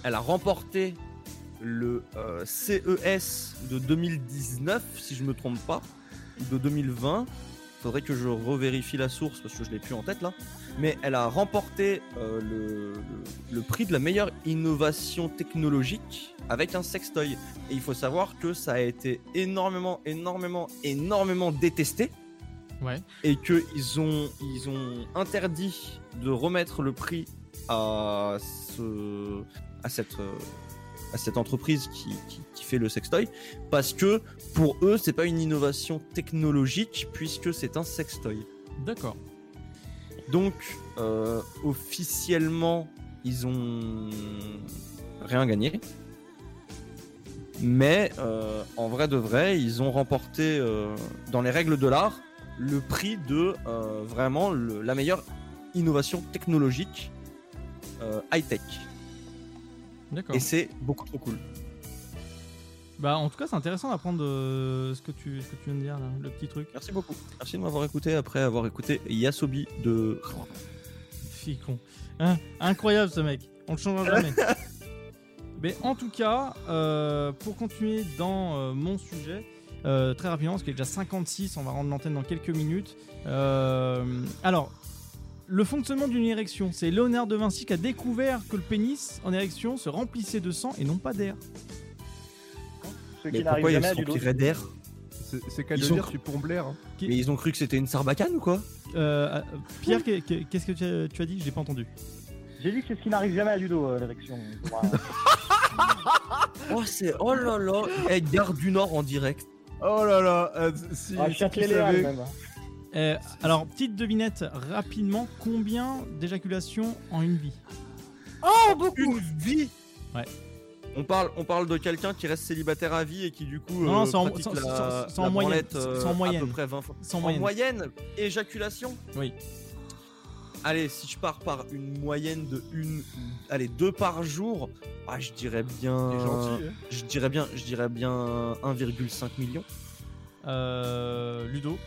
C: elle a remporté le euh, CES de 2019, si je me trompe pas, ou de 2020. Faudrait que je revérifie la source parce que je l'ai plus en tête là. Mais elle a remporté euh, le, le- le prix de la meilleure innovation technologique avec un sextoy. Et il faut savoir que ça a été énormément, énormément, énormément détesté
A: Ouais.
C: et que ils ont, ils ont interdit de remettre le prix à, ce, à, cette, euh, à cette entreprise qui, qui- qui fait le sextoy parce que pour eux c'est pas une innovation technologique puisque c'est un sextoy.
A: D'accord.
C: Donc euh, officiellement ils ont rien gagné. Mais euh, en vrai de vrai, ils ont remporté euh, dans les règles de l'art le prix de euh, vraiment le- la meilleure innovation technologique euh, high-tech.
A: D'accord.
C: Et c'est beaucoup trop cool.
A: Bah, en tout cas, c'est intéressant d'apprendre euh, ce, que tu, ce que tu viens de dire, là, le petit truc.
C: Merci beaucoup. Merci de m'avoir écouté après avoir écouté Yasobi de.
A: Fille con. Hein Incroyable ce mec. On le changera jamais. Mais en tout cas, euh, pour continuer dans euh, mon sujet, euh, très rapidement, parce qu'il est déjà 56, on va rendre l'antenne dans quelques minutes. Euh, alors, le fonctionnement d'une érection, c'est Léonard de Vinci qui a découvert que le pénis en érection se remplissait de sang et non pas d'air.
T: Ceux
C: Mais
T: qui n'arrivent
C: pourquoi ils
T: jamais à
C: se
T: du dos.
C: rempliraient d'air
N: C'est- C'est qu'à
C: Ils
N: le
C: ont-
N: dire, tu pompes l'air. hein.
C: Mais ils ont cru que c'était une sarbacane ou quoi
A: Euh, euh, Pierre, qu'est- qu'est- qu'est-ce que tu as, tu as dit J'ai pas entendu.
T: J'ai dit que c'est ce qui n'arrive jamais à Ludo, euh, l'érection.
C: Oh, c'est. Oh là là Eh, Gare du Nord en direct.
N: Oh là là euh, si,
T: Ah,
N: si
T: Châtelet
N: tu
T: les
N: savais-
T: Halles, même.
A: Euh, alors, petite devinette rapidement combien d'éjaculations en une vie
B: Oh, beaucoup
C: Une vie
A: Ouais.
C: On parle, on parle de quelqu'un qui reste célibataire à vie et qui du coup.
A: Non,
C: euh,
A: c'est en-
C: pratique
A: c'est en-
C: la-
A: c'est en- c'est en
C: la
A: moyenne,
C: branlette,
A: c'est
C: euh,
A: en
C: À
A: moyenne.
C: peu près 20 fois.
A: C'est en moyenne.
C: éjaculation
A: Oui.
C: Allez, si je pars par une moyenne de une. Allez, deux par jour, ah, je dirais bien.
N: T'es gentil, hein.
C: Je dirais bien, je dirais bien 1,5 million.
A: Euh, Ludo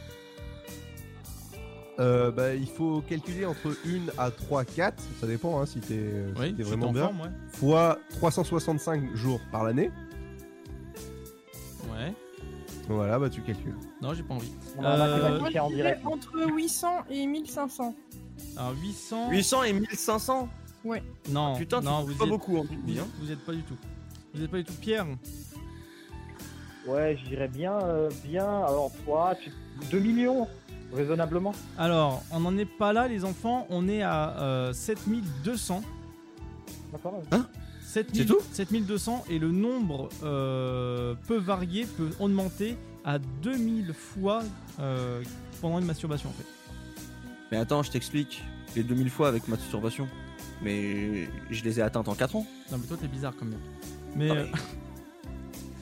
N: Euh, bah, il faut calculer entre 1 à 3, 4, ça dépend hein, si t'es si
A: Oui,
N: t'es
A: si
N: vraiment
A: t'es en
N: bien,
A: forme, ouais.
N: fois 365 jours par l'année.
A: Ouais.
N: Voilà, bah tu calcules.
A: Non, j'ai pas envie.
N: On a un
A: Euh,
N: mathématicien
B: Il est entre 800 et 1500.
A: alors, 800.
C: 800 et 1500
B: Ouais.
A: Non,
C: Ah, putain, tu
A: non,
C: fais
A: vous
C: pas
A: êtes-
C: beaucoup, hein, tu
A: vous,
C: dis, hein.
A: vous êtes pas du tout. Vous êtes pas du tout Pierre.
T: Ouais, je dirais bien, euh, bien. Alors, toi, tu... 2 millions, raisonnablement.
A: Alors, on n'en est pas là, les enfants. On est à euh, 7200.
C: Hein
A: 7000 7200 et le nombre euh, peut varier, peut augmenter à 2000 fois euh, pendant une masturbation en fait.
C: Mais attends, je t'explique. Les 2000 fois avec ma masturbation. Mais je les ai atteintes en 4 ans.
A: Non mais toi t'es bizarre comme mec.
T: Ah,
A: Mais, euh,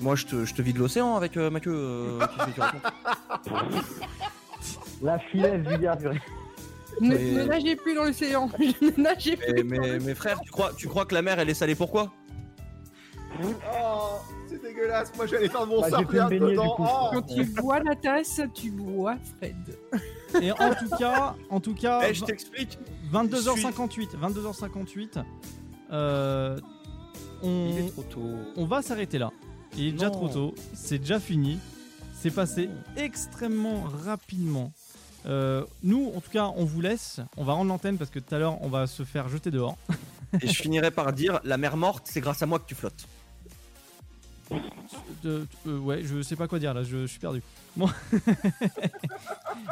C: Moi, je te, je te vide l'océan avec euh, ma queue. euh, qu'est-ce que tu racontes
T: La finesse du gars, purée.
B: Ne,
C: Mais-
B: ne nagez plus dans l'océan. ne nagez plus.
C: mais, mais, mais frère, tu crois, tu crois que la mer, elle est salée pourquoi
N: Oh, c'est dégueulasse, moi j'allais faire mon
C: Bah, j'ai
N: surf
C: pu me
N: là
C: baigner,
N: dedans.
C: du coup.
N: Oh.
B: Quand tu bois la tasse, tu bois Fred.
A: et en tout cas, en tout cas,
C: Eh, je t'explique.
A: 22h58, 22h58. euh, on, On va s'arrêter là. Il est déjà
C: Non.
A: trop tôt. C'est déjà fini. C'est passé extrêmement rapidement. Euh, nous, en tout cas, on vous laisse. On va rendre l'antenne parce que tout à l'heure, on va se faire jeter dehors.
C: Et je finirai par dire la mer morte, c'est grâce à moi que tu flottes.
A: Euh, euh, ouais, je sais pas quoi dire là, je, je suis perdu. Bon.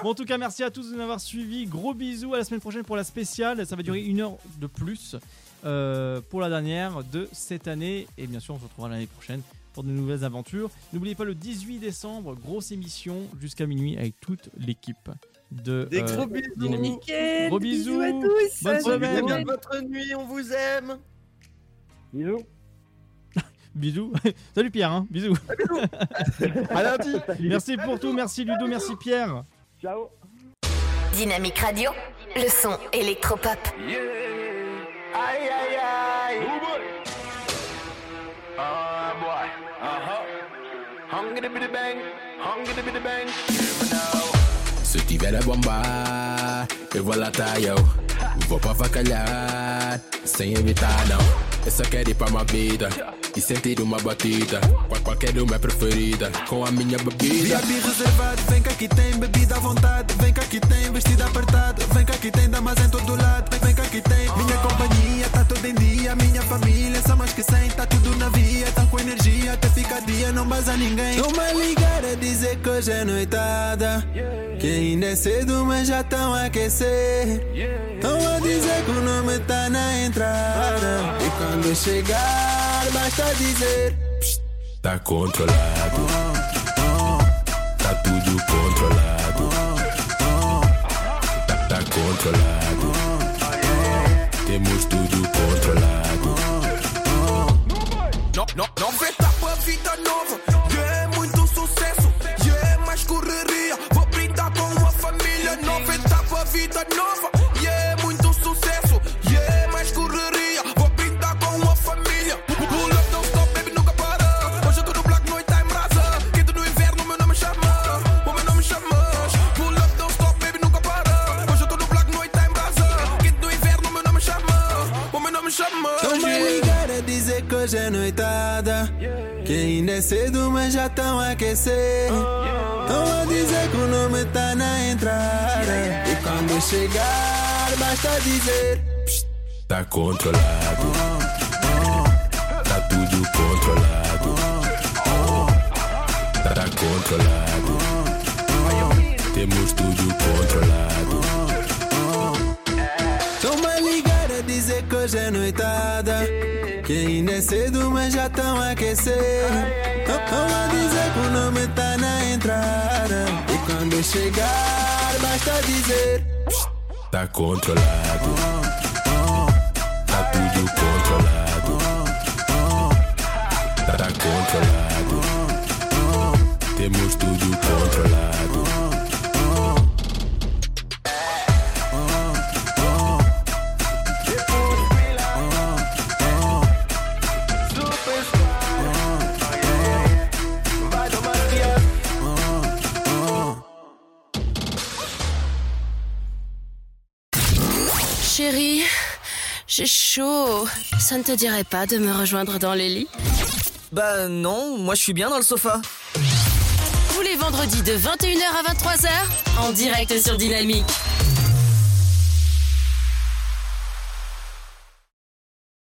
A: Bon, en tout cas, merci à tous de nous avoir suivis. Gros bisous à la semaine prochaine pour la spéciale. Ça va durer une heure de plus euh, pour la dernière de cette année. Et bien sûr, on se retrouvera l'année prochaine pour de nouvelles aventures. N'oubliez pas le 18 décembre, grosse émission jusqu'à minuit avec toute l'équipe de
C: Des gros bisous.
A: Euh, Dynamique.
C: Nickel,
A: Gros
C: bisous
A: bisous.
C: à tous.
A: Bonne semaine.
C: Bien votre nuit, on vous aime.
T: Bisous.
A: Bisous. Salut Pierre, hein. bisous.
C: À lundi.
A: Merci pour tout, merci Ludo, merci Pierre.
T: Ciao.
K: Dynamique Radio, le son électropop.
R: Aïe aïe aïe. Oh boy. Uh huh. Hungry bitty bang. Hungry bitty bang.
V: Se tiver a bombar, eu vou latar, eu Vou pra avacalhar, sem evitar não Eu só quero ir pra uma vida e sentir uma batida Qual- Qualquer uma é preferida, com a minha bebida
W: VIP reservado, vem cá que tem bebida à vontade. Vem cá que tem vestido apertado. Vem cá que tem damas em todo lado. Vem, vem cá que tem minha companhia, tá todo em dia. Minha família, são mais que cem, tá tudo na via. Tá com energia, até fica dia, não baza ninguém. Não me ligar a dizer que hoje é noitada. Que ainda é cedo, mas já tão a aquecer. Tão a dizer que o nome tá na entrada. E quando chegar, basta dizer.
V: Tá controlado, tá tudo controlado Tá, tá controlado, temos tudo controlado
R: Não, não, não vê tapa vida nova. Yeah, é muito sucesso. Yeah, é mais correria. Vou brindar com a família. Não vê tapa vida nova. Yeah, é muito sucesso. Yeah, é mais correria. Vou brindar com a família. Pull up, don't stop, baby, nunca para. Hoje eu tô no black, noite time rasa. Quinto no inverno, meu nome chama. O meu nome chamas. Pull up, don't stop, baby, nunca para. Hoje eu tô no black, noite time rasa. Quinto no inverno, meu nome chama. O meu nome chamas.
W: Não me
R: Yeah.
W: ligaram a dizer que hoje é noitada. Que ainda é cedo, mas já tão a aquecer. Tão a dizer que o nome tá na entrada. E quando chegar, basta dizer.
V: Tá controlado, tá tudo controlado, tá, tá controlado, temos tudo controlado.
W: Não me ligaram a dizer que hoje hoje é noitada. Que ainda é cedo, mas já tão aquecer. Não vou dizer que o nome tá na entrada. E quando chegar, basta dizer:
V: Tá controlado. Tá tudo controlado. Tá controlado. Temos tudo controlado.
M: Chérie, j'ai chaud. Ça ne te dirait pas de me rejoindre dans les lits
E: Bah non, moi je suis bien dans le sofa.
M: Tous les vendredis de 21h à 23h, en direct sur Dynamique.